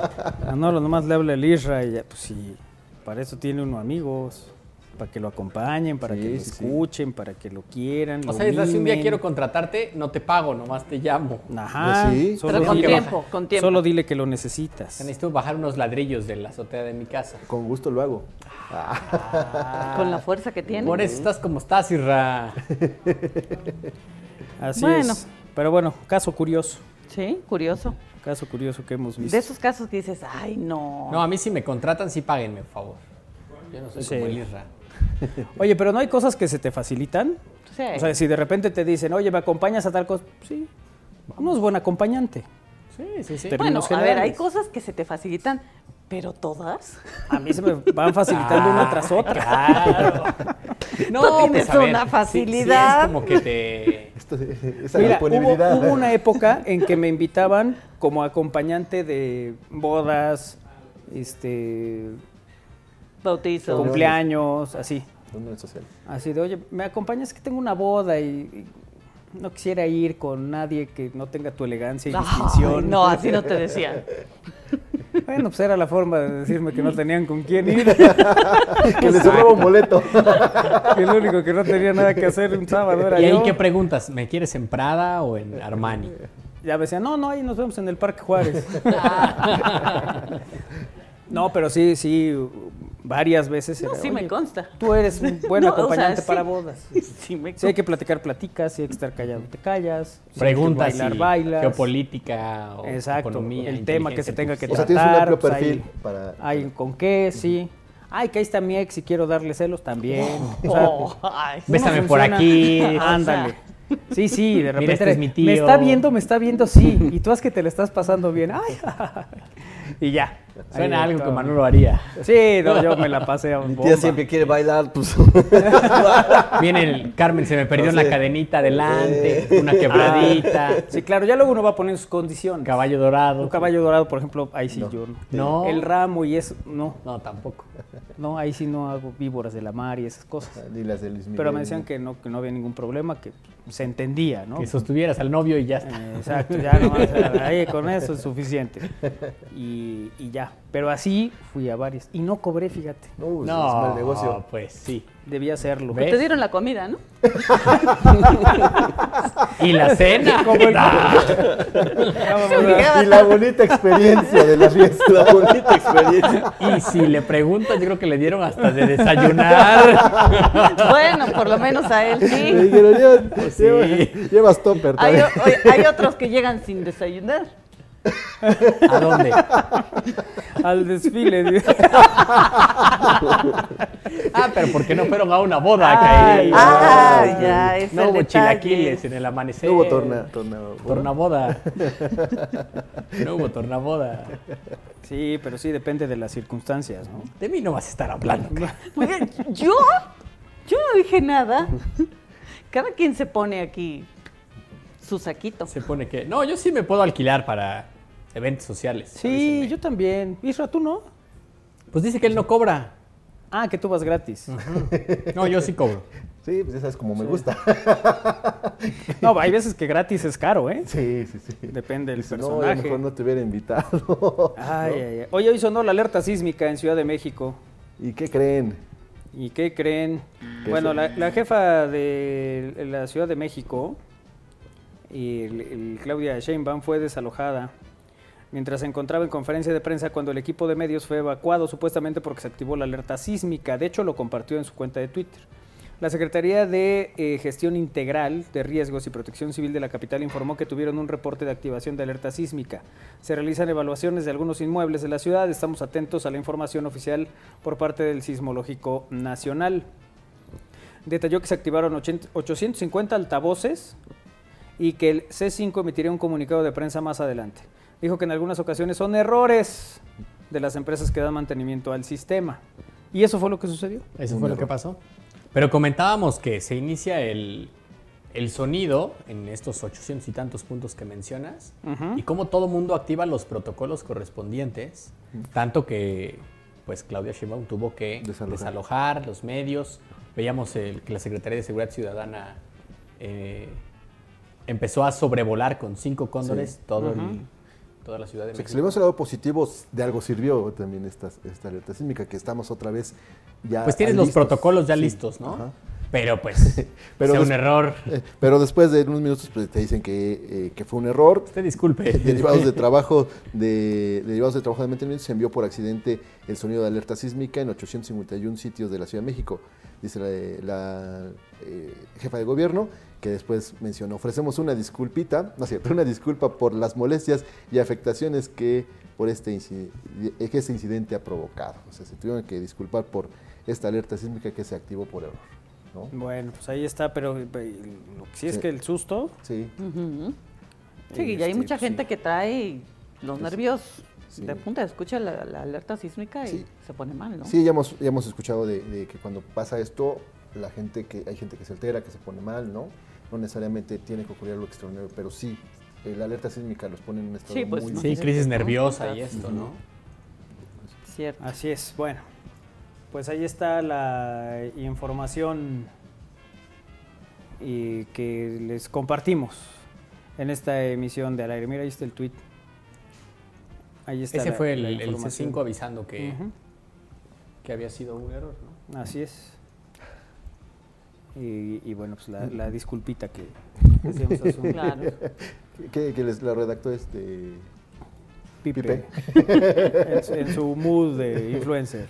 [SPEAKER 2] A Nolo nomás le habla el Isra y ya, pues sí, para eso tiene uno amigos, para que lo acompañen, para que lo escuchen, para que lo quieran.
[SPEAKER 4] O
[SPEAKER 2] lo
[SPEAKER 4] sea, Isra, si un día
[SPEAKER 2] mimen.
[SPEAKER 4] quiero contratarte, no te pago, nomás te llamo.
[SPEAKER 2] Ajá, Pues solo
[SPEAKER 4] Tengo que
[SPEAKER 2] dile-
[SPEAKER 4] bajar.
[SPEAKER 2] Solo dile que lo necesitas.
[SPEAKER 4] Necesito bajar unos ladrillos de la azotea de mi casa. Ah.
[SPEAKER 3] Con gusto lo hago.
[SPEAKER 5] Con la fuerza que tiene.
[SPEAKER 4] Por eso estás como estás, Isra.
[SPEAKER 2] Así
[SPEAKER 5] Bueno.
[SPEAKER 2] es. Pero bueno, caso curioso.
[SPEAKER 5] Sí, curioso.
[SPEAKER 2] Caso curioso que hemos visto.
[SPEAKER 5] De esos casos que dices, ay, no.
[SPEAKER 4] No, a mí si me contratan, sí páguenme, por favor. Yo no soy
[SPEAKER 2] Sí.
[SPEAKER 4] como el Isra.
[SPEAKER 2] Oye, pero ¿no hay cosas que se te facilitan?
[SPEAKER 5] Sí.
[SPEAKER 2] O
[SPEAKER 4] Eh.
[SPEAKER 2] sea, si de repente te dicen, oye, ¿me acompañas a tal cosa? Sí. Uno es buen acompañante.
[SPEAKER 4] Sí, sí, sí.
[SPEAKER 5] bueno, a
[SPEAKER 2] términos
[SPEAKER 5] ver, hay
[SPEAKER 2] generales.
[SPEAKER 5] cosas que se te facilitan, pero todas.
[SPEAKER 2] A mí se me van facilitando una tras otra.
[SPEAKER 4] No,
[SPEAKER 5] Tú
[SPEAKER 4] pues,
[SPEAKER 5] tienes
[SPEAKER 4] a ver,
[SPEAKER 5] una
[SPEAKER 4] sí-
[SPEAKER 5] facilidad.
[SPEAKER 4] sí es como que te...
[SPEAKER 3] Esto de- esa
[SPEAKER 2] Mira,
[SPEAKER 3] disponibilidad.
[SPEAKER 2] Hubo, hubo una época en que me invitaban como acompañante de bodas, este,
[SPEAKER 5] Bautizo.
[SPEAKER 2] cumpleaños, así.
[SPEAKER 3] Reunión social.
[SPEAKER 2] Así de, oye, ¿me acompañas? Es que tengo una boda y, y no quisiera ir con nadie que no tenga tu elegancia y
[SPEAKER 5] Ay,
[SPEAKER 2] distinción.
[SPEAKER 5] no, así no te decían.
[SPEAKER 2] Bueno, pues era la forma de decirme que no tenían con quién ir.
[SPEAKER 3] que le sobraba un boleto.
[SPEAKER 2] Que el único que no tenía nada que hacer un sábado era
[SPEAKER 4] ¿Y ahí
[SPEAKER 2] yo.
[SPEAKER 4] qué preguntas? ¿Me quieres en Prada o en Armani?
[SPEAKER 2] Ya me decían, no, no, ahí nos vemos en el Parque Juárez.
[SPEAKER 5] Ah.
[SPEAKER 2] no, pero sí, sí, varias veces.
[SPEAKER 5] No,
[SPEAKER 2] era,
[SPEAKER 5] sí me
[SPEAKER 2] "Oye,
[SPEAKER 5] consta.
[SPEAKER 2] Tú eres un buen
[SPEAKER 5] No, o sea,
[SPEAKER 2] acompañante para
[SPEAKER 5] sí.
[SPEAKER 2] bodas.
[SPEAKER 5] Sí me
[SPEAKER 2] Si hay que platicar, platicas. Si hay que estar callado, te callas. Si hay que
[SPEAKER 4] Preguntas
[SPEAKER 2] bailar,
[SPEAKER 4] si
[SPEAKER 2] bailas.
[SPEAKER 4] geopolítica o
[SPEAKER 2] Exacto,
[SPEAKER 4] economía,
[SPEAKER 2] el tema que se tenga que
[SPEAKER 4] inteligencia
[SPEAKER 3] O sea,
[SPEAKER 2] tratar.
[SPEAKER 3] tienes un amplio
[SPEAKER 2] pues,
[SPEAKER 3] perfil
[SPEAKER 2] hay,
[SPEAKER 3] para-
[SPEAKER 2] hay con qué, sí. Ay, que ahí está mi ex y quiero darle celos también. O sea,
[SPEAKER 5] Oh, ay.
[SPEAKER 2] ¿cómo
[SPEAKER 4] Bésame por
[SPEAKER 2] funciona?
[SPEAKER 4] aquí.
[SPEAKER 2] Ándale. Sí, sí, de
[SPEAKER 4] Mira,
[SPEAKER 2] repente
[SPEAKER 4] este es mi tío.
[SPEAKER 2] me está viendo, me está viendo, sí, y tú es que te le estás pasando bien. Ay, y ya.
[SPEAKER 4] Suena
[SPEAKER 2] Ahí
[SPEAKER 4] algo
[SPEAKER 2] todo.
[SPEAKER 4] que Manolo haría.
[SPEAKER 2] Sí, no, yo me la pasé a
[SPEAKER 4] Mi tía
[SPEAKER 2] bomba.
[SPEAKER 4] siempre
[SPEAKER 1] quiere bailar, pues.
[SPEAKER 4] Viene el Carmen, se me perdió
[SPEAKER 2] No
[SPEAKER 4] una
[SPEAKER 2] sé.
[SPEAKER 4] cadenita adelante, una quebradita.
[SPEAKER 2] Ah, sí, claro, ya luego uno va poniendo sus condiciones.
[SPEAKER 4] Caballo dorado.
[SPEAKER 2] Un caballo dorado, por ejemplo, ahí sí yo no.
[SPEAKER 4] No.
[SPEAKER 2] El ramo y eso, no.
[SPEAKER 4] No, tampoco.
[SPEAKER 2] No, ahí sí no hago víboras de la mar y esas cosas.
[SPEAKER 3] Ni las de Luis Miguel.
[SPEAKER 2] Pero me decían que no, que no había ningún problema, que se entendía, ¿no?
[SPEAKER 4] Que sostuvieras al novio y ya está.
[SPEAKER 2] Eh, Exacto, ya nomás, ahí con eso es suficiente. Y, y ya. Pero así fui a varias. Y no cobré, fíjate.
[SPEAKER 3] No,
[SPEAKER 4] No, pues sí.
[SPEAKER 2] Debía hacerlo.
[SPEAKER 4] ¿Ves?
[SPEAKER 5] Te dieron la comida, ¿no?
[SPEAKER 4] Y la cena.
[SPEAKER 2] Como el-
[SPEAKER 4] Ah.
[SPEAKER 3] Y la bonita experiencia de la fiesta.
[SPEAKER 1] La bonita experiencia.
[SPEAKER 4] Y si le preguntas, yo creo que le dieron hasta de desayunar.
[SPEAKER 5] Bueno, por lo menos a él
[SPEAKER 3] Me
[SPEAKER 5] sí.
[SPEAKER 3] dijeron, "Ya,
[SPEAKER 4] Pues
[SPEAKER 3] llevas, llevas topper.
[SPEAKER 2] Ah,
[SPEAKER 5] Hay,
[SPEAKER 3] todavía".
[SPEAKER 5] o- oye, hay otros que llegan sin desayunar.
[SPEAKER 4] ¿A dónde?
[SPEAKER 2] Al desfile.
[SPEAKER 4] Ah, pero ¿por qué no fueron a una boda?
[SPEAKER 5] Ay,
[SPEAKER 4] Kairi?
[SPEAKER 5] ay, ya, es
[SPEAKER 4] No
[SPEAKER 5] el
[SPEAKER 4] hubo
[SPEAKER 5] detalle.
[SPEAKER 4] chilaquiles en el amanecer.
[SPEAKER 3] No hubo torna, torna,
[SPEAKER 4] Tornaboda. No hubo tornaboda.
[SPEAKER 2] Sí, pero sí depende de las circunstancias, ¿no?
[SPEAKER 4] De mí no vas a estar hablando. cara.
[SPEAKER 5] Oye, ¿Yo? Yo no dije nada. Cada quien se pone aquí su saquito.
[SPEAKER 4] Se pone que. No, yo sí me puedo alquilar para eventos sociales.
[SPEAKER 2] Sí, yo también. Isra, ¿tú no?
[SPEAKER 4] Pues dice que él no cobra.
[SPEAKER 2] Ah, que tú vas gratis.
[SPEAKER 4] No, yo sí cobro.
[SPEAKER 3] Sí, pues esa es como me gusta.
[SPEAKER 2] No, hay veces que gratis es caro, ¿eh?
[SPEAKER 3] Sí, sí, sí.
[SPEAKER 2] Depende del
[SPEAKER 3] Dice, No, a lo
[SPEAKER 2] personaje.
[SPEAKER 3] mejor no te hubiera invitado.
[SPEAKER 2] Ay,
[SPEAKER 3] ¿No?
[SPEAKER 2] ay, ay. Oye, hoy sonó la alerta sísmica en Ciudad de México.
[SPEAKER 3] ¿Y qué creen?
[SPEAKER 2] ¿Y qué creen? Bueno, la, la jefa de la Ciudad de México, y el- el Claudia Sheinbaum, fue desalojada mientras se encontraba en conferencia de prensa cuando el equipo de medios fue evacuado supuestamente porque se activó la alerta sísmica. De hecho, lo compartió en su cuenta de Twitter. La Secretaría de eh, Gestión Integral de Riesgos y Protección Civil de la capital informó que tuvieron un reporte de activación de alerta sísmica. Se realizan evaluaciones de algunos inmuebles de la ciudad. Estamos atentos a la información oficial por parte del Sismológico Nacional. Detalló que se activaron 80 850 altavoces y que el C5 emitiría un comunicado de prensa más adelante. Dijo que en algunas ocasiones son errores de las empresas que dan mantenimiento al sistema. Y eso fue lo que sucedió.
[SPEAKER 4] Eso fue lo que pasó. Pero comentábamos que se inicia el, el sonido en estos 800 y tantos puntos que mencionas y cómo todo mundo activa los protocolos correspondientes, tanto que pues Claudia Sheinbaum tuvo que
[SPEAKER 3] Desalojar.
[SPEAKER 4] desalojar, los medios. Veíamos el- que la Secretaría de Seguridad Ciudadana eh, empezó a sobrevolar con cinco cóndores todo el- toda la ciudad de
[SPEAKER 3] O sea, que
[SPEAKER 4] México.
[SPEAKER 3] si le vemos el lado positivo, de algo sirvió también esta, esta alerta sísmica, que estamos otra vez ya.
[SPEAKER 4] Pues tienes los
[SPEAKER 3] Ah, listos.
[SPEAKER 4] protocolos ya
[SPEAKER 3] Sí,
[SPEAKER 4] listos, ¿no?
[SPEAKER 3] ajá.
[SPEAKER 4] Pero pues
[SPEAKER 3] Pero
[SPEAKER 4] sea un
[SPEAKER 3] des-
[SPEAKER 4] error.
[SPEAKER 3] Eh, Pero después de unos minutos pues, te dicen que, eh, que fue un error.
[SPEAKER 4] Usted disculpe.
[SPEAKER 3] Derivados de trabajo de derivados de trabajo de mantenimiento se envió por accidente el sonido de alerta sísmica en 851 sitios de la Ciudad de México, dice la, la, eh, jefa de gobierno, que después mencionó ofrecemos una disculpita, no es cierto, una disculpa por las molestias y afectaciones que por este inci- eh, que este incidente ha provocado. O sea, se tuvieron que disculpar por esta alerta sísmica que se activó por error, ¿no?
[SPEAKER 2] Bueno, pues ahí está, pero eh, eh, lo que sí es
[SPEAKER 3] Sí.
[SPEAKER 2] que el susto.
[SPEAKER 3] Sí.
[SPEAKER 5] Ujú. Sí, y
[SPEAKER 2] Este,
[SPEAKER 5] hay mucha
[SPEAKER 2] pues,
[SPEAKER 5] gente
[SPEAKER 2] sí.
[SPEAKER 5] que trae los nervios
[SPEAKER 3] Sí.
[SPEAKER 5] de punta, escucha la, la alerta sísmica y
[SPEAKER 3] Sí.
[SPEAKER 5] se pone mal, ¿no?
[SPEAKER 3] Sí, ya hemos, ya hemos escuchado de, de que cuando pasa esto, la gente que hay gente que se altera, que se pone mal, ¿no? No necesariamente tiene que ocurrir algo extraordinario, pero sí, eh, la alerta sísmica los pone en un estado
[SPEAKER 5] Sí, pues,
[SPEAKER 3] muy
[SPEAKER 5] no.
[SPEAKER 4] Sí,
[SPEAKER 3] difícil.
[SPEAKER 4] crisis nerviosa y esto, ¿no?
[SPEAKER 5] Cierto.
[SPEAKER 2] Así es, bueno. Pues ahí está la información y que les compartimos en esta emisión de Al Aire. Mira, ahí está el tweet. Ahí está
[SPEAKER 4] Ese
[SPEAKER 2] la-
[SPEAKER 4] fue el,
[SPEAKER 2] la
[SPEAKER 4] el
[SPEAKER 2] información.
[SPEAKER 4] C5 avisando que,
[SPEAKER 2] Ujú.
[SPEAKER 4] que había sido un error, ¿no?
[SPEAKER 2] Así es. Y, y bueno, pues la, la disculpita que decíamos hace un
[SPEAKER 5] Claro.
[SPEAKER 3] Que, que les la redactó este
[SPEAKER 2] Pipe.
[SPEAKER 3] Pipe.
[SPEAKER 2] En, su- en su mood de influencer.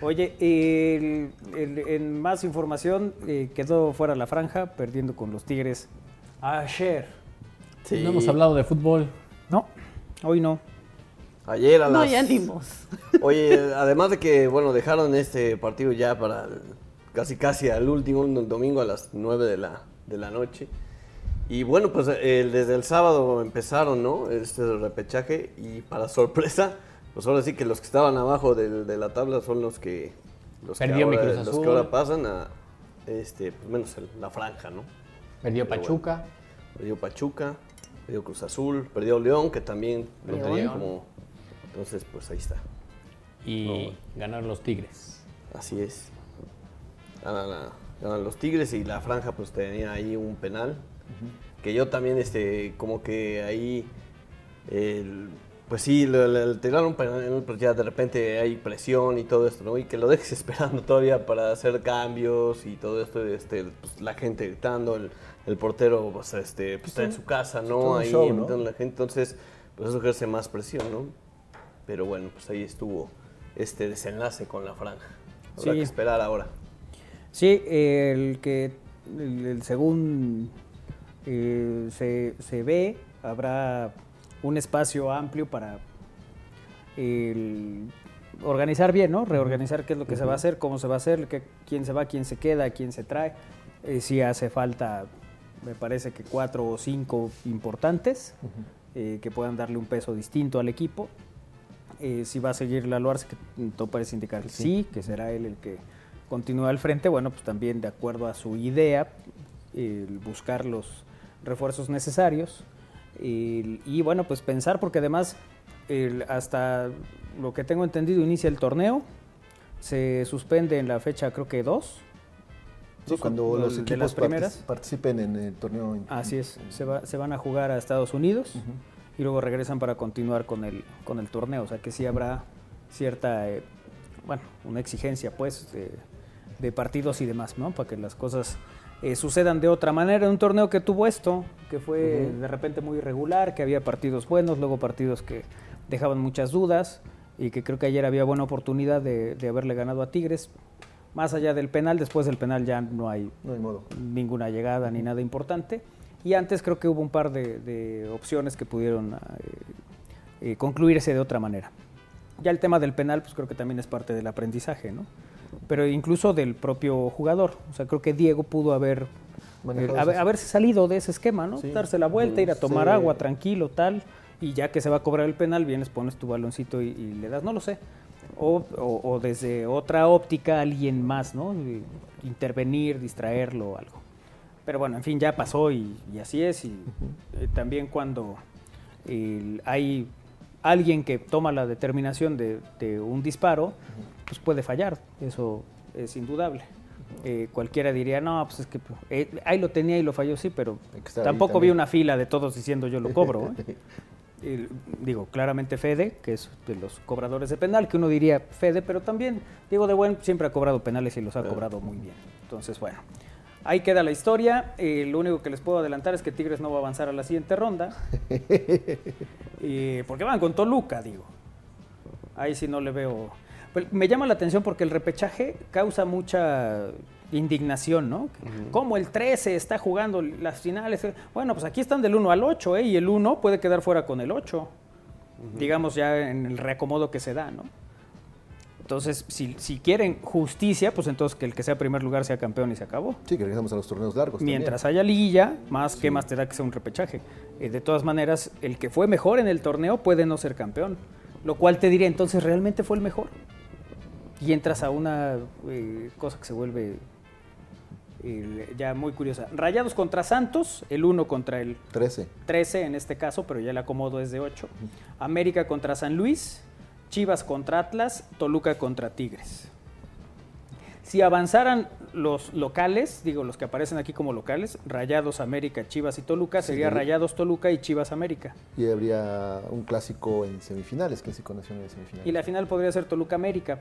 [SPEAKER 2] Oye, el- el- en más información, eh, quedó fuera la franja, perdiendo con los Tigres. Ayer.
[SPEAKER 4] No hemos hablado de fútbol.
[SPEAKER 2] No, hoy no.
[SPEAKER 1] Ayer a
[SPEAKER 5] No
[SPEAKER 1] las-
[SPEAKER 5] hay ánimos.
[SPEAKER 1] Oye, además de que, bueno, dejaron este partido ya para el- casi casi al último, un domingo a las 9 de la, de la noche. Y bueno, pues eh, desde el sábado empezaron, ¿no? Este repechaje y para sorpresa, pues ahora sí que los que estaban abajo del- de la tabla son los que los que
[SPEAKER 4] Perdió mi
[SPEAKER 1] ahora,
[SPEAKER 4] Cruz
[SPEAKER 1] los
[SPEAKER 4] Azul.
[SPEAKER 1] que ahora pasan a este, pues menos el- la franja, ¿no?
[SPEAKER 4] Perdió
[SPEAKER 1] Pero
[SPEAKER 4] Pachuca.
[SPEAKER 1] bueno, perdió Pachuca, perdió Cruz Azul, perdió León que también lo
[SPEAKER 4] León.
[SPEAKER 1] tenían como entonces pues ahí está.
[SPEAKER 4] Y ganaron los Tigres.
[SPEAKER 1] Así es. Ganan, la- ganan los Tigres y la franja pues tenía ahí un penal. Que yo también, este, como que ahí, el- pues sí, le, le- le tiraron un penal, pero ya de repente hay presión y todo esto, ¿no? Y que lo dejes esperando todavía para hacer cambios y todo esto, este, pues, la gente gritando, el, el portero, pues, este, pues, está en su casa,
[SPEAKER 3] todo
[SPEAKER 1] ¿no?
[SPEAKER 3] un
[SPEAKER 1] Ahí,
[SPEAKER 3] show, ¿no?
[SPEAKER 1] invitando a la gente, entonces, pues eso ejerce más presión, ¿no? Pero bueno, pues ahí estuvo este desenlace con la franja. Habrá
[SPEAKER 2] Sí.
[SPEAKER 1] que esperar ahora.
[SPEAKER 2] Sí, eh, el que el, el según eh, se, se ve, habrá un espacio amplio para el- organizar bien, ¿no? Reorganizar qué es lo que se va a hacer, cómo se va a hacer, qué- quién se va, quién se queda, quién se trae. Eh, si hace falta, me parece que cuatro o cinco importantes eh, que puedan darle un peso distinto al equipo. Eh, si va a seguir la Luarse, que todo parece indicar que sí. que será él el que continúa al frente, bueno, pues también de acuerdo a su idea, el buscar los refuerzos necesarios el- y bueno, pues pensar, porque además el- hasta lo que tengo entendido inicia el torneo, se suspende en la fecha creo que dos.
[SPEAKER 3] Sí, cuando
[SPEAKER 2] el-
[SPEAKER 3] los
[SPEAKER 2] de
[SPEAKER 3] equipos
[SPEAKER 2] las primeras.
[SPEAKER 3] partic- participen en el torneo. in-
[SPEAKER 2] Así es, se, va- se van a jugar a Estados Unidos y luego regresan para continuar con el, con el torneo. O sea que sí habrá cierta, eh, bueno, una exigencia pues de, de partidos y demás, ¿no? Para que las cosas eh, sucedan de otra manera. Un torneo que tuvo esto, que fue de repente muy irregular, que había partidos buenos, luego partidos que dejaban muchas dudas y que creo que ayer había buena oportunidad de, de haberle ganado a Tigres. Más allá del penal, después del penal ya no hay, ninguna llegada ni nada importante. Y antes creo que hubo un par de, de opciones que pudieron eh, eh, concluirse de otra manera. Ya el tema del penal, pues creo que también es parte del aprendizaje, ¿no? Pero incluso del propio jugador. O sea, creo que Diego pudo haber,
[SPEAKER 3] Manejado
[SPEAKER 2] eh, haber-
[SPEAKER 3] esas-
[SPEAKER 2] haberse salido de ese esquema, ¿no?
[SPEAKER 3] Sí.
[SPEAKER 2] Darse la vuelta, ir a tomar
[SPEAKER 3] Sí.
[SPEAKER 2] agua, tranquilo, tal. Y ya que se va a cobrar el penal, vienes, pones tu baloncito y, y le das, no lo sé. O, o- o desde otra óptica alguien más, ¿no? Y Intervenir, distraerlo o algo. Pero bueno, en fin, ya pasó y, y así es. Y eh, también cuando el- hay alguien que toma la determinación de, de un disparo, pues puede fallar, eso es indudable. Eh, cualquiera diría, no, pues es que eh, ahí lo tenía y lo falló, sí, pero
[SPEAKER 3] estar ahí
[SPEAKER 2] tampoco vi
[SPEAKER 3] también.
[SPEAKER 2] una fila de todos diciendo yo lo cobro. ¿eh? El- digo, claramente Fede, que es de los cobradores de penal, que uno diría Fede, pero también Diego de Buen siempre ha cobrado penales y los ha cobrado muy bien. Entonces, bueno, ahí queda la historia. Eh, lo único que les puedo adelantar es que Tigres no va a avanzar a la siguiente ronda. Eh, porque van con Toluca, digo. Ahí sí no le veo. Pero me llama la atención porque el repechaje causa mucha indignación, ¿no? Como el 13 está jugando las finales. Bueno, pues aquí están del 1 al 8, ¿eh? Y el 1 puede quedar fuera con el 8. Digamos ya en el reacomodo que se da, ¿no? Entonces, si, si quieren justicia, pues entonces que el que sea primer lugar sea campeón y se acabó.
[SPEAKER 3] Sí, que regresamos a los torneos largos.
[SPEAKER 2] Mientras
[SPEAKER 3] también.
[SPEAKER 2] haya liguilla, más que más te da que sea un repechaje. Eh, de todas maneras, el que fue mejor en el torneo puede no ser campeón. Lo cual te diría, entonces, ¿realmente fue el mejor? Y entras a una eh, cosa que se vuelve eh, ya muy curiosa. Rayados contra Santos, el 1 contra el
[SPEAKER 3] 13.
[SPEAKER 2] 13 en este caso, pero ya el acomodo es de 8. América contra San Luis, Chivas contra Atlas, Toluca contra Tigres. Si avanzaran los locales, digo los que aparecen aquí como locales, Rayados América, Chivas y Toluca, sería
[SPEAKER 3] Sí.
[SPEAKER 2] Rayados Toluca y Chivas América.
[SPEAKER 3] Y habría un clásico en semifinales, clásico nacional en semifinales.
[SPEAKER 2] Y la final podría ser Toluca América.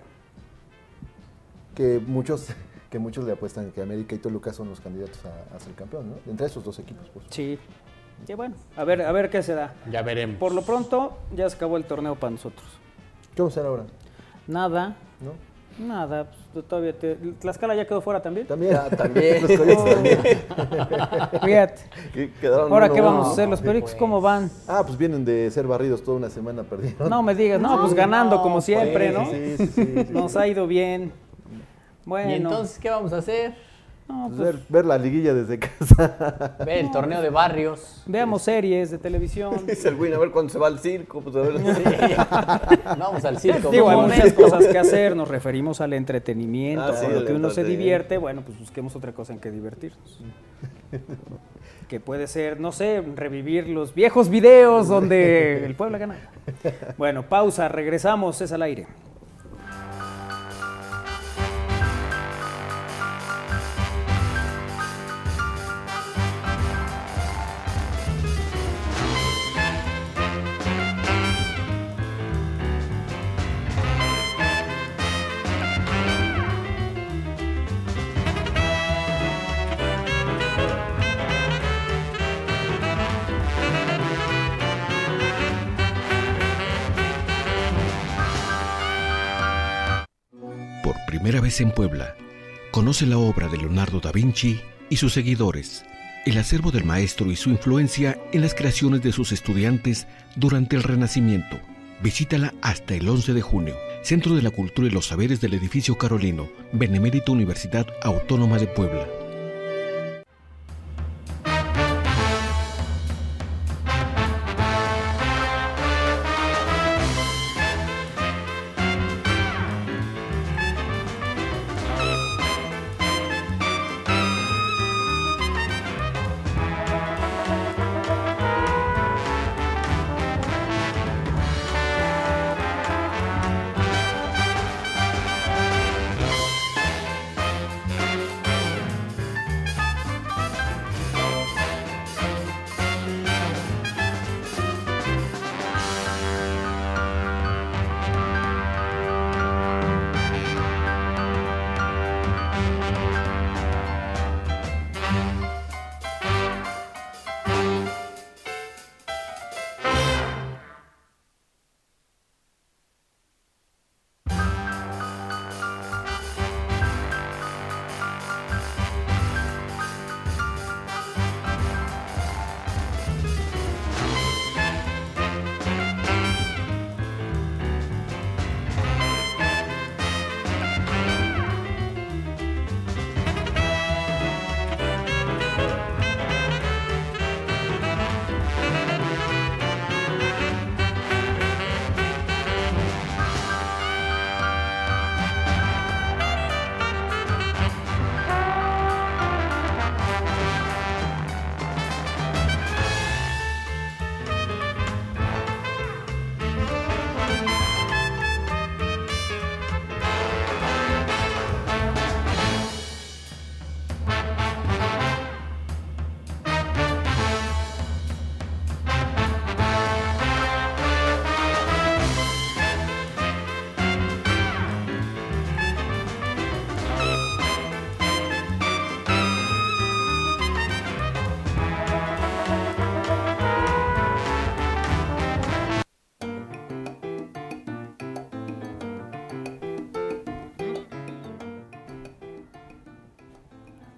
[SPEAKER 3] Que muchos que muchos le apuestan que América y Toluca son los candidatos a, a ser campeón, ¿no? Entre esos dos equipos, por supuesto.
[SPEAKER 2] Sí. Y bueno, a ver, a ver qué se da.
[SPEAKER 4] Ya veremos.
[SPEAKER 2] Por lo pronto, ya se acabó el torneo para nosotros.
[SPEAKER 3] ¿Qué vamos a hacer ahora?
[SPEAKER 2] Nada,
[SPEAKER 3] ¿No?
[SPEAKER 2] nada, pues, tú todavía te... Tlaxcala ya quedó fuera también.
[SPEAKER 3] También.
[SPEAKER 1] también.
[SPEAKER 3] Los Coyotes también.
[SPEAKER 2] Fíjate.
[SPEAKER 1] Que quedaron
[SPEAKER 2] Ahora,
[SPEAKER 1] uno
[SPEAKER 2] ¿qué
[SPEAKER 1] a
[SPEAKER 2] vamos a
[SPEAKER 1] uno.
[SPEAKER 2] hacer? ¿Los Pericos cómo van?
[SPEAKER 3] Ah, pues vienen de ser barridos toda una semana perdieron.
[SPEAKER 2] No me digas, no, pues ganando como siempre, ¿no?
[SPEAKER 3] Sí, sí, sí. sí, sí.
[SPEAKER 2] Nos ha ido bien. Bueno,
[SPEAKER 4] ¿Y entonces qué vamos a hacer?
[SPEAKER 2] No,
[SPEAKER 3] Pues
[SPEAKER 2] pues,
[SPEAKER 3] ver, ver la liguilla desde casa.
[SPEAKER 4] Ve el torneo de barrios. Este,
[SPEAKER 2] Veamos series de televisión.
[SPEAKER 1] Dice el Win, a ver cuándo se va al circo. Pues a ver.
[SPEAKER 4] Vamos al circo.
[SPEAKER 2] Digo, hay
[SPEAKER 4] vamos.
[SPEAKER 2] muchas cosas que hacer, nos referimos al entretenimiento,
[SPEAKER 1] Ah,
[SPEAKER 2] a
[SPEAKER 1] sí,
[SPEAKER 2] lo
[SPEAKER 1] el
[SPEAKER 2] que uno se
[SPEAKER 1] entretenimiento.
[SPEAKER 2] divierte, bueno, pues busquemos otra cosa en que divertirnos. que puede ser, no sé, revivir los viejos videos donde el pueblo gana. Bueno, pausa, regresamos, es al aire.
[SPEAKER 9] Por primera vez en Puebla, conoce la obra de Leonardo da Vinci y sus seguidores, el acervo del maestro y su influencia en las creaciones de sus estudiantes durante el Renacimiento. Visítala hasta el 11 de junio, Centro de la Cultura y los Saberes del Edificio Carolino, Benemérita Universidad Autónoma de Puebla.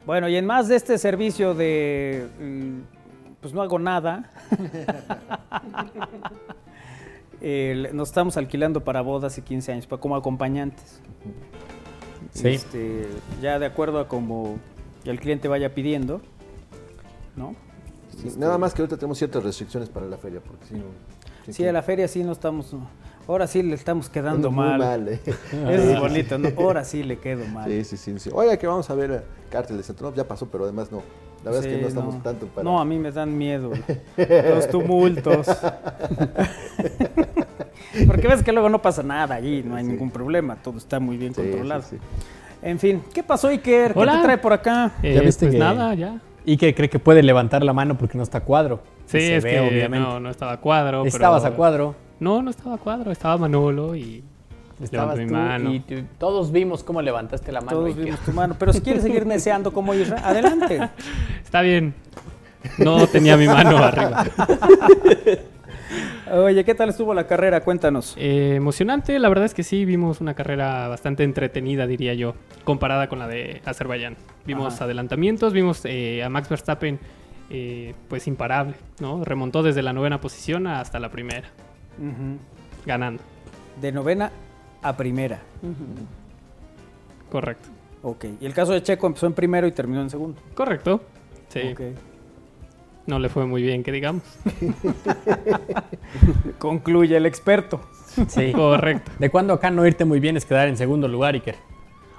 [SPEAKER 2] Bueno, y en más de este servicio de mm, pues no hago nada. el- nos estamos alquilando para bodas y 15 años, pa- como acompañantes.
[SPEAKER 4] Sí.
[SPEAKER 2] Este, ya de acuerdo a como el cliente vaya pidiendo, ¿no?
[SPEAKER 3] Sí, Nada más que ahorita tenemos ciertas restricciones para la feria, porque si no.
[SPEAKER 2] Sí, a la feria sí no estamos. no. Ahora sí le estamos quedando
[SPEAKER 3] Ando muy
[SPEAKER 2] mal.
[SPEAKER 3] mal, eh.
[SPEAKER 2] Eso es bonito, ¿no? Ahora sí le quedo mal.
[SPEAKER 3] Sí, sí, sí, sí. Oiga, que vamos a ver eh, Cártel de Centro. No, Ya pasó, pero además no. La verdad es
[SPEAKER 2] Sí,
[SPEAKER 3] que no estamos tanto para.
[SPEAKER 2] No, a mí me dan miedo los tumultos. Porque ves que luego no pasa nada allí, no hay ningún problema, todo está muy bien controlado. En fin, ¿qué pasó Iker? ¿Qué
[SPEAKER 8] Hola.
[SPEAKER 2] te trae por acá?
[SPEAKER 8] Eh, pues nada, ya.
[SPEAKER 4] Y que cree que puede levantar la mano porque no está a cuadro.
[SPEAKER 8] Sí,
[SPEAKER 4] Y se
[SPEAKER 8] es
[SPEAKER 4] ve,
[SPEAKER 8] que
[SPEAKER 4] obviamente.
[SPEAKER 8] no, no estaba a cuadro. pero-
[SPEAKER 4] Estabas a cuadro.
[SPEAKER 8] No, no estaba a cuadro, estaba Manolo y
[SPEAKER 4] Estabas
[SPEAKER 8] levanto mi
[SPEAKER 4] tú
[SPEAKER 8] mano.
[SPEAKER 4] y tú- todos vimos cómo levantaste la mano.
[SPEAKER 2] Todos
[SPEAKER 4] Iker.
[SPEAKER 2] vimos tu mano, pero si quieres seguir neceando como Isra, adelante.
[SPEAKER 8] Está bien. No tenía mi mano arriba.
[SPEAKER 2] Oye, ¿qué tal estuvo la carrera? Cuéntanos.
[SPEAKER 8] Eh, emocionante, la verdad es que sí, vimos una carrera bastante entretenida, diría yo, comparada con la de Azerbaiyán. Vimos
[SPEAKER 4] Ajá.
[SPEAKER 8] adelantamientos, vimos eh, a Max Verstappen eh, pues imparable, ¿no? Remontó desde la novena posición hasta la primera,
[SPEAKER 2] Ujú.
[SPEAKER 8] ganando,
[SPEAKER 2] De novena a primera.
[SPEAKER 8] correcto.
[SPEAKER 2] Ok. Y el caso de Checo empezó en primero y terminó en segundo.
[SPEAKER 8] Correcto. Sí. No le fue muy bien, que digamos.
[SPEAKER 2] Concluye el experto.
[SPEAKER 4] Sí. Correcto. ¿De cuándo acá no irte muy bien es quedar en segundo lugar, Iker?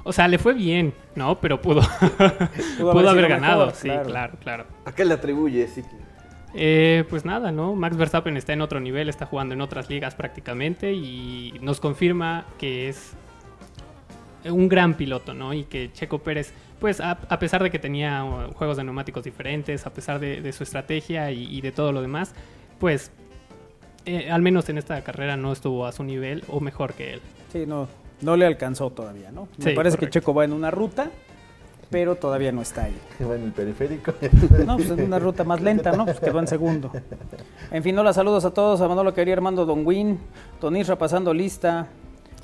[SPEAKER 8] O sea, le fue bien, ¿no? Pero pudo, pudo, haber,
[SPEAKER 4] sido
[SPEAKER 8] ganado.
[SPEAKER 4] mejor,
[SPEAKER 8] sí,
[SPEAKER 4] claro.
[SPEAKER 8] claro, claro.
[SPEAKER 1] ¿A qué le atribuye, Siki?
[SPEAKER 8] Eh, pues nada, ¿no? Max Verstappen está en otro nivel, está jugando en otras ligas prácticamente y nos confirma que es un gran piloto, ¿no? Y que Checo Pérez, pues a, a pesar de que tenía uh, juegos de neumáticos diferentes, a pesar de, de su estrategia y, y de todo lo demás, pues eh, al menos en esta carrera no estuvo a su nivel o mejor que él.
[SPEAKER 2] Sí, no, no le alcanzó todavía, ¿no? Me
[SPEAKER 8] Sí,
[SPEAKER 2] parece que
[SPEAKER 8] correcto.
[SPEAKER 2] Checo va en una ruta, pero todavía no está ahí.
[SPEAKER 3] Va en el periférico.
[SPEAKER 2] No, pues en una ruta más lenta, ¿no? Pues quedó en segundo. En fin, hola, saludos a todos. A Manolo Quería, Armando Don Win, Don Isra pasando lista.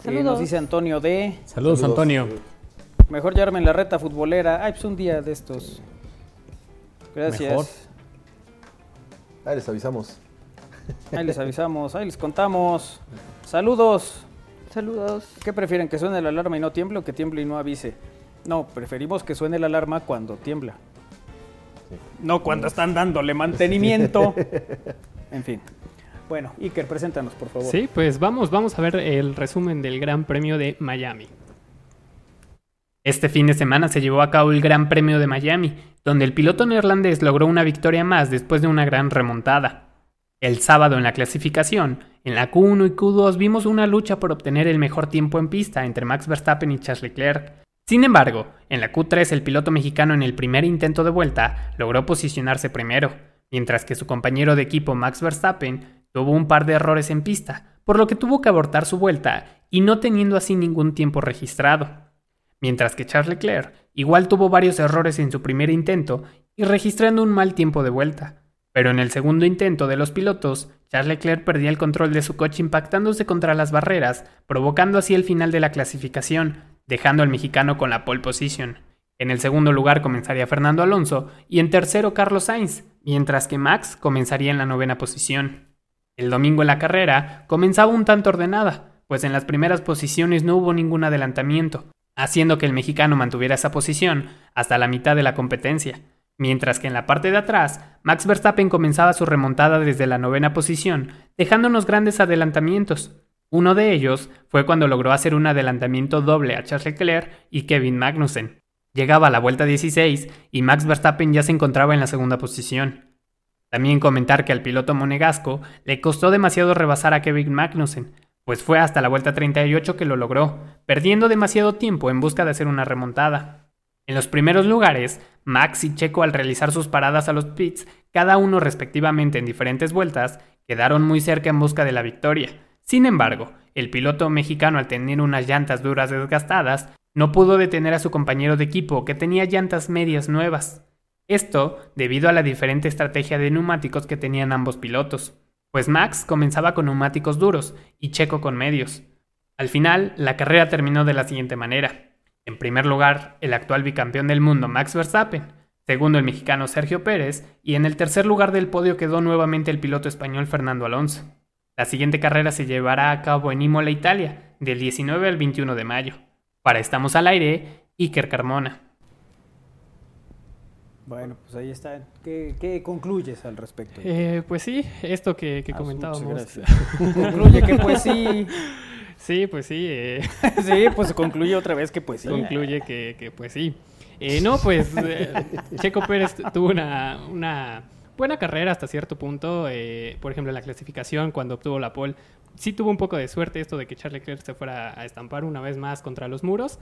[SPEAKER 2] Eh, nos
[SPEAKER 4] Saludos.
[SPEAKER 2] dice Antonio D.
[SPEAKER 4] Saludos, Saludos. Antonio.
[SPEAKER 2] Mejor ya armen la reta futbolera. Ay, pues un día de estos. Gracias.
[SPEAKER 3] Mejor. Ahí les avisamos.
[SPEAKER 2] Ahí les avisamos, ahí les contamos. Saludos. Saludos. ¿Qué prefieren? ¿Que suene la alarma y no tiemble o que tiemble y no avise? No, preferimos que suene la alarma cuando tiembla. No cuando están dándole mantenimiento. en fin. Bueno, Iker, preséntanos, por favor.
[SPEAKER 8] Sí, pues vamos, vamos a ver el resumen del Gran Premio de Miami. Este fin de semana se llevó a cabo el Gran Premio de Miami, donde el piloto neerlandés logró una victoria más después de una gran remontada. El sábado en la clasificación, en la Q1 y Q2 vimos una lucha por obtener el mejor tiempo en pista entre Max Verstappen y Charles Leclerc. Sin embargo, en la Q3 el piloto mexicano en el primer intento de vuelta logró posicionarse primero, mientras que su compañero de equipo Max Verstappen tuvo un par de errores en pista, por lo que tuvo que abortar su vuelta y no teniendo así ningún tiempo registrado mientras que Charles Leclerc igual tuvo varios errores en su primer intento y registrando un mal tiempo de vuelta. Pero en el segundo intento de los pilotos, Charles Leclerc perdía el control de su coche impactándose contra las barreras, provocando así el final de la clasificación, dejando al mexicano con la pole position. En el segundo lugar comenzaría Fernando Alonso y en tercero Carlos Sainz, mientras que Max comenzaría en la novena posición. El domingo en la carrera comenzaba un tanto ordenada, pues en las primeras posiciones no hubo ningún adelantamiento, haciendo que el mexicano mantuviera esa posición hasta la mitad de la competencia, mientras que en la parte de atrás Max Verstappen comenzaba su remontada desde la novena posición, dejándonos grandes adelantamientos. Uno de ellos fue cuando logró hacer un adelantamiento doble a Charles Leclerc y Kevin Magnussen. Llegaba a la vuelta 16 y Max Verstappen ya se encontraba en la segunda posición. También comentar que al piloto monegasco le costó demasiado rebasar a Kevin Magnussen, pues fue hasta la vuelta 38 que lo logró, perdiendo demasiado tiempo en busca de hacer una remontada. En los primeros lugares, Max y Checo al realizar sus paradas a los pits, cada uno respectivamente en diferentes vueltas, quedaron muy cerca en busca de la victoria. Sin embargo, el piloto mexicano al tener unas llantas duras desgastadas, no pudo detener a su compañero de equipo que tenía llantas medias nuevas. Esto debido a la diferente estrategia de neumáticos que tenían ambos pilotos, pues Max comenzaba con neumáticos duros y Checo con medios. Al final, la carrera terminó de la siguiente manera. En primer lugar, el actual bicampeón del mundo Max Verstappen, segundo el mexicano Sergio Pérez y en el tercer lugar del podio quedó nuevamente el piloto español Fernando Alonso. La siguiente carrera se llevará a cabo en Imola, Italia, del 19 al 21 de mayo. Para Estamos al Aire, Iker Carmona.
[SPEAKER 2] Bueno, pues ahí está. ¿Qué, qué concluyes al respecto?
[SPEAKER 8] Eh, pues sí, esto que, que
[SPEAKER 2] Ah,
[SPEAKER 8] comentábamos.
[SPEAKER 2] muchas gracias. Concluye que pues sí.
[SPEAKER 8] Sí, pues sí. eh.
[SPEAKER 2] Sí, pues concluye otra vez que pues sí.
[SPEAKER 8] Concluye que, que pues sí. Eh, no, pues eh, Checo Pérez tuvo una, una buena carrera hasta cierto punto. eh, por ejemplo, en la clasificación, cuando obtuvo la pole, sí tuvo un poco de suerte esto de que Charles Leclerc se fuera a estampar una vez más contra los muros.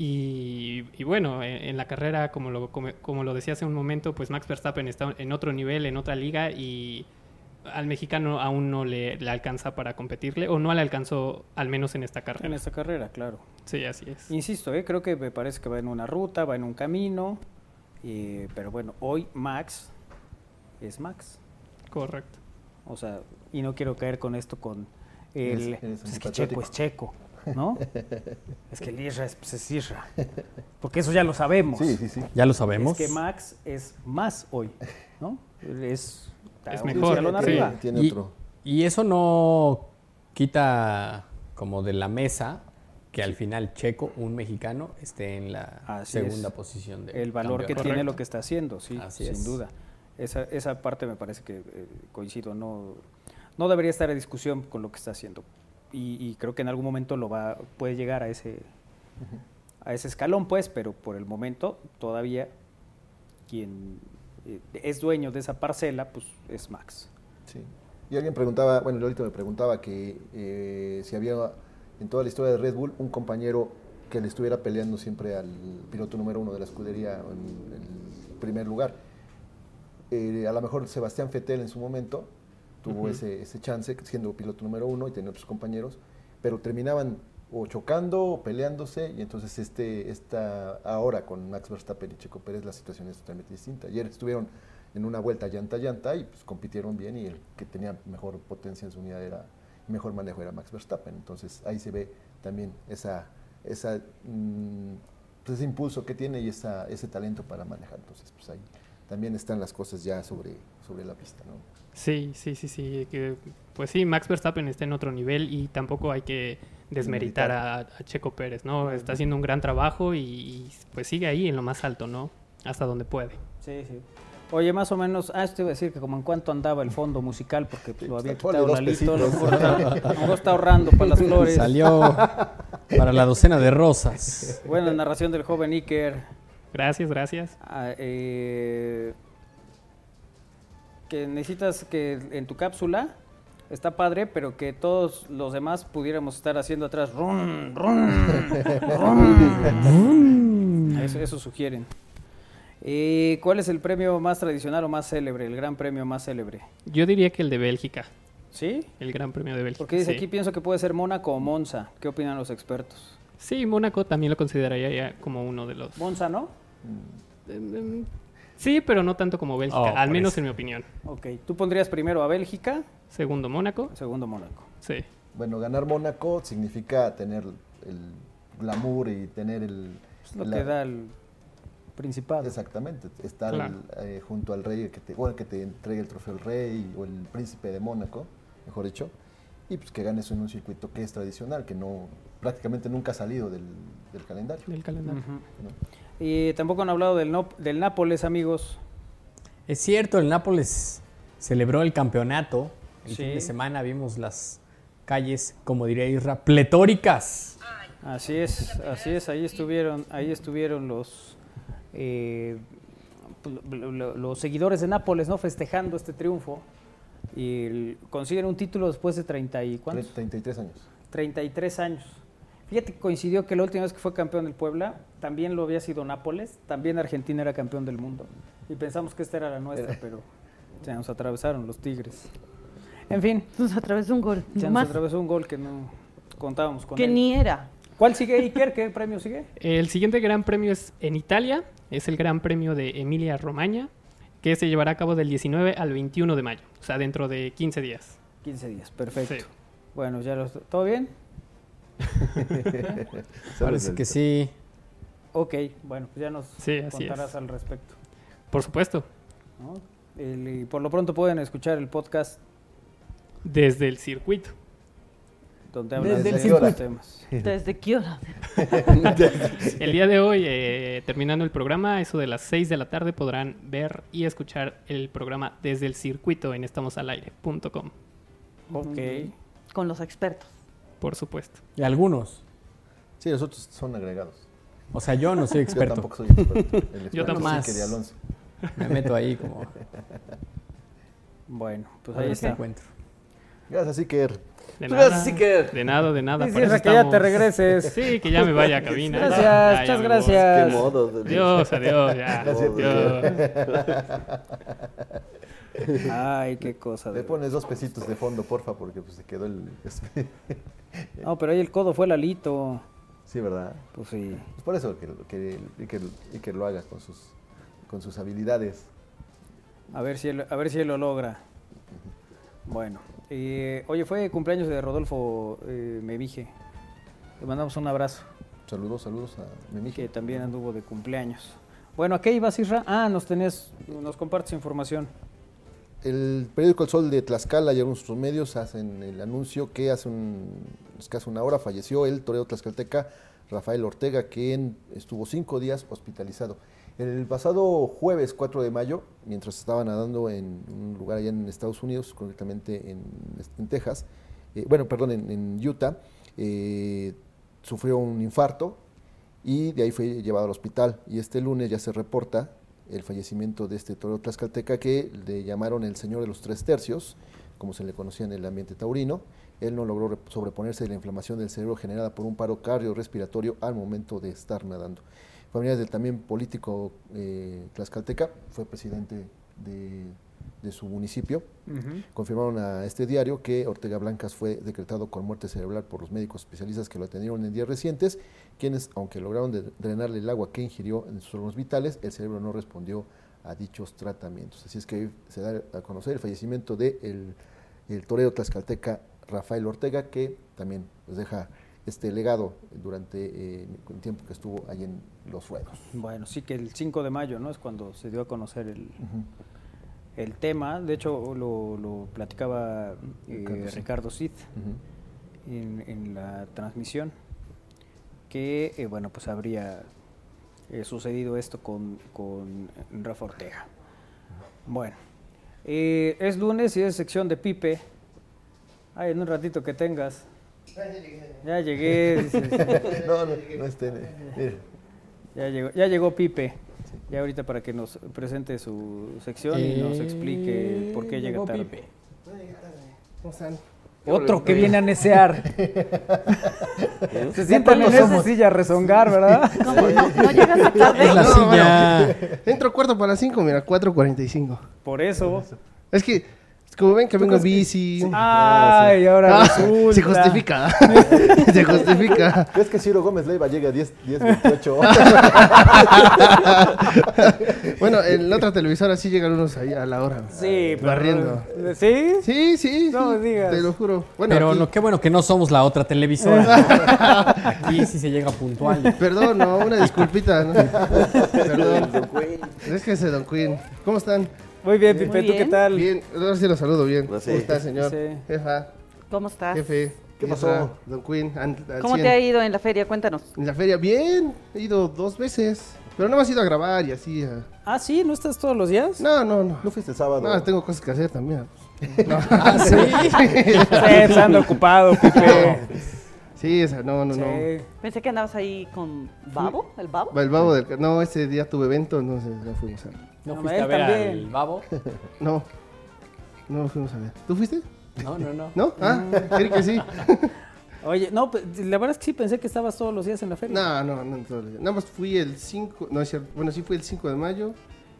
[SPEAKER 8] Y, y bueno, en, en la carrera, como lo, como, como lo decía hace un momento, pues Max Verstappen está en otro nivel, en otra liga y al mexicano aún no le, le alcanza para competirle o no le alcanzó al menos en esta carrera.
[SPEAKER 2] En esta carrera, claro.
[SPEAKER 8] Sí, así es.
[SPEAKER 2] Insisto, eh, creo que me parece que va en una ruta, va en un camino. eh, pero bueno, hoy Max es Max.
[SPEAKER 8] Correcto.
[SPEAKER 2] O sea, y no quiero caer con esto con el...
[SPEAKER 8] Eres- eres
[SPEAKER 2] pues es
[SPEAKER 8] un
[SPEAKER 2] que
[SPEAKER 8] patriótico.
[SPEAKER 2] Checo es Checo, ¿no? es que el Isra es, pues, es Isra. Porque eso ya lo sabemos.
[SPEAKER 4] Sí, sí, sí. Ya lo sabemos.
[SPEAKER 2] Es que Max es más hoy, ¿no? Es, está
[SPEAKER 8] Es
[SPEAKER 2] un
[SPEAKER 8] mejor,
[SPEAKER 2] escalón
[SPEAKER 8] sí.
[SPEAKER 2] arriba.
[SPEAKER 4] y, y eso no quita como de la mesa que al final Checo, un mexicano, esté en la
[SPEAKER 2] Así
[SPEAKER 4] segunda
[SPEAKER 2] es.
[SPEAKER 4] posición. De
[SPEAKER 2] El valor que
[SPEAKER 4] campeón.
[SPEAKER 2] tiene lo
[SPEAKER 4] Correcto.
[SPEAKER 2] que está haciendo, sí,
[SPEAKER 4] Así
[SPEAKER 2] sin
[SPEAKER 4] es.
[SPEAKER 2] duda. Esa, esa parte me parece que eh, coincido, no, no debería estar en discusión con lo que está haciendo. Y, y creo que en algún momento lo va, puede llegar a ese, a ese escalón, pues, pero por el momento todavía quien eh, es dueño de esa parcela, pues es Max.
[SPEAKER 3] Sí. Y alguien preguntaba, bueno, Lolito me preguntaba que eh, si había en toda la historia de Red Bull un compañero que le estuviera peleando siempre al piloto número uno de la escudería en el primer lugar. Eh, a lo mejor Sebastián Fettel en su momento tuvo
[SPEAKER 12] Ujú.
[SPEAKER 3] ese, ese chance siendo piloto número uno y tenía otros compañeros, pero terminaban o chocando o peleándose y entonces este esta ahora con Max Verstappen y Checo Pérez la situación es totalmente distinta. Ayer estuvieron en una vuelta llanta a llanta y pues compitieron bien y el que tenía mejor potencia en su unidad era mejor manejo era Max Verstappen. Entonces ahí se ve también esa esa mm, pues, ese impulso que tiene y esa, ese talento para manejar. Entonces pues ahí también están las cosas ya sobre sobre la pista, ¿no?
[SPEAKER 8] Sí, sí, sí, sí. que, pues sí, Max Verstappen está en otro nivel y tampoco hay que desmeritar a, a Checo Pérez, ¿no? Está haciendo un gran trabajo y, y, pues sigue ahí en lo más alto, ¿no? Hasta donde puede.
[SPEAKER 2] Sí, sí. Oye, más o menos, ah, esto iba a decir que como en cuánto andaba el fondo musical, porque lo había
[SPEAKER 3] ponle
[SPEAKER 2] quitado
[SPEAKER 3] dos
[SPEAKER 2] la lista, lo
[SPEAKER 3] pesitos.
[SPEAKER 2] mejor está- a lo mejor está ahorrando para las flores.
[SPEAKER 4] Salió para la docena de rosas.
[SPEAKER 2] Buena narración del joven Iker. Ah, eh,
[SPEAKER 8] Gracias, gracias.
[SPEAKER 2] que necesitas que en tu cápsula está padre, pero que todos los demás pudiéramos estar haciendo atrás. Run, run, run. Eso, eso sugieren. Eh, ¿Cuál es el premio más tradicional o más célebre? El gran premio más célebre.
[SPEAKER 8] Yo diría que el de Bélgica.
[SPEAKER 2] ¿Sí?
[SPEAKER 8] El Gran Premio de Bélgica.
[SPEAKER 2] Porque dice
[SPEAKER 8] sí.
[SPEAKER 2] aquí pienso que puede ser Mónaco o Monza. ¿Qué opinan los expertos?
[SPEAKER 8] Sí, Mónaco también lo consideraría ya como uno de los.
[SPEAKER 2] Monza, ¿no?
[SPEAKER 8] Sí, pero no tanto como Bélgica,
[SPEAKER 2] Oh,
[SPEAKER 8] al
[SPEAKER 2] por
[SPEAKER 8] menos
[SPEAKER 2] eso.
[SPEAKER 8] en mi opinión.
[SPEAKER 2] Ok, tú pondrías primero a Bélgica.
[SPEAKER 8] Segundo Mónaco.
[SPEAKER 2] Segundo Mónaco.
[SPEAKER 8] Sí.
[SPEAKER 3] Bueno, ganar Mónaco significa tener el glamour y tener el...
[SPEAKER 2] Es lo que da el principado.
[SPEAKER 3] Exactamente, estar
[SPEAKER 2] Claro.
[SPEAKER 3] eh, junto al rey que te, bueno, que te entregue el trofeo el rey o el príncipe de Mónaco, mejor dicho, y pues que ganes en un circuito que es tradicional, que no prácticamente nunca ha salido del, del calendario.
[SPEAKER 8] Del calendario.
[SPEAKER 3] ¿no?
[SPEAKER 2] Y Eh, tampoco han hablado del, Nop- del Nápoles, amigos.
[SPEAKER 4] Es cierto, el Nápoles celebró el campeonato. El
[SPEAKER 2] Sí.
[SPEAKER 4] fin de semana vimos las calles, como diría Isra, pletóricas.
[SPEAKER 2] Así es, así es, ahí estuvieron, ahí estuvieron los eh, pl- pl- lo- los seguidores de Nápoles, ¿no? Festejando este triunfo. Y el- consiguen un título después de 30 y ¿cuántos?
[SPEAKER 3] 33 años.
[SPEAKER 2] 33 años. Fíjate que coincidió que la última vez que fue campeón del Puebla, también lo había sido Nápoles, también Argentina era campeón del mundo. Y pensamos que esta era la nuestra, pero se nos atravesaron los Tigres. En fin.
[SPEAKER 5] Nos atravesó un gol.
[SPEAKER 2] Se
[SPEAKER 5] más
[SPEAKER 2] nos atravesó un gol que no contábamos con
[SPEAKER 5] que
[SPEAKER 2] él.
[SPEAKER 5] ni era.
[SPEAKER 2] ¿Cuál sigue Iker? ¿Qué premio sigue?
[SPEAKER 8] El siguiente Gran Premio es en Italia, es el Gran Premio de Emilia-Romagna, que se llevará a cabo del 19 al 21 de mayo, o sea, dentro de 15 días.
[SPEAKER 2] 15 días, perfecto. Bueno, ya los, ¿todo bien?
[SPEAKER 4] Parece que sí.
[SPEAKER 2] Ok, bueno, pues ya nos
[SPEAKER 8] Sí, así
[SPEAKER 2] contarás
[SPEAKER 8] es.
[SPEAKER 2] al respecto.
[SPEAKER 8] Por supuesto,
[SPEAKER 2] ¿no? El- y por lo pronto pueden escuchar el podcast
[SPEAKER 8] desde el circuito.
[SPEAKER 2] donde hablan
[SPEAKER 8] Desde
[SPEAKER 2] de
[SPEAKER 8] el
[SPEAKER 2] estos
[SPEAKER 8] circuito.
[SPEAKER 2] temas.
[SPEAKER 5] ¿Desde qué hora?
[SPEAKER 8] El día de hoy, eh, terminando el programa, eso de las 6 de la tarde podrán ver y escuchar el programa desde el circuito en estamosalaire.com,
[SPEAKER 2] Ok.
[SPEAKER 5] Con los expertos.
[SPEAKER 8] por supuesto.
[SPEAKER 4] Y algunos.
[SPEAKER 3] Sí, los otros son agregados.
[SPEAKER 4] O sea, yo no soy experto.
[SPEAKER 3] Yo tampoco soy experto. El experto
[SPEAKER 8] Yo
[SPEAKER 3] es
[SPEAKER 8] tampoco.
[SPEAKER 3] Iker de Alonso.
[SPEAKER 4] Me meto ahí como.
[SPEAKER 2] Bueno, pues
[SPEAKER 4] A ver
[SPEAKER 2] ahí
[SPEAKER 4] qué
[SPEAKER 2] está.
[SPEAKER 4] encuentro.
[SPEAKER 3] Gracias, Iker. Pues
[SPEAKER 8] De
[SPEAKER 2] Gracias,
[SPEAKER 8] nada,
[SPEAKER 2] Iker.
[SPEAKER 8] De nada, de nada.
[SPEAKER 2] Sí,
[SPEAKER 8] para eso
[SPEAKER 2] Isra, que ya te
[SPEAKER 8] estamos.
[SPEAKER 2] regreses.
[SPEAKER 8] Sí, que ya me vaya a cabina.
[SPEAKER 2] Gracias,
[SPEAKER 8] Ya, ya
[SPEAKER 2] muchas
[SPEAKER 8] me
[SPEAKER 2] gracias.
[SPEAKER 8] voy.
[SPEAKER 2] Qué modo de-
[SPEAKER 8] Adiós, adiós, ya.
[SPEAKER 2] Gracias,
[SPEAKER 8] Adiós.
[SPEAKER 2] Ay, qué cosa.
[SPEAKER 3] Le pones dos pesitos de fondo, porfa, porque pues se quedó el...
[SPEAKER 2] No, pero ahí el codo fue Lalito.
[SPEAKER 3] Sí, ¿verdad?
[SPEAKER 2] Pues sí.
[SPEAKER 3] por eso que, que, y que, y que lo hagas con sus, con sus habilidades.
[SPEAKER 2] A ver si él, a ver si él lo logra. Bueno. eh, oye, fue cumpleaños de Rodolfo eh, Mevije. Le mandamos un abrazo.
[SPEAKER 3] Saludos, saludos a mi
[SPEAKER 2] Que también anduvo de cumpleaños. Bueno, ¿a qué ibas, Isra? Ah, nos tenés, nos compartes información.
[SPEAKER 3] el periódico El Sol de Tlaxcala y algunos de sus medios hacen el anuncio que hace un, escaso una hora falleció el toreo tlaxcalteca Rafael Ortega, quien estuvo cinco días hospitalizado. El pasado jueves 4 de mayo, mientras estaba nadando en un lugar allá en Estados Unidos, concretamente en, en Texas, eh, bueno, perdón, en, en Utah, eh, sufrió un infarto y de ahí fue llevado al hospital. Y este lunes ya se reporta el fallecimiento de este toro tlaxcalteca que le llamaron el señor de los tres tercios, como se le conocía en el ambiente taurino. Él no logró sobreponerse de la inflamación del cerebro generada por un paro cardiorrespiratorio al momento de estar nadando. Familiares del también político eh, tlaxcalteca, fue presidente de, de su municipio, uh -huh. confirmaron a este diario que Ortega Blancas fue decretado con muerte cerebral por los médicos especialistas que lo atendieron en días recientes, quienes, aunque lograron drenarle el agua que ingirió en sus órganos vitales, el cerebro no respondió a dichos tratamientos. Así es que se da a conocer el fallecimiento del de el, el torero tlaxcalteca Rafael Ortega, que también nos deja este legado durante eh, el tiempo que estuvo ahí en los ruedos.
[SPEAKER 2] Bueno, sí que el 5 de mayo, ¿no? Es cuando se dio a conocer el, uh -huh. el tema. De hecho, lo, lo platicaba eh, Ricardo, Ricardo Cid uh -huh. en, en, la transmisión, que, eh, bueno, pues habría eh, sucedido esto con, con Rafa Ortega. Bueno, eh, es lunes y es sección de Pipe. Ay, en un ratito que tengas. Ya llegué. Dices.
[SPEAKER 3] no, no, no esté. Mira.
[SPEAKER 2] Ya llegó, ya llegó Pipe. Ya ahorita para que nos presente su sección eh, y nos explique por qué llega tarde. Eh, Pipe.
[SPEAKER 12] ¿Cómo están?
[SPEAKER 2] Otro que viene a necear. ¿Eh? Se sientan en esa silla a rezongar, ¿verdad?
[SPEAKER 5] ¿Cómo? ¿No, no llegas a tarde?
[SPEAKER 12] La no, silla. Bueno, entro cuarto para las cinco, mira, 4.45.
[SPEAKER 2] Por eso.
[SPEAKER 12] Es que como ven que vengo en bici. Sí.
[SPEAKER 2] Ay, ahora ah, resulta.
[SPEAKER 12] Se justifica. se justifica.
[SPEAKER 3] ¿Crees que Ciro Gómez Leiva llega a 10, 10 28?
[SPEAKER 12] bueno, en la otra televisora sí llegan unos ahí a la hora. eh,
[SPEAKER 2] Sí,
[SPEAKER 12] barriendo.
[SPEAKER 2] Pero, ¿Sí?
[SPEAKER 12] Sí, sí.
[SPEAKER 2] No
[SPEAKER 12] sí,
[SPEAKER 2] digas.
[SPEAKER 12] Te lo juro.
[SPEAKER 4] Bueno, pero aquí... no, qué bueno que no somos la otra televisora. aquí sí se llega puntual.
[SPEAKER 12] Perdón, no, una disculpita. ¿no? Perdón. Déjense, Don Queen. ¿Cómo están?
[SPEAKER 2] Muy bien, Pipe, ¿tú qué tal?
[SPEAKER 12] Bien, ahora sí lo saludo bien.
[SPEAKER 3] No sé.
[SPEAKER 12] ¿Cómo está, señor?
[SPEAKER 2] No sé.
[SPEAKER 12] Jefa.
[SPEAKER 5] ¿Cómo estás?
[SPEAKER 12] Jefe.
[SPEAKER 3] ¿Qué pasó?
[SPEAKER 12] Don Queen. and- al
[SPEAKER 5] ¿Cómo
[SPEAKER 12] 100.
[SPEAKER 5] te ha ido en la feria? Cuéntanos.
[SPEAKER 12] En la feria, bien. He ido dos veces. Pero no me has ido a grabar y así. a-
[SPEAKER 2] Ah, sí, ¿no estás todos los días?
[SPEAKER 12] No, no, no.
[SPEAKER 3] No fuiste el sábado.
[SPEAKER 12] No, tengo cosas que hacer también. pues.
[SPEAKER 2] Ah, sí. sí, ando ocupado, Pipe.
[SPEAKER 12] Sí, esa, no, no,
[SPEAKER 2] Sí.
[SPEAKER 5] Pensé que andabas ahí con Babo, el Babo.
[SPEAKER 12] no. El babo del... No, ese día tuve evento, entonces no fuimos a...
[SPEAKER 4] ¿No,
[SPEAKER 2] No,
[SPEAKER 4] fuiste
[SPEAKER 2] él
[SPEAKER 4] a ver
[SPEAKER 2] también.
[SPEAKER 4] al babo?
[SPEAKER 12] No. No lo fuimos a ver. ¿Tú fuiste?
[SPEAKER 4] No, no, no.
[SPEAKER 12] ¿No? Ah,
[SPEAKER 2] Mm.
[SPEAKER 12] creí que sí.
[SPEAKER 2] Oye, no, pues, la verdad es que sí pensé que estabas todos los días en la feria.
[SPEAKER 12] No, no, no, en todo el día. Nada más fui el 5, no es cierto, bueno, sí fui el 5 de mayo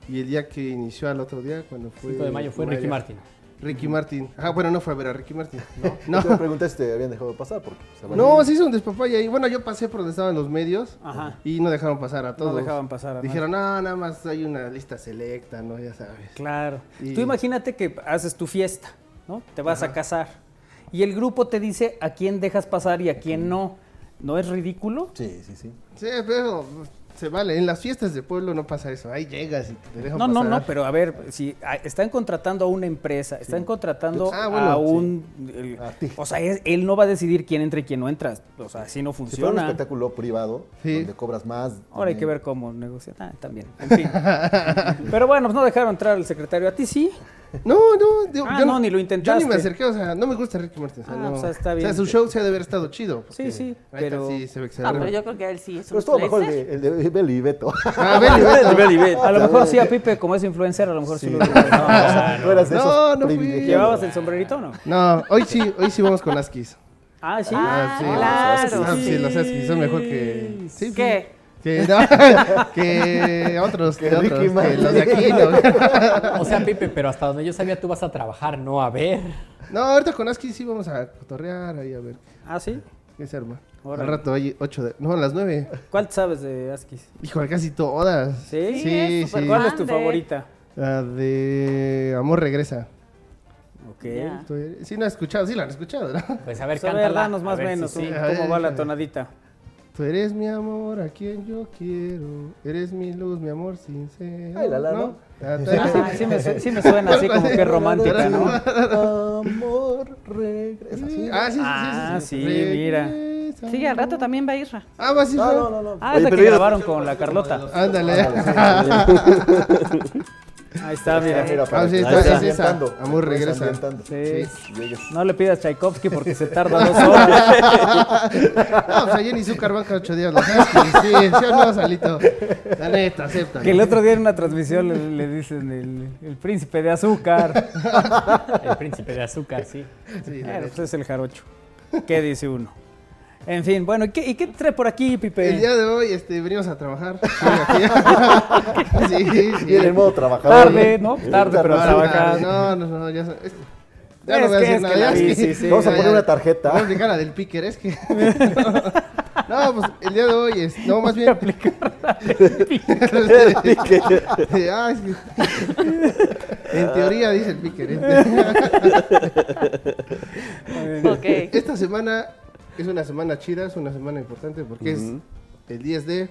[SPEAKER 12] y el día que inició al otro día, cuando fue...
[SPEAKER 4] 5 de mayo fue Ricky Martin.
[SPEAKER 12] Ricky Martin. Ah, bueno, no fue a ver a Ricky Martin.
[SPEAKER 3] No.
[SPEAKER 12] No,
[SPEAKER 3] Te preguntaste si te habían dejado pasar porque se
[SPEAKER 12] no,
[SPEAKER 3] van a-
[SPEAKER 12] no sí hizo un despapaya ahí. Bueno, yo pasé por donde estaban los medios
[SPEAKER 2] Ajá.
[SPEAKER 12] y no dejaron pasar a todos.
[SPEAKER 2] dejaban pasar a nadie.
[SPEAKER 12] Dijeron, no, nada más hay una lista selecta, ¿no? Ya sabes.
[SPEAKER 2] Claro.
[SPEAKER 12] Y-
[SPEAKER 2] Tú imagínate que haces tu fiesta, ¿no? Te vas a casar. Y el grupo te dice a quién dejas pasar y a quién no. ¿No es ridículo?
[SPEAKER 3] Sí, sí, sí.
[SPEAKER 12] Sí, pero se vale. En las fiestas de pueblo no pasa eso. Ahí llegas y te dejan
[SPEAKER 2] No,
[SPEAKER 12] pasar.
[SPEAKER 2] no, no, pero a ver, si a- están contratando a una empresa, están contratando
[SPEAKER 12] Ah, bueno,
[SPEAKER 2] a
[SPEAKER 12] sí.
[SPEAKER 2] un... el- o sea, es- él no va a decidir quién entra y quién no entra. O sea, así no
[SPEAKER 3] Si fuera un
[SPEAKER 2] funciona.
[SPEAKER 3] espectáculo privado,
[SPEAKER 12] Sí.
[SPEAKER 3] donde cobras más.
[SPEAKER 2] Ahora hay
[SPEAKER 3] también-
[SPEAKER 2] que ver cómo negociar. Ah, también. En fin. Pero bueno, pues no dejaron entrar al secretario. ¿A ti sí?
[SPEAKER 12] No, no, digo,
[SPEAKER 2] Ah,
[SPEAKER 12] yo
[SPEAKER 2] no, ni lo
[SPEAKER 12] Yo ni
[SPEAKER 2] intentaste.
[SPEAKER 12] me acerqué, o sea, no me gusta Ricky Martin. O sea,
[SPEAKER 2] Ah,
[SPEAKER 12] no.
[SPEAKER 2] o sea, está bien.
[SPEAKER 12] su show se ha de haber estado chido. porque
[SPEAKER 2] sí,
[SPEAKER 12] la neta
[SPEAKER 2] pero-
[SPEAKER 12] Sí, se ve que se
[SPEAKER 5] Ah,
[SPEAKER 12] agarra.
[SPEAKER 5] pero yo creo que a él sí es
[SPEAKER 3] Pero
[SPEAKER 5] un
[SPEAKER 3] estuvo mejor el
[SPEAKER 5] influencer.
[SPEAKER 3] de, el de Beli y Beto.
[SPEAKER 12] Ah, ven y ve.
[SPEAKER 2] A lo mejor sí a Pipe, como es influencer, a lo mejor sí, lo
[SPEAKER 3] No, eras de
[SPEAKER 12] No,
[SPEAKER 3] esos
[SPEAKER 12] no fui.
[SPEAKER 3] privilegiados.
[SPEAKER 2] ¿Llevabas el sombrerito o no?
[SPEAKER 12] No, hoy sí, hoy sí vamos con Askis.
[SPEAKER 2] Ah, sí.
[SPEAKER 5] Ah,
[SPEAKER 12] los
[SPEAKER 5] claro.
[SPEAKER 12] Askis, sí, los Askis son mejor que. Sí, sí.
[SPEAKER 5] ¿Qué?
[SPEAKER 12] Que, no, que otros, que,
[SPEAKER 3] Que Ricky
[SPEAKER 12] otros, que
[SPEAKER 3] Martin.
[SPEAKER 12] los de aquí. No,
[SPEAKER 4] O sea, Pipe, pero hasta donde yo sabía tú vas a trabajar, no a ver.
[SPEAKER 12] No, ahorita con Askis sí vamos a cotorrear ahí a ver
[SPEAKER 2] Ah, sí.
[SPEAKER 12] qué se arma.
[SPEAKER 2] Órale.
[SPEAKER 12] Al rato hay 8 de. No, a las 9.
[SPEAKER 2] ¿Cuál sabes de Askis?
[SPEAKER 12] Híjole, casi todas.
[SPEAKER 2] Sí,
[SPEAKER 12] sí.
[SPEAKER 5] es súper
[SPEAKER 12] sí.
[SPEAKER 2] ¿Cuál es tu
[SPEAKER 5] Grande.
[SPEAKER 2] favorita?
[SPEAKER 12] La de Amor Regresa.
[SPEAKER 2] Ok.
[SPEAKER 5] Ya.
[SPEAKER 12] Estoy- Sí, no he escuchado, sí la han escuchado, ¿no?
[SPEAKER 4] Pues a ver,
[SPEAKER 2] Pues a ver,
[SPEAKER 4] cántala.
[SPEAKER 2] danos
[SPEAKER 4] a
[SPEAKER 2] más o
[SPEAKER 4] ver si
[SPEAKER 2] menos
[SPEAKER 4] sí.
[SPEAKER 2] un- cómo va la tonadita.
[SPEAKER 12] Tú eres mi amor, a quien yo quiero. Eres mi luz, mi amor sincero.
[SPEAKER 2] Ay, la, la, ¿no? Ta, ta, ah, sí, sí, me, su- sí me suena así como que romántica, ¿no?
[SPEAKER 12] Amor, regresa. Sí. Ah, sí, sí, sí.
[SPEAKER 2] Ah, sí, mira.
[SPEAKER 5] Sí, al rato también va a Isra.
[SPEAKER 12] Ah, va a Isra.
[SPEAKER 2] No, no, Ah, es la que grabaron con la Carlota.
[SPEAKER 12] Ándale.
[SPEAKER 2] Ahí está, mira.
[SPEAKER 12] Mira, para Ah, sí, que- está- ahí está. es esa. Ambientando. Amor, Lo regresa. están ambientando.
[SPEAKER 2] Sí.
[SPEAKER 12] Sí.
[SPEAKER 2] No le pidas Tchaikovsky porque se tarda dos horas.
[SPEAKER 12] No, pues a Jenny Zuckerbanca ocho días lo sabes que sí, sí o no, Salito. La neta, acepta.
[SPEAKER 2] Que el otro día en una transmisión le, le dicen el, el príncipe de azúcar.
[SPEAKER 4] El príncipe de azúcar, sí.
[SPEAKER 12] Sí,
[SPEAKER 2] Bueno, pues es el jarocho. ¿Qué dice uno? En fin, bueno, ¿y qué, y qué trae por aquí, Pipe?
[SPEAKER 12] El día de hoy este, venimos a trabajar. Sí, sí, sí.
[SPEAKER 3] Viene en modo trabajador. ¿eh?
[SPEAKER 2] Tarde, ¿no? Tarde, pero a trabajar.
[SPEAKER 12] No, no, no, ya sabes.
[SPEAKER 2] Es
[SPEAKER 12] Ya no voy a
[SPEAKER 2] que-
[SPEAKER 12] decir
[SPEAKER 2] es
[SPEAKER 12] nada.
[SPEAKER 2] que
[SPEAKER 12] ya
[SPEAKER 2] la-
[SPEAKER 12] es
[SPEAKER 2] sí,
[SPEAKER 12] que-
[SPEAKER 2] sí, sí.
[SPEAKER 12] No,
[SPEAKER 3] Vamos a
[SPEAKER 12] ya,
[SPEAKER 3] poner
[SPEAKER 12] ya.
[SPEAKER 3] una tarjeta.
[SPEAKER 12] Voy a aplicar la del picker, es que. No, pues el día de hoy es. No, más bien. aplicar
[SPEAKER 3] El picker.
[SPEAKER 12] Ah, es que- En teoría dice el picker. ¿eh? en teoría.
[SPEAKER 5] Ok.
[SPEAKER 12] Esta semana es una semana chida, es una semana importante porque
[SPEAKER 1] Ujú.
[SPEAKER 12] es el 10 de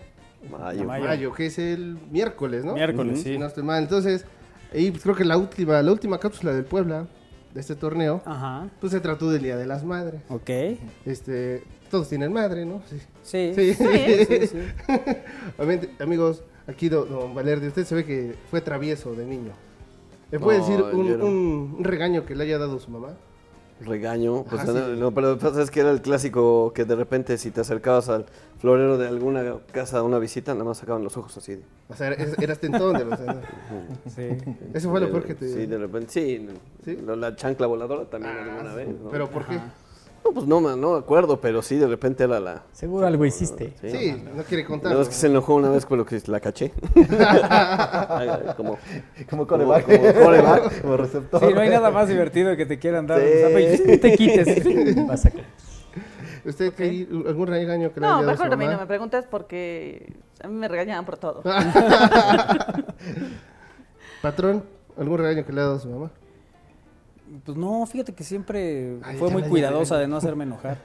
[SPEAKER 1] Mayo.
[SPEAKER 12] mayo. que es el miércoles, ¿no?
[SPEAKER 2] Miércoles,
[SPEAKER 12] Ujú.
[SPEAKER 2] sí.
[SPEAKER 12] Si No estoy mal. Entonces, ahí, pues, creo que la última, la última cápsula del Puebla, de este torneo,
[SPEAKER 2] Ajá.
[SPEAKER 12] pues se trató del Día de las Madres.
[SPEAKER 2] Ok.
[SPEAKER 12] Este, todos tienen madre, ¿no? Sí.
[SPEAKER 2] Sí.
[SPEAKER 12] Sí.
[SPEAKER 2] Sí, sí, sí.
[SPEAKER 12] Obviamente, amigos, aquí don, don Valerde, usted se ve que fue travieso de niño. ¿Le puede
[SPEAKER 1] No,
[SPEAKER 12] decir un,
[SPEAKER 1] yo no.
[SPEAKER 12] un- un regaño que le haya dado su mamá?
[SPEAKER 1] Regaño, pues
[SPEAKER 12] Ajá,
[SPEAKER 1] no,
[SPEAKER 12] sí.
[SPEAKER 1] no, pero lo que pasa es que era el clásico que de repente si te acercabas al florero de alguna casa a una visita, nada más sacaban los ojos así. de-
[SPEAKER 12] O sea, este eras, eras tentón de los...
[SPEAKER 2] Sí.
[SPEAKER 12] Eso fue lo
[SPEAKER 1] de-
[SPEAKER 12] peor que te... Ah,
[SPEAKER 1] Sí, de repente, sí. lo- La chancla voladora también alguna vez. ¿no?
[SPEAKER 12] ¿Pero por qué?
[SPEAKER 1] No, pues no, ma- no me acuerdo, pero sí, de repente era la...
[SPEAKER 4] Seguro algo hiciste.
[SPEAKER 12] Sí, no quiere contar.
[SPEAKER 1] No, es que se enojó una vez con lo que la caché. como,
[SPEAKER 3] Como coreback.
[SPEAKER 1] Como, coreback.
[SPEAKER 3] Como receptor.
[SPEAKER 2] Sí, no hay nada más divertido que te quieran dar.
[SPEAKER 1] Sí.
[SPEAKER 2] un zape y no te quites.
[SPEAKER 4] Vas a caer.
[SPEAKER 12] ¿Usted qué- algún regaño que le
[SPEAKER 5] No,
[SPEAKER 12] haya dado su
[SPEAKER 5] mejor a mí
[SPEAKER 12] mamá?
[SPEAKER 5] no me preguntes porque a mí me regañaban por todo.
[SPEAKER 12] Patrón, algún regaño que le ha dado su mamá.
[SPEAKER 2] Pues no, fíjate que siempre
[SPEAKER 12] Ay,
[SPEAKER 2] fue
[SPEAKER 12] ya
[SPEAKER 2] muy
[SPEAKER 12] la- ya la-
[SPEAKER 2] cuidadosa de no hacerme enojar.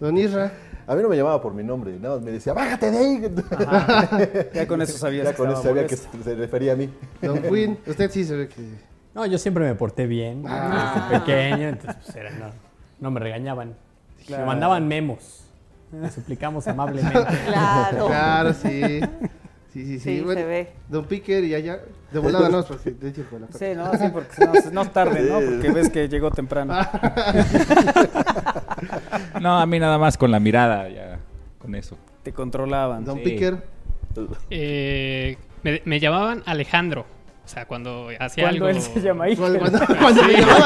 [SPEAKER 12] Don Isra.
[SPEAKER 3] A mí no me llamaba por mi nombre, nada más me decía, bájate de ahí.
[SPEAKER 2] Ya con eso sabías
[SPEAKER 3] Ya
[SPEAKER 2] que
[SPEAKER 3] con eso
[SPEAKER 2] estaba
[SPEAKER 3] sabía que
[SPEAKER 2] molesto.
[SPEAKER 3] se se refería a mí.
[SPEAKER 12] Don Quinn, usted sí se ve que...
[SPEAKER 4] No, yo siempre me porté bien.
[SPEAKER 12] Ah.
[SPEAKER 4] Desde pequeño, entonces pues, era, no, no me regañaban.
[SPEAKER 2] Claro.
[SPEAKER 4] Me mandaban memos. Me suplicamos amablemente.
[SPEAKER 5] Claro.
[SPEAKER 12] Claro, sí. Sí, sí, sí.
[SPEAKER 5] Sí, se ve.
[SPEAKER 12] Don Picker y allá. De volada no, porque de hecho fue la
[SPEAKER 2] Sí, no, sí, porque si no, si no tarde, ¿no? Porque ves que llegó temprano.
[SPEAKER 6] No, a mí nada más con la mirada, ya, con eso.
[SPEAKER 2] Te controlaban.
[SPEAKER 12] Don
[SPEAKER 6] Sí.
[SPEAKER 12] Picker.
[SPEAKER 8] Eh, me, me llamaban Alejandro. O sea, cuando hacía
[SPEAKER 2] Cuando
[SPEAKER 8] algo.
[SPEAKER 2] él se llama ahí.
[SPEAKER 12] Cuando, cuando, cuando le llamaban.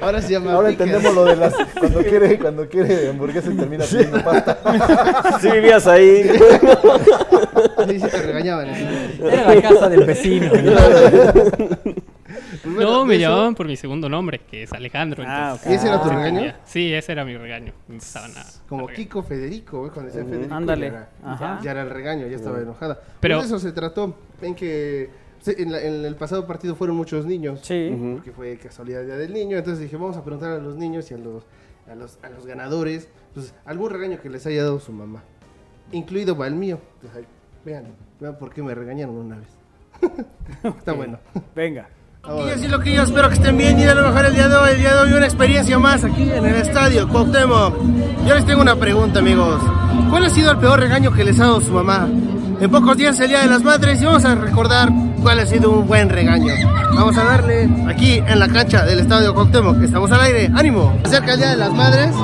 [SPEAKER 12] Ahora se llama
[SPEAKER 3] Ahora
[SPEAKER 12] Picker.
[SPEAKER 3] entendemos lo de las. Cuando quiere, cuando quiere hamburguesa y termina pidiendo pasta.
[SPEAKER 1] Sí vivías ahí.
[SPEAKER 12] Sí, sí te regañaban.
[SPEAKER 4] Era la casa del vecino.
[SPEAKER 12] Pues bueno,
[SPEAKER 8] No,
[SPEAKER 12] de
[SPEAKER 8] me
[SPEAKER 12] eso-
[SPEAKER 8] llamaban por mi segundo nombre, que es Alejandro.
[SPEAKER 2] Ah,
[SPEAKER 8] entonces,
[SPEAKER 2] ok.
[SPEAKER 12] ¿Y ese era tu
[SPEAKER 8] se
[SPEAKER 12] regaño?
[SPEAKER 8] ponía- Sí, ese era mi regaño. Me empezaban a-
[SPEAKER 12] Como Kiko Federico, ¿eh? cuando decía Federico.
[SPEAKER 2] Ándale.
[SPEAKER 12] Ya era,
[SPEAKER 2] Ajá.
[SPEAKER 12] ya era el regaño, ya estaba enojada. Pero
[SPEAKER 8] Pero-
[SPEAKER 12] de eso se trató. Ven que se- en, la- en el pasado partido fueron muchos niños.
[SPEAKER 2] Sí.
[SPEAKER 1] Ujú.
[SPEAKER 12] Porque fue casualidad el día del niño. Entonces dije, vamos a preguntar a los niños y a los, a los, a los ganadores. Pues algún regaño que les haya dado su mamá. Incluido va el mío. Pues, ahí, vean, vean por qué me regañaron una vez. Está bueno.
[SPEAKER 2] Venga.
[SPEAKER 12] Y es lo que yo espero que estén bien y de lo mejor el día de hoy. El día de hoy una experiencia más aquí en el estadio Cuauhtémoc. Yo les tengo una pregunta, amigos. ¿Cuál ha sido el peor regaño que les ha dado su mamá? En pocos días es el Día de las Madres y vamos a recordar cuál ha sido un buen regaño. Vamos a darle aquí en la cancha del estadio Cuauhtémoc. Estamos al aire. ¡Ánimo! Acerca del Día de las Madres,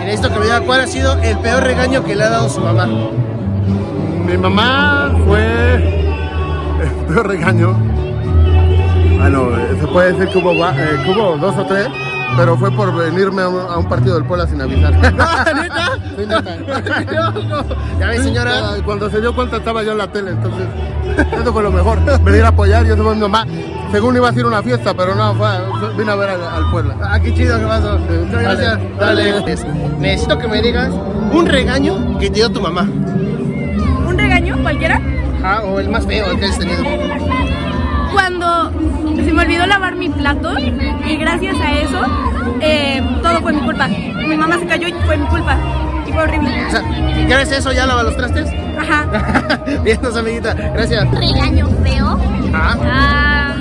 [SPEAKER 12] en esto que me diga cuál ha sido el peor regaño que le ha dado su mamá.
[SPEAKER 13] Mi mamá fue el peor regaño. Bueno, eh, se puede decir que hubo, va- eh, que hubo dos o tres, pero fue por venirme a un, a un partido del Puebla sin avisar.
[SPEAKER 12] Ah,
[SPEAKER 13] Sí, neta.
[SPEAKER 12] Ya ves, señora.
[SPEAKER 13] Ah, Cuando se dio cuenta estaba yo en la tele, entonces eso fue lo mejor. Venir a apoyar, yo soy mi mamá. Según iba a ir a una fiesta, pero no, fue- vine a ver al, al Puebla.
[SPEAKER 12] Ah, qué chido que pasó. Muchas gracias. Pues,
[SPEAKER 13] Dale.
[SPEAKER 12] Necesito que me digas un regaño que te dio tu mamá.
[SPEAKER 14] ¿Un regaño cualquiera?
[SPEAKER 12] Ah, o el más feo el que has tenido.
[SPEAKER 14] cuando se me olvidó lavar mi plato y gracias a eso eh, todo fue mi culpa. Mi mamá se cayó y fue mi culpa. Y fue horrible.
[SPEAKER 12] O sea, ¿crees eso? ¿Ya lava los trastes?
[SPEAKER 14] Ajá.
[SPEAKER 12] Bien, pues, amiguita, gracias.
[SPEAKER 15] Regaño feo.
[SPEAKER 12] Ah.
[SPEAKER 15] Ah,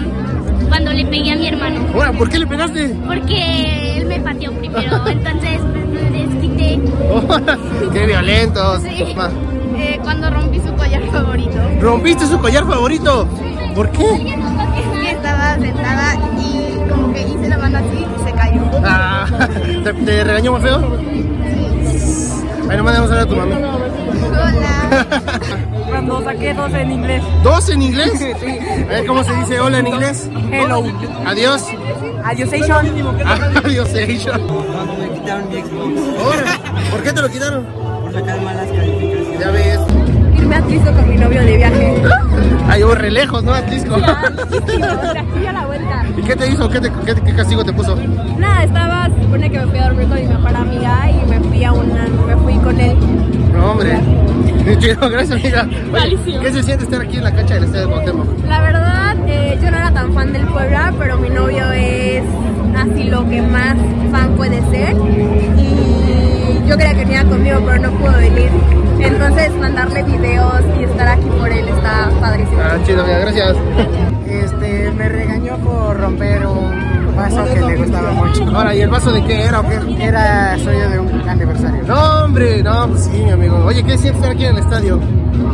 [SPEAKER 15] cuando le pegué a mi hermano.
[SPEAKER 12] Ahora, ¿por qué le pegaste?
[SPEAKER 15] Porque él me pateó primero, entonces pues, me desquité.
[SPEAKER 12] Oh. ¡Qué violentos!
[SPEAKER 15] Sí.
[SPEAKER 12] Ma,
[SPEAKER 14] Eh, cuando rompí su collar favorito.
[SPEAKER 12] ¿Rompiste su collar favorito? ¿Por qué?
[SPEAKER 14] Que Estaba sentada y como que hice la mano así y se cayó.
[SPEAKER 12] Ah, ¿te, te regañó más feo? Bueno, mandamos a hablar a tu mami.
[SPEAKER 16] Cuando saqué 12 en inglés.
[SPEAKER 12] ¿Dos en inglés? A ver, ¿cómo se dice hola en inglés?
[SPEAKER 16] Hello.
[SPEAKER 12] Adiós.
[SPEAKER 16] Adiós, Seishon.
[SPEAKER 12] Adiós, Seishon. Cuando me quitaron mi Xbox. ¿Por qué te lo quitaron? Por sacar malas calificaciones. Ya ves.
[SPEAKER 16] Irme a Tlisto con mi novio de viaje.
[SPEAKER 12] Ay, yo re lejos, ¿no? Atlisco.
[SPEAKER 16] Aquí a la vuelta.
[SPEAKER 12] ¿Y qué te hizo? ¿Qué, te- qué- qué castigo te puso?
[SPEAKER 16] Nada, estaba, se supone que me fui a dormir con mi mejor amiga y me fui a una, me fui con él.
[SPEAKER 12] No, hombre. Qué chido, gracias, amiga. Oye, ¿Qué se siente estar aquí en la cancha del Estadio Cuauhtémoc?
[SPEAKER 16] La verdad, eh, yo no era tan fan del Puebla, pero mi novio es así lo que más fan puede ser. Y yo quería que venía conmigo, pero no pudo venir. Entonces, mandarle videos y estar aquí por él está padrísimo.
[SPEAKER 12] Ah, chido, amiga, gracias.
[SPEAKER 17] Este, me regañó por romper un vaso que le gustaba mucho.
[SPEAKER 12] Ahora, ¿y el vaso de qué era o qué?
[SPEAKER 17] Era suyo de un aniversario.
[SPEAKER 12] No, hombre, no, pues sí, mi amigo. Oye, ¿qué sientes estar aquí en el estadio?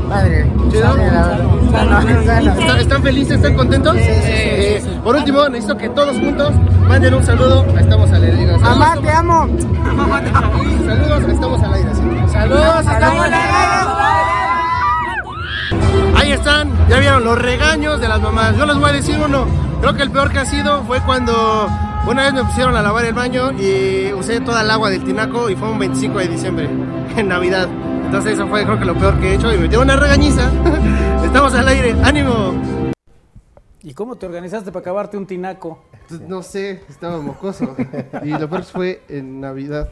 [SPEAKER 17] Padre.
[SPEAKER 12] ¿Chido?
[SPEAKER 17] Sí, la verdad. Sano, sano.
[SPEAKER 12] ¿Están, están felices? ¿Están contentos? Eh, Por último, necesito que todos juntos manden un saludo. Ahí Estamos al aire. Saludos,
[SPEAKER 17] Mamá,
[SPEAKER 12] estamos-
[SPEAKER 17] te amo.
[SPEAKER 12] Saludos, estamos al aire. Saludos, estamos al aire. Ahí están, ya vieron los regaños de las mamás. Yo les voy a decir uno. Creo que el peor que ha sido fue cuando una vez me pusieron a lavar el baño y usé toda el agua del tinaco y fue un 25 de diciembre, en Navidad. Entonces eso fue creo que lo peor que he hecho y me dio una regañiza. Estamos al aire, ánimo.
[SPEAKER 2] ¿Y cómo te organizaste para acabarte un tinaco?
[SPEAKER 12] No sé, estaba mocoso. Y lo peor fue en Navidad.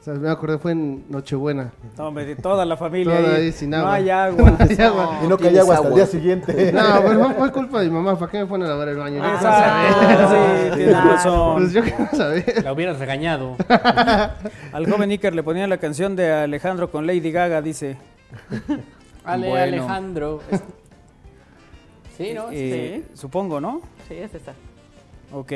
[SPEAKER 12] O sea, me acuerdo, fue en Nochebuena.
[SPEAKER 2] No, hombre, de toda la familia.
[SPEAKER 12] Todo
[SPEAKER 2] ahí.
[SPEAKER 12] ahí sin
[SPEAKER 2] No
[SPEAKER 12] agua.
[SPEAKER 2] hay agua.
[SPEAKER 12] No hay agua.
[SPEAKER 3] Y no caía
[SPEAKER 12] tienes
[SPEAKER 3] agua hasta el
[SPEAKER 12] agua.
[SPEAKER 3] día siguiente.
[SPEAKER 12] No, pero fue- fue culpa de mi mamá, ¿para qué me ponen a lavar el baño? Yo quiero
[SPEAKER 2] Exacto,
[SPEAKER 12] saber.
[SPEAKER 2] sí, tienes razón.
[SPEAKER 12] Pues yo quiero saber.
[SPEAKER 4] La hubieras regañado.
[SPEAKER 2] Al joven Iker le ponían la canción de Alejandro con Lady Gaga, dice.
[SPEAKER 4] Ale,
[SPEAKER 2] Bueno.
[SPEAKER 4] Alejandro. Es- Sí, ¿no? Este,
[SPEAKER 2] Eh, Supongo, ¿no?
[SPEAKER 5] Sí, es esa.
[SPEAKER 2] Ok.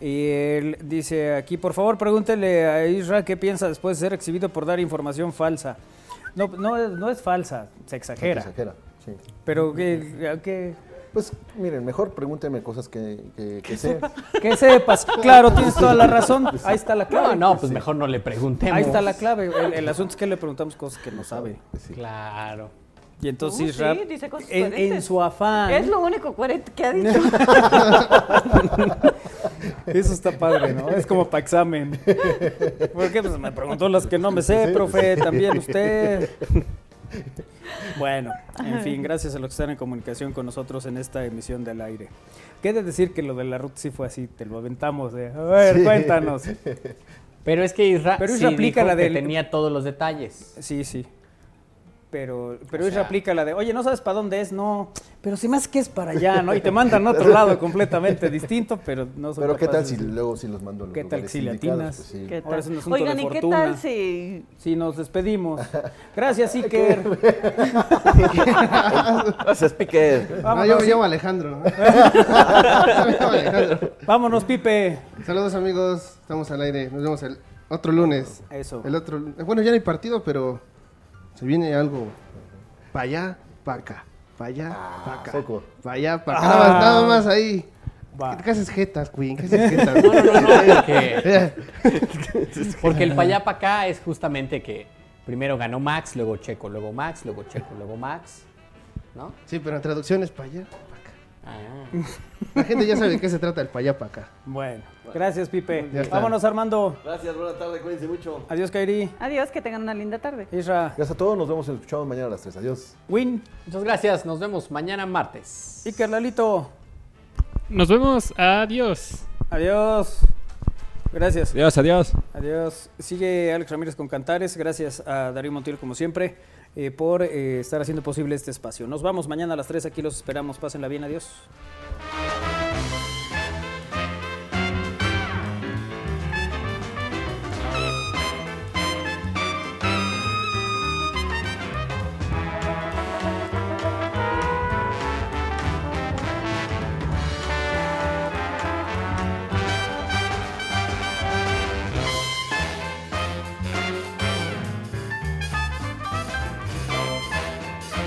[SPEAKER 2] Y él dice aquí, por favor, pregúntele a Isra qué piensa después de ser exhibido por dar información falsa. No, no, no es falsa, se exagera.
[SPEAKER 3] Exagera, sí.
[SPEAKER 2] Pero que, que,
[SPEAKER 3] Pues miren, mejor pregúntenme cosas que, que, que sé.
[SPEAKER 2] que sepas, claro, tienes toda la razón. Ahí está la clave.
[SPEAKER 4] Pues No, no, pues mejor no le preguntemos.
[SPEAKER 2] Ahí está la clave. El, el asunto es que le preguntamos cosas que no sabe.
[SPEAKER 4] Claro.
[SPEAKER 2] Y entonces
[SPEAKER 5] Uh, sí,
[SPEAKER 2] Isra,
[SPEAKER 5] dice cosas
[SPEAKER 2] en,
[SPEAKER 5] coherentes.
[SPEAKER 2] en su afán,
[SPEAKER 5] Es lo único coherente que ha dicho.
[SPEAKER 2] Eso está padre, ¿no? Es como para examen. Porque pues, me preguntó las que no me sé,
[SPEAKER 3] Sí,
[SPEAKER 2] profe,
[SPEAKER 3] sí.
[SPEAKER 2] también usted. Bueno, en fin, gracias a los que están en comunicación con nosotros en esta emisión del aire. Quede decir que lo de la ruta sí fue así, te lo aventamos. de, A ver,
[SPEAKER 4] Sí.
[SPEAKER 2] cuéntanos.
[SPEAKER 4] Pero es que Isra,
[SPEAKER 2] Pero
[SPEAKER 4] sí
[SPEAKER 2] Isra aplica
[SPEAKER 4] dijo
[SPEAKER 2] la
[SPEAKER 4] que
[SPEAKER 2] del-
[SPEAKER 4] tenía todos los detalles.
[SPEAKER 2] Sí, sí. Pero, pero
[SPEAKER 4] O
[SPEAKER 2] ella
[SPEAKER 4] sea-
[SPEAKER 2] aplica la de, oye, no sabes para dónde es, no, pero si más que es para allá, ¿no? Y te mandan a otro lado completamente distinto, pero no son
[SPEAKER 3] Pero qué tal
[SPEAKER 2] capaces
[SPEAKER 3] si
[SPEAKER 2] de-
[SPEAKER 3] luego si los mando a los
[SPEAKER 2] ¿Qué tal
[SPEAKER 3] lugares
[SPEAKER 2] si le
[SPEAKER 3] indicados?
[SPEAKER 2] atinas?
[SPEAKER 3] Pues, sí.
[SPEAKER 2] ¿Qué
[SPEAKER 5] tal?
[SPEAKER 2] Ahora es un asunto
[SPEAKER 5] Oigan,
[SPEAKER 2] de
[SPEAKER 5] ¿y qué
[SPEAKER 2] fortuna.
[SPEAKER 5] tal si-
[SPEAKER 2] nos despedimos? Gracias, Iker.
[SPEAKER 1] Gracias, Piquer.
[SPEAKER 12] No, yo me llamo Alejandro.
[SPEAKER 2] Vámonos, Pipe.
[SPEAKER 12] Saludos, amigos. Estamos al aire. Nos vemos el otro lunes.
[SPEAKER 2] Eso.
[SPEAKER 12] El otro, lu- bueno, ya no hay partido, pero se viene algo. Para allá, para acá. Para allá,
[SPEAKER 3] Ah,
[SPEAKER 12] para acá. Para allá,
[SPEAKER 4] Ah.
[SPEAKER 12] para acá. Nada
[SPEAKER 2] Ah.
[SPEAKER 12] más- Nada más ahí. ¿Qué haces jetas, Queen? ¿Qué haces jetas?
[SPEAKER 4] No, no, no, no, porque, porque el payá para acá es justamente que primero ganó Max, luego Checo, luego Max, luego Checo, luego Max, ¿no? Ah.
[SPEAKER 12] Sí, pero en traducción es para allá, para acá. La gente ya sabe de qué se trata el para allá, para acá.
[SPEAKER 2] Bueno, gracias, Pipe.
[SPEAKER 12] Ya está.
[SPEAKER 2] Vámonos, Armando.
[SPEAKER 1] Gracias, buena tarde, cuídense mucho.
[SPEAKER 2] Adiós, Kairi.
[SPEAKER 5] Adiós, que tengan una linda tarde.
[SPEAKER 2] Isra.
[SPEAKER 3] Gracias a todos, nos vemos y nos escuchamos mañana a las 3. Adiós.
[SPEAKER 2] Win.
[SPEAKER 4] Muchas gracias, nos vemos mañana martes.
[SPEAKER 2] Iker Lalito.
[SPEAKER 8] Nos vemos, adiós.
[SPEAKER 2] Adiós. Gracias.
[SPEAKER 6] Adiós, adiós.
[SPEAKER 2] Adiós. Sigue Alex Ramírez con Cantares. Gracias a Darío Montiel, como siempre, eh, por eh, estar haciendo posible este espacio. Nos vamos mañana a las 3. Aquí los esperamos. Pásenla bien. Adiós.